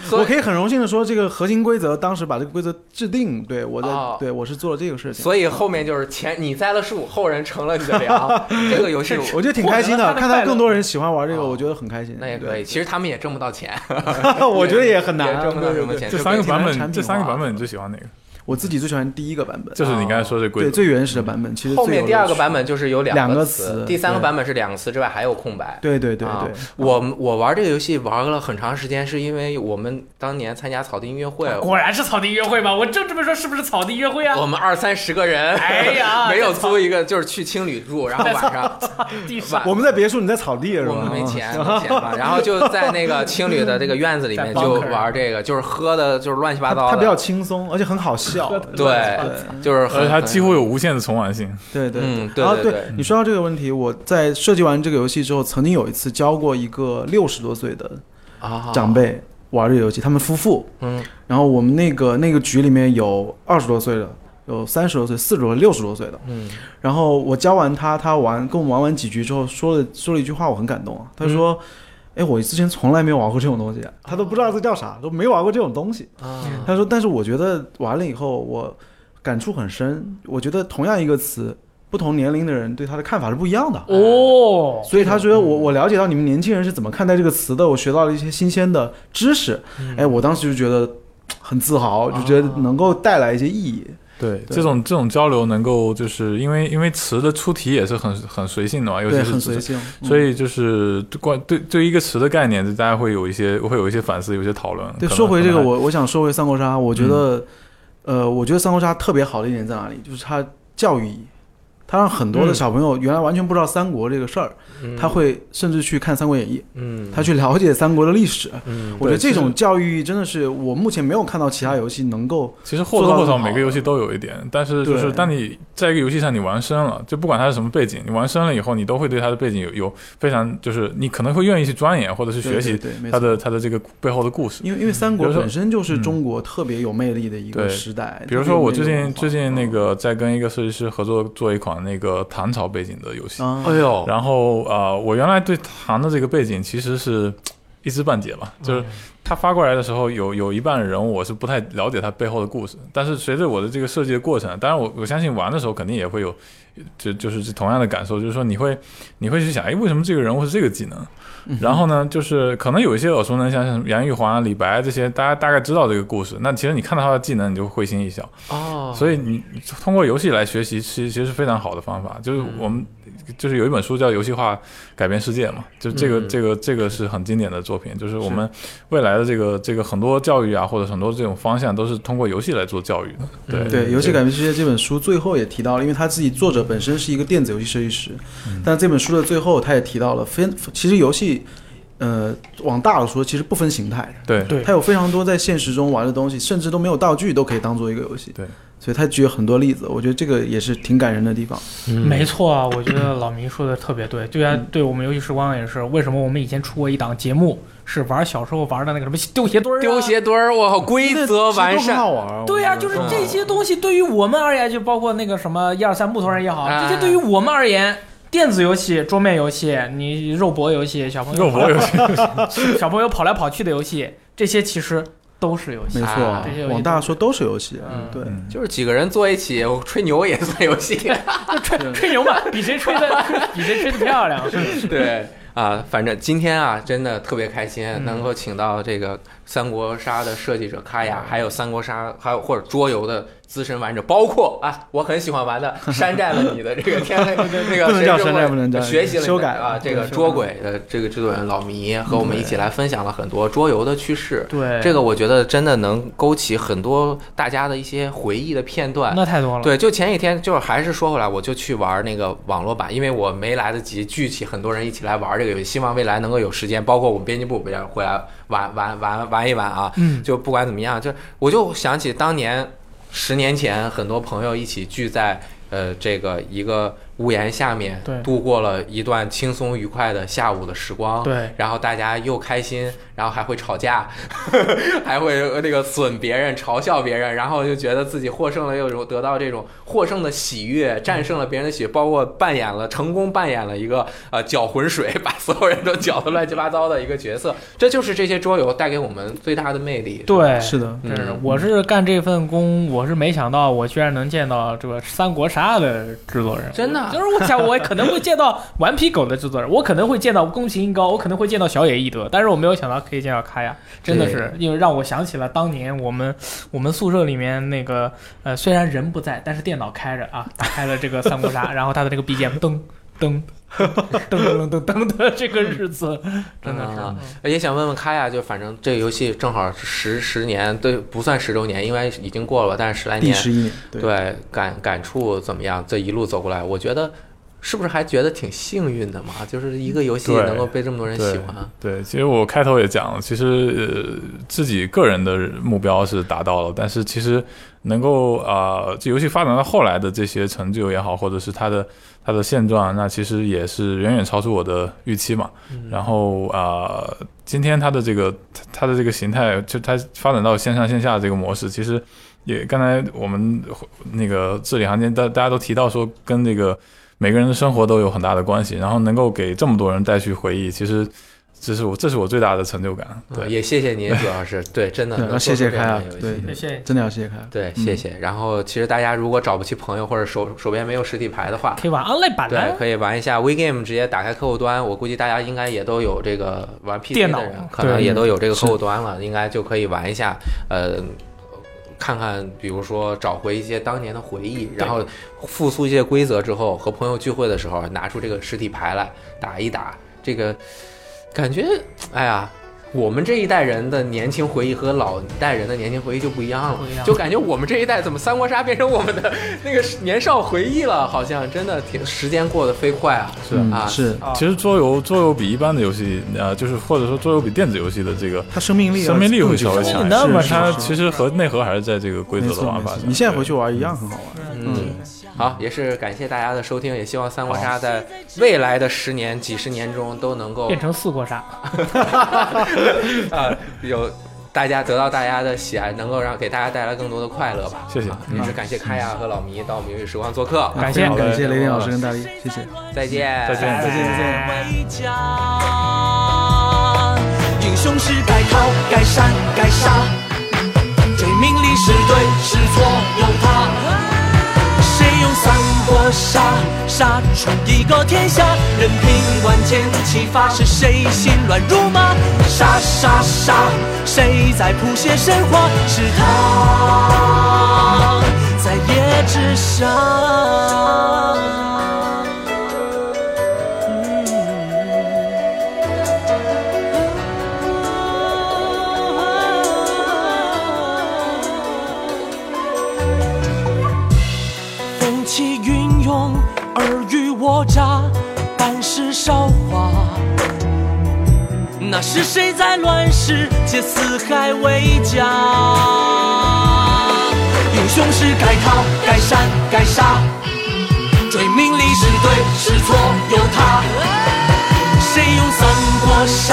A: 所
D: 我
A: 以
D: 可以很荣幸的说，这个核心规则当时把这个规则制定，对我在、
A: 哦
D: 对我是做了这个事情，
A: 所以后面就是前你栽了树，后人成了你的 粮，这个游戏
D: 我觉得挺开心的，
B: 获得了他的
D: 看
B: 快
D: 到
B: 乐
D: 更多人喜欢玩这个，
A: 哦
D: 我觉得很开心。
A: 那也可以，
D: 对，
A: 其实他们也挣不到钱，
D: 我觉得也很难
A: 也
D: 啊，
A: 挣不到什
D: 对对
A: 么
D: 对
A: 钱。
C: 这
A: 就
C: 三个
A: 跟
C: 版
D: 产
C: 本，
D: 品
C: 这三个
D: 化
C: 版本你最喜欢哪个？
D: 我我自己最喜欢第一个版本，
C: 就是你刚才说这规
D: 对
C: 则，
D: 最原始的版本，其实
A: 后
D: 最
A: 面
D: 有乐
A: 第二个
D: 趣
A: 版本就是有
D: 两
A: 个
D: 个
A: 词
D: 词，
A: 第三个
D: 对
A: 版本是两个词之外还有空白。
D: 对对对
A: 啊
D: 对，
A: 我们我玩这个游戏玩了很长时间，是因为我们当年参加草地音乐会，
B: 果然是草地音乐会吧？我正这么说，是不是草地音乐会啊？
A: 我们二三十个人，
B: 哎呀
A: 哦 没有租一个，就是去青旅住，然后晚上
B: 地
A: 晚
E: 我们在别墅，你在草地是吧？
A: 我们没钱，没钱嘛，然后就在那个青旅的这个院子里面
B: 在
A: 就
B: bunker
A: 玩这个，就是喝的就是乱
D: 啊
A: 七八糟
E: 它比较
A: 的，
E: 轻松，而且很好 笑。
A: 对，就是
C: 而且
A: 很
C: 它几乎有无限的重玩性。
D: 对对。
A: 嗯，对
D: 然后
A: 对
D: 对你说到这个问题，我在设计完这个游戏之后，曾经有一次教过一个六十多岁的
A: 啊，
D: 长辈玩这个游戏，他们夫妇，
A: 嗯，
D: 然后我们那个那个局里面有二十多岁的，有三十多岁、四十多、六十多岁的，
A: 嗯，
D: 然后我教完他，他玩跟我们玩完几局之后，说了说了一句话，我很感动啊，他说。哎，我之前从来没有玩过这种东西，
E: 嗯
D: 啊
E: 他都不知道这叫啥，都没玩过这种东西。
A: 啊
D: 他说：“但是我觉得玩了以后，我感触很深。我觉得同样一个词，不同年龄的人对它的看法是不一样的。
A: 嗯
B: 哦，
D: 所以他觉得
C: 嗯
D: 我我了解到你们年轻人是怎么看待这个词的，我学到了一些新鲜的知识。
C: 嗯
D: 哎，我当时就觉得很自豪，就
C: 啊
D: 觉得能够带来一些意义。
C: 对，这种这种交流能够就是因为因为词的出题也是很很随性的嘛，尤其
D: 对，
C: 是
D: 很随性。嗯
C: 所
D: 以
C: 以就是关对对一个词的概念，大家会有一些会有一些反思，有一些讨论。可
D: 对，
C: 能
D: 说回这个，
C: 可能嗯
D: 我我想说回三国杀，我觉得，呃，我觉得三国杀特别好的一点在哪里，就是它教育意义，它让很多的
B: 嗯
D: 小朋友原来完全不知道三国这个事儿，
C: 嗯
D: 他会甚至去看《三国演义》。
A: 嗯，
D: 他去了解三国的历史。
A: 嗯
D: 我觉得这
C: 其
D: 种
C: 实
D: 教育意义真的是我目前没有看到其他游戏能够
C: 其实或多或
D: 做到
C: 少
D: 更好
C: 每个游戏都有一点，但是就是
D: 对
C: 当你在一个游戏上你玩深了，就不管它是什么背景，你玩深了以后，你都会对它的背景有有非常就是你可能会愿意去钻研或者是学习
D: 对，对没
C: 它
D: 错。
C: 的它的这个背后的故事。
D: 因为因为三
C: 比
D: 国
C: 如说
D: 本身就是
C: 嗯
D: 中国特别有魅力的一个
C: 对
D: 时代。
C: 比如
D: 特
C: 说
D: 别有
C: 我
D: 魅
C: 最
D: 力的
C: 近
D: 文化嗯
C: 最近那个在跟一个设计师合作做一款那个唐朝背景的游戏，
D: 啊，
A: 呦，
C: 然后呃，我原来对唐的这个背景其实是一知半解吧，就是他发过来的时候有有一半人我是不太了解他背后的故事，但是随着我的这个设计的过程，当然我我相信玩的时候肯定也会有，就就是这同样的感受，就是说你会你会去想，哎，为什么这个人物是这个技能？然后呢，就是可能有一些耳熟能详，像什么杨玉环、啊李白这些，大家大概知道这个故事。那其实你看到他的技能，你就会会心一笑。
A: 哦，
C: 所以你通过游戏来学习，其实其实是非常好的方法。就是我
A: 嗯
C: 们、就是有一本书叫《游戏化改变世界》嘛，就这个、
A: 嗯
C: 这个这个是很经典的作品。就是我们未来的这个这个很多教育啊，或者很多这种方向都是通过游戏来做教育的。对、
B: 呃
A: 嗯
D: 对《游戏改变世界》这本书最后也提到了，因为他自己作者本身是一个电子游戏设计师，
B: 嗯
D: 但这本书的最后他也提到了分，其实游戏，呃，往大了说，其实不分形态的。
C: 对
B: 对
D: 它有非常多在现实中玩的东西，甚至都没有道具都可以当做一个游戏。
C: 对，
D: 所以他举了很多例子，我觉得这个也是挺感人的地方。
B: 没错啊，我觉得老明说的特别对，对啊，
A: 嗯
B: 对我们游戏时光也是。为什么我们以前出过一档节目，是玩小时候玩的那个什么丢鞋墩儿、啊
A: 丢。鞋墩儿，我靠，规则完
D: 其实
A: 善，
D: 都很好玩儿。
B: 对呀、啊
D: 我觉
B: 就
D: 得
B: 是这些东西对于我们而言，就包括那个什么一二三木头人也好，
A: 哎
B: 这些对于我们而言，电子游戏、桌面游戏、你肉搏游戏、小朋 友
C: 肉搏游 戏，
B: 小朋友跑来跑去的游戏，这些其实都是游戏
D: 没。错，
A: 啊
B: 这些游戏
D: 往大说都是游戏。啊
B: 嗯
D: 对，
C: 嗯
A: 就是几个人坐一起我吹牛也算游戏，
B: 吹牛嘛，比谁吹 的比谁吹的漂亮。
A: 对啊，反正今天啊，真的特别开心，
D: 嗯
A: 能够请到这个三国杀的设计者卡雅，还有三国杀，还有或者桌游的资深玩者，包括啊，我很喜欢玩的山寨了你的这个 天黑那个
D: 不能
A: 谁
D: 叫
A: 是
D: 山
A: 我
D: 寨不能叫
A: 学习了你的
D: 修改嗯
A: 啊，
D: 了
A: 这个
D: 对
A: 捉鬼的这个制作人老迷和我们一起来分享了很多桌游的趋势。
B: 对，
A: 这个我觉得真的能勾起很多大家的一些回忆的片段，
B: 那太多了。
A: 对，就前几天，就是还是说回来，我就去玩那个网络版，因为我没来得及聚起很多人一起来玩这个游戏，希望未来能够有时间，包括我们编辑部也回来玩玩玩玩一玩啊。
B: 嗯，
A: 就不管怎么样，就我就想起当年十年前，很多朋友一起聚在呃这个一个屋檐下面
B: 对，
A: 度过了一段轻松愉快的下午的时光。
B: 对，
A: 然后大家又开心，然后还会吵架， 还会呃那个损别人、嘲笑别人，然后就觉得自己获胜了，又有得到这种获胜的喜悦，战胜了别人的喜悦，包括扮演了成功扮演了一个呃搅浑水， 把所有人都搅得乱七八糟的一个角色，这就是这些桌游带给我们最大的魅
D: 嗯
A: 力。
B: 对，
D: 是的，
B: 真是
A: 嗯，
B: 我是干这份工，我是没想到我居然能见到这个三国杀的制作人，
A: 真的
E: 看
B: 就是我想，我可能会见到顽皮狗的制作人，我可能会见到宫崎英高，我可能会见到小野义德，但是我没有想到可以见到卡亚，真的是因为让我想起了当年我们我们宿舍里面那个呃，虽然人不在，但是电脑开着啊，打开了这个三国杀，然后他的那个 BGM 噔噔噔噔噔噔的这个日子，真的是
A: 啊也想问问卡亚，就反正这个游戏正好十十年，对，不算十周年，因为已经过了吧，但是十来
D: 第
A: 年，
D: 十一年，
A: 哎对
D: 对
A: 感感触怎么样？这一路走过来，我觉得是不是还觉得挺幸运的嘛？就是一个游戏
C: 对
A: 能够被这么多人喜欢，
C: 对，其实我开头也讲了，其实呃自己个人的目标是达到了，但是其实能够啊、呃这游戏发展到后来的这些成就也好，或者是它的它的现状，那其实也是远远超出我的预期嘛。
A: 嗯
C: 然后啊、呃今天它的这个它它的这个形态，就它发展到线上线下这个模式，其实也刚才我们呃那个字里行间，大大家都提到说跟这个。每个人的生活都有很大的关系，然后能够给这么多人带去回忆，其实这是我这是我最大的成就感。
A: 嗯
C: 对，
A: 也谢谢您，主要是对，真的
D: 对
A: 能
D: 谢谢
A: 做出这样的
D: 开啊
A: 游戏
D: 对嗯
B: 谢谢
D: 真的要谢谢开了。
A: 对，谢谢。然后其实大家如果找不齐朋友或者手手边没有实体牌的话，
B: 可以玩 online 版
A: 对
B: 的，。
A: 可以玩一下 WeGame，直接打开客户端，我估计大家应该也都有这个玩 PC 的
B: 电脑
A: 人，啊可能
B: 对
A: 也都有这个客户端了，应该就可以玩一下，呃。看看，比如说找回一些当年的回忆，然后复苏一些规则之后，和朋友聚会的时候拿出这个实体牌来打一打，这个感觉，哎呀，我们这一代人的年轻回忆和老一代人的年轻回忆就不一样了
B: 不一，样
A: 就感觉我们这一代怎么三国杀变成我们的 那个年少回忆了，好像真的挺时间过得飞快啊。
C: 是
D: 嗯
A: 啊
D: 是
B: 啊
C: 其实桌游桌游比一般的游戏，呃，就是或者说桌游比电子游戏的这个
E: 它生命力要
C: 生命力会
E: 更
C: 稍微
E: 强
C: 强一
B: 是那么
C: 些，
B: 是
C: 它
B: 是
C: 其实和内核还是在这个规
D: 没
C: 则的
D: 错
C: 玩
D: 没
C: 法
D: 错
C: 上。，
D: 你现在
C: 对
D: 回去玩一样很好玩。
A: 嗯，好，也是感谢大家的收听，也希望三国杀在未来的十年、几十年中都能够
B: 变成四国杀，
A: 啊有大家得到大家的喜爱，能够让给大家带来更多的快乐吧。
C: 谢谢
A: 啊
C: 嗯
A: 也是感谢开亚和老迷到我们游戏时光做客，
B: 感谢
D: 好感谢
C: 好嘞
D: 雷电老师跟大力，谢谢。
A: 再见，
C: 再见
D: 再见再见
F: 回家。英雄是该逃该闪该杀，这命令是对是错由他。谁用三国杀杀出一个天下？任凭万箭齐发，是谁心乱如麻？杀杀杀，谁在谱写神话？是他在夜之上。风起云涌，尔虞我诈，半是韶华。那是谁在乱世界四海为家？英雄是该逃该闪该杀，追名利是对是错由他。谁用三国杀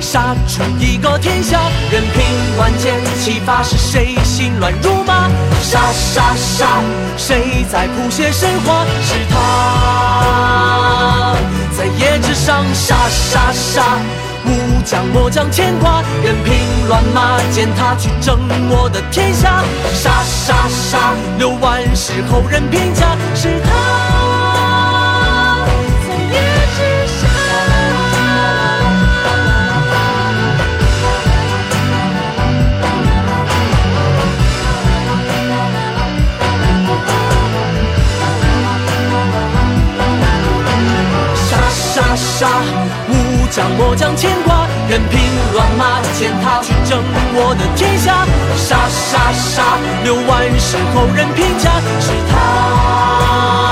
F: 杀出一个天下？任凭万箭齐发，是谁心乱如麻？杀杀杀！谁在谱写神话？是他在夜之上杀杀杀！武将末将牵挂，任凭乱马践踏去争我的天下。杀杀杀！留万世后人评价，是他在夜之上。杀杀杀！武将末将牵挂，任凭乱马践踏去争我的天下。杀杀杀！留万世后人评价，是他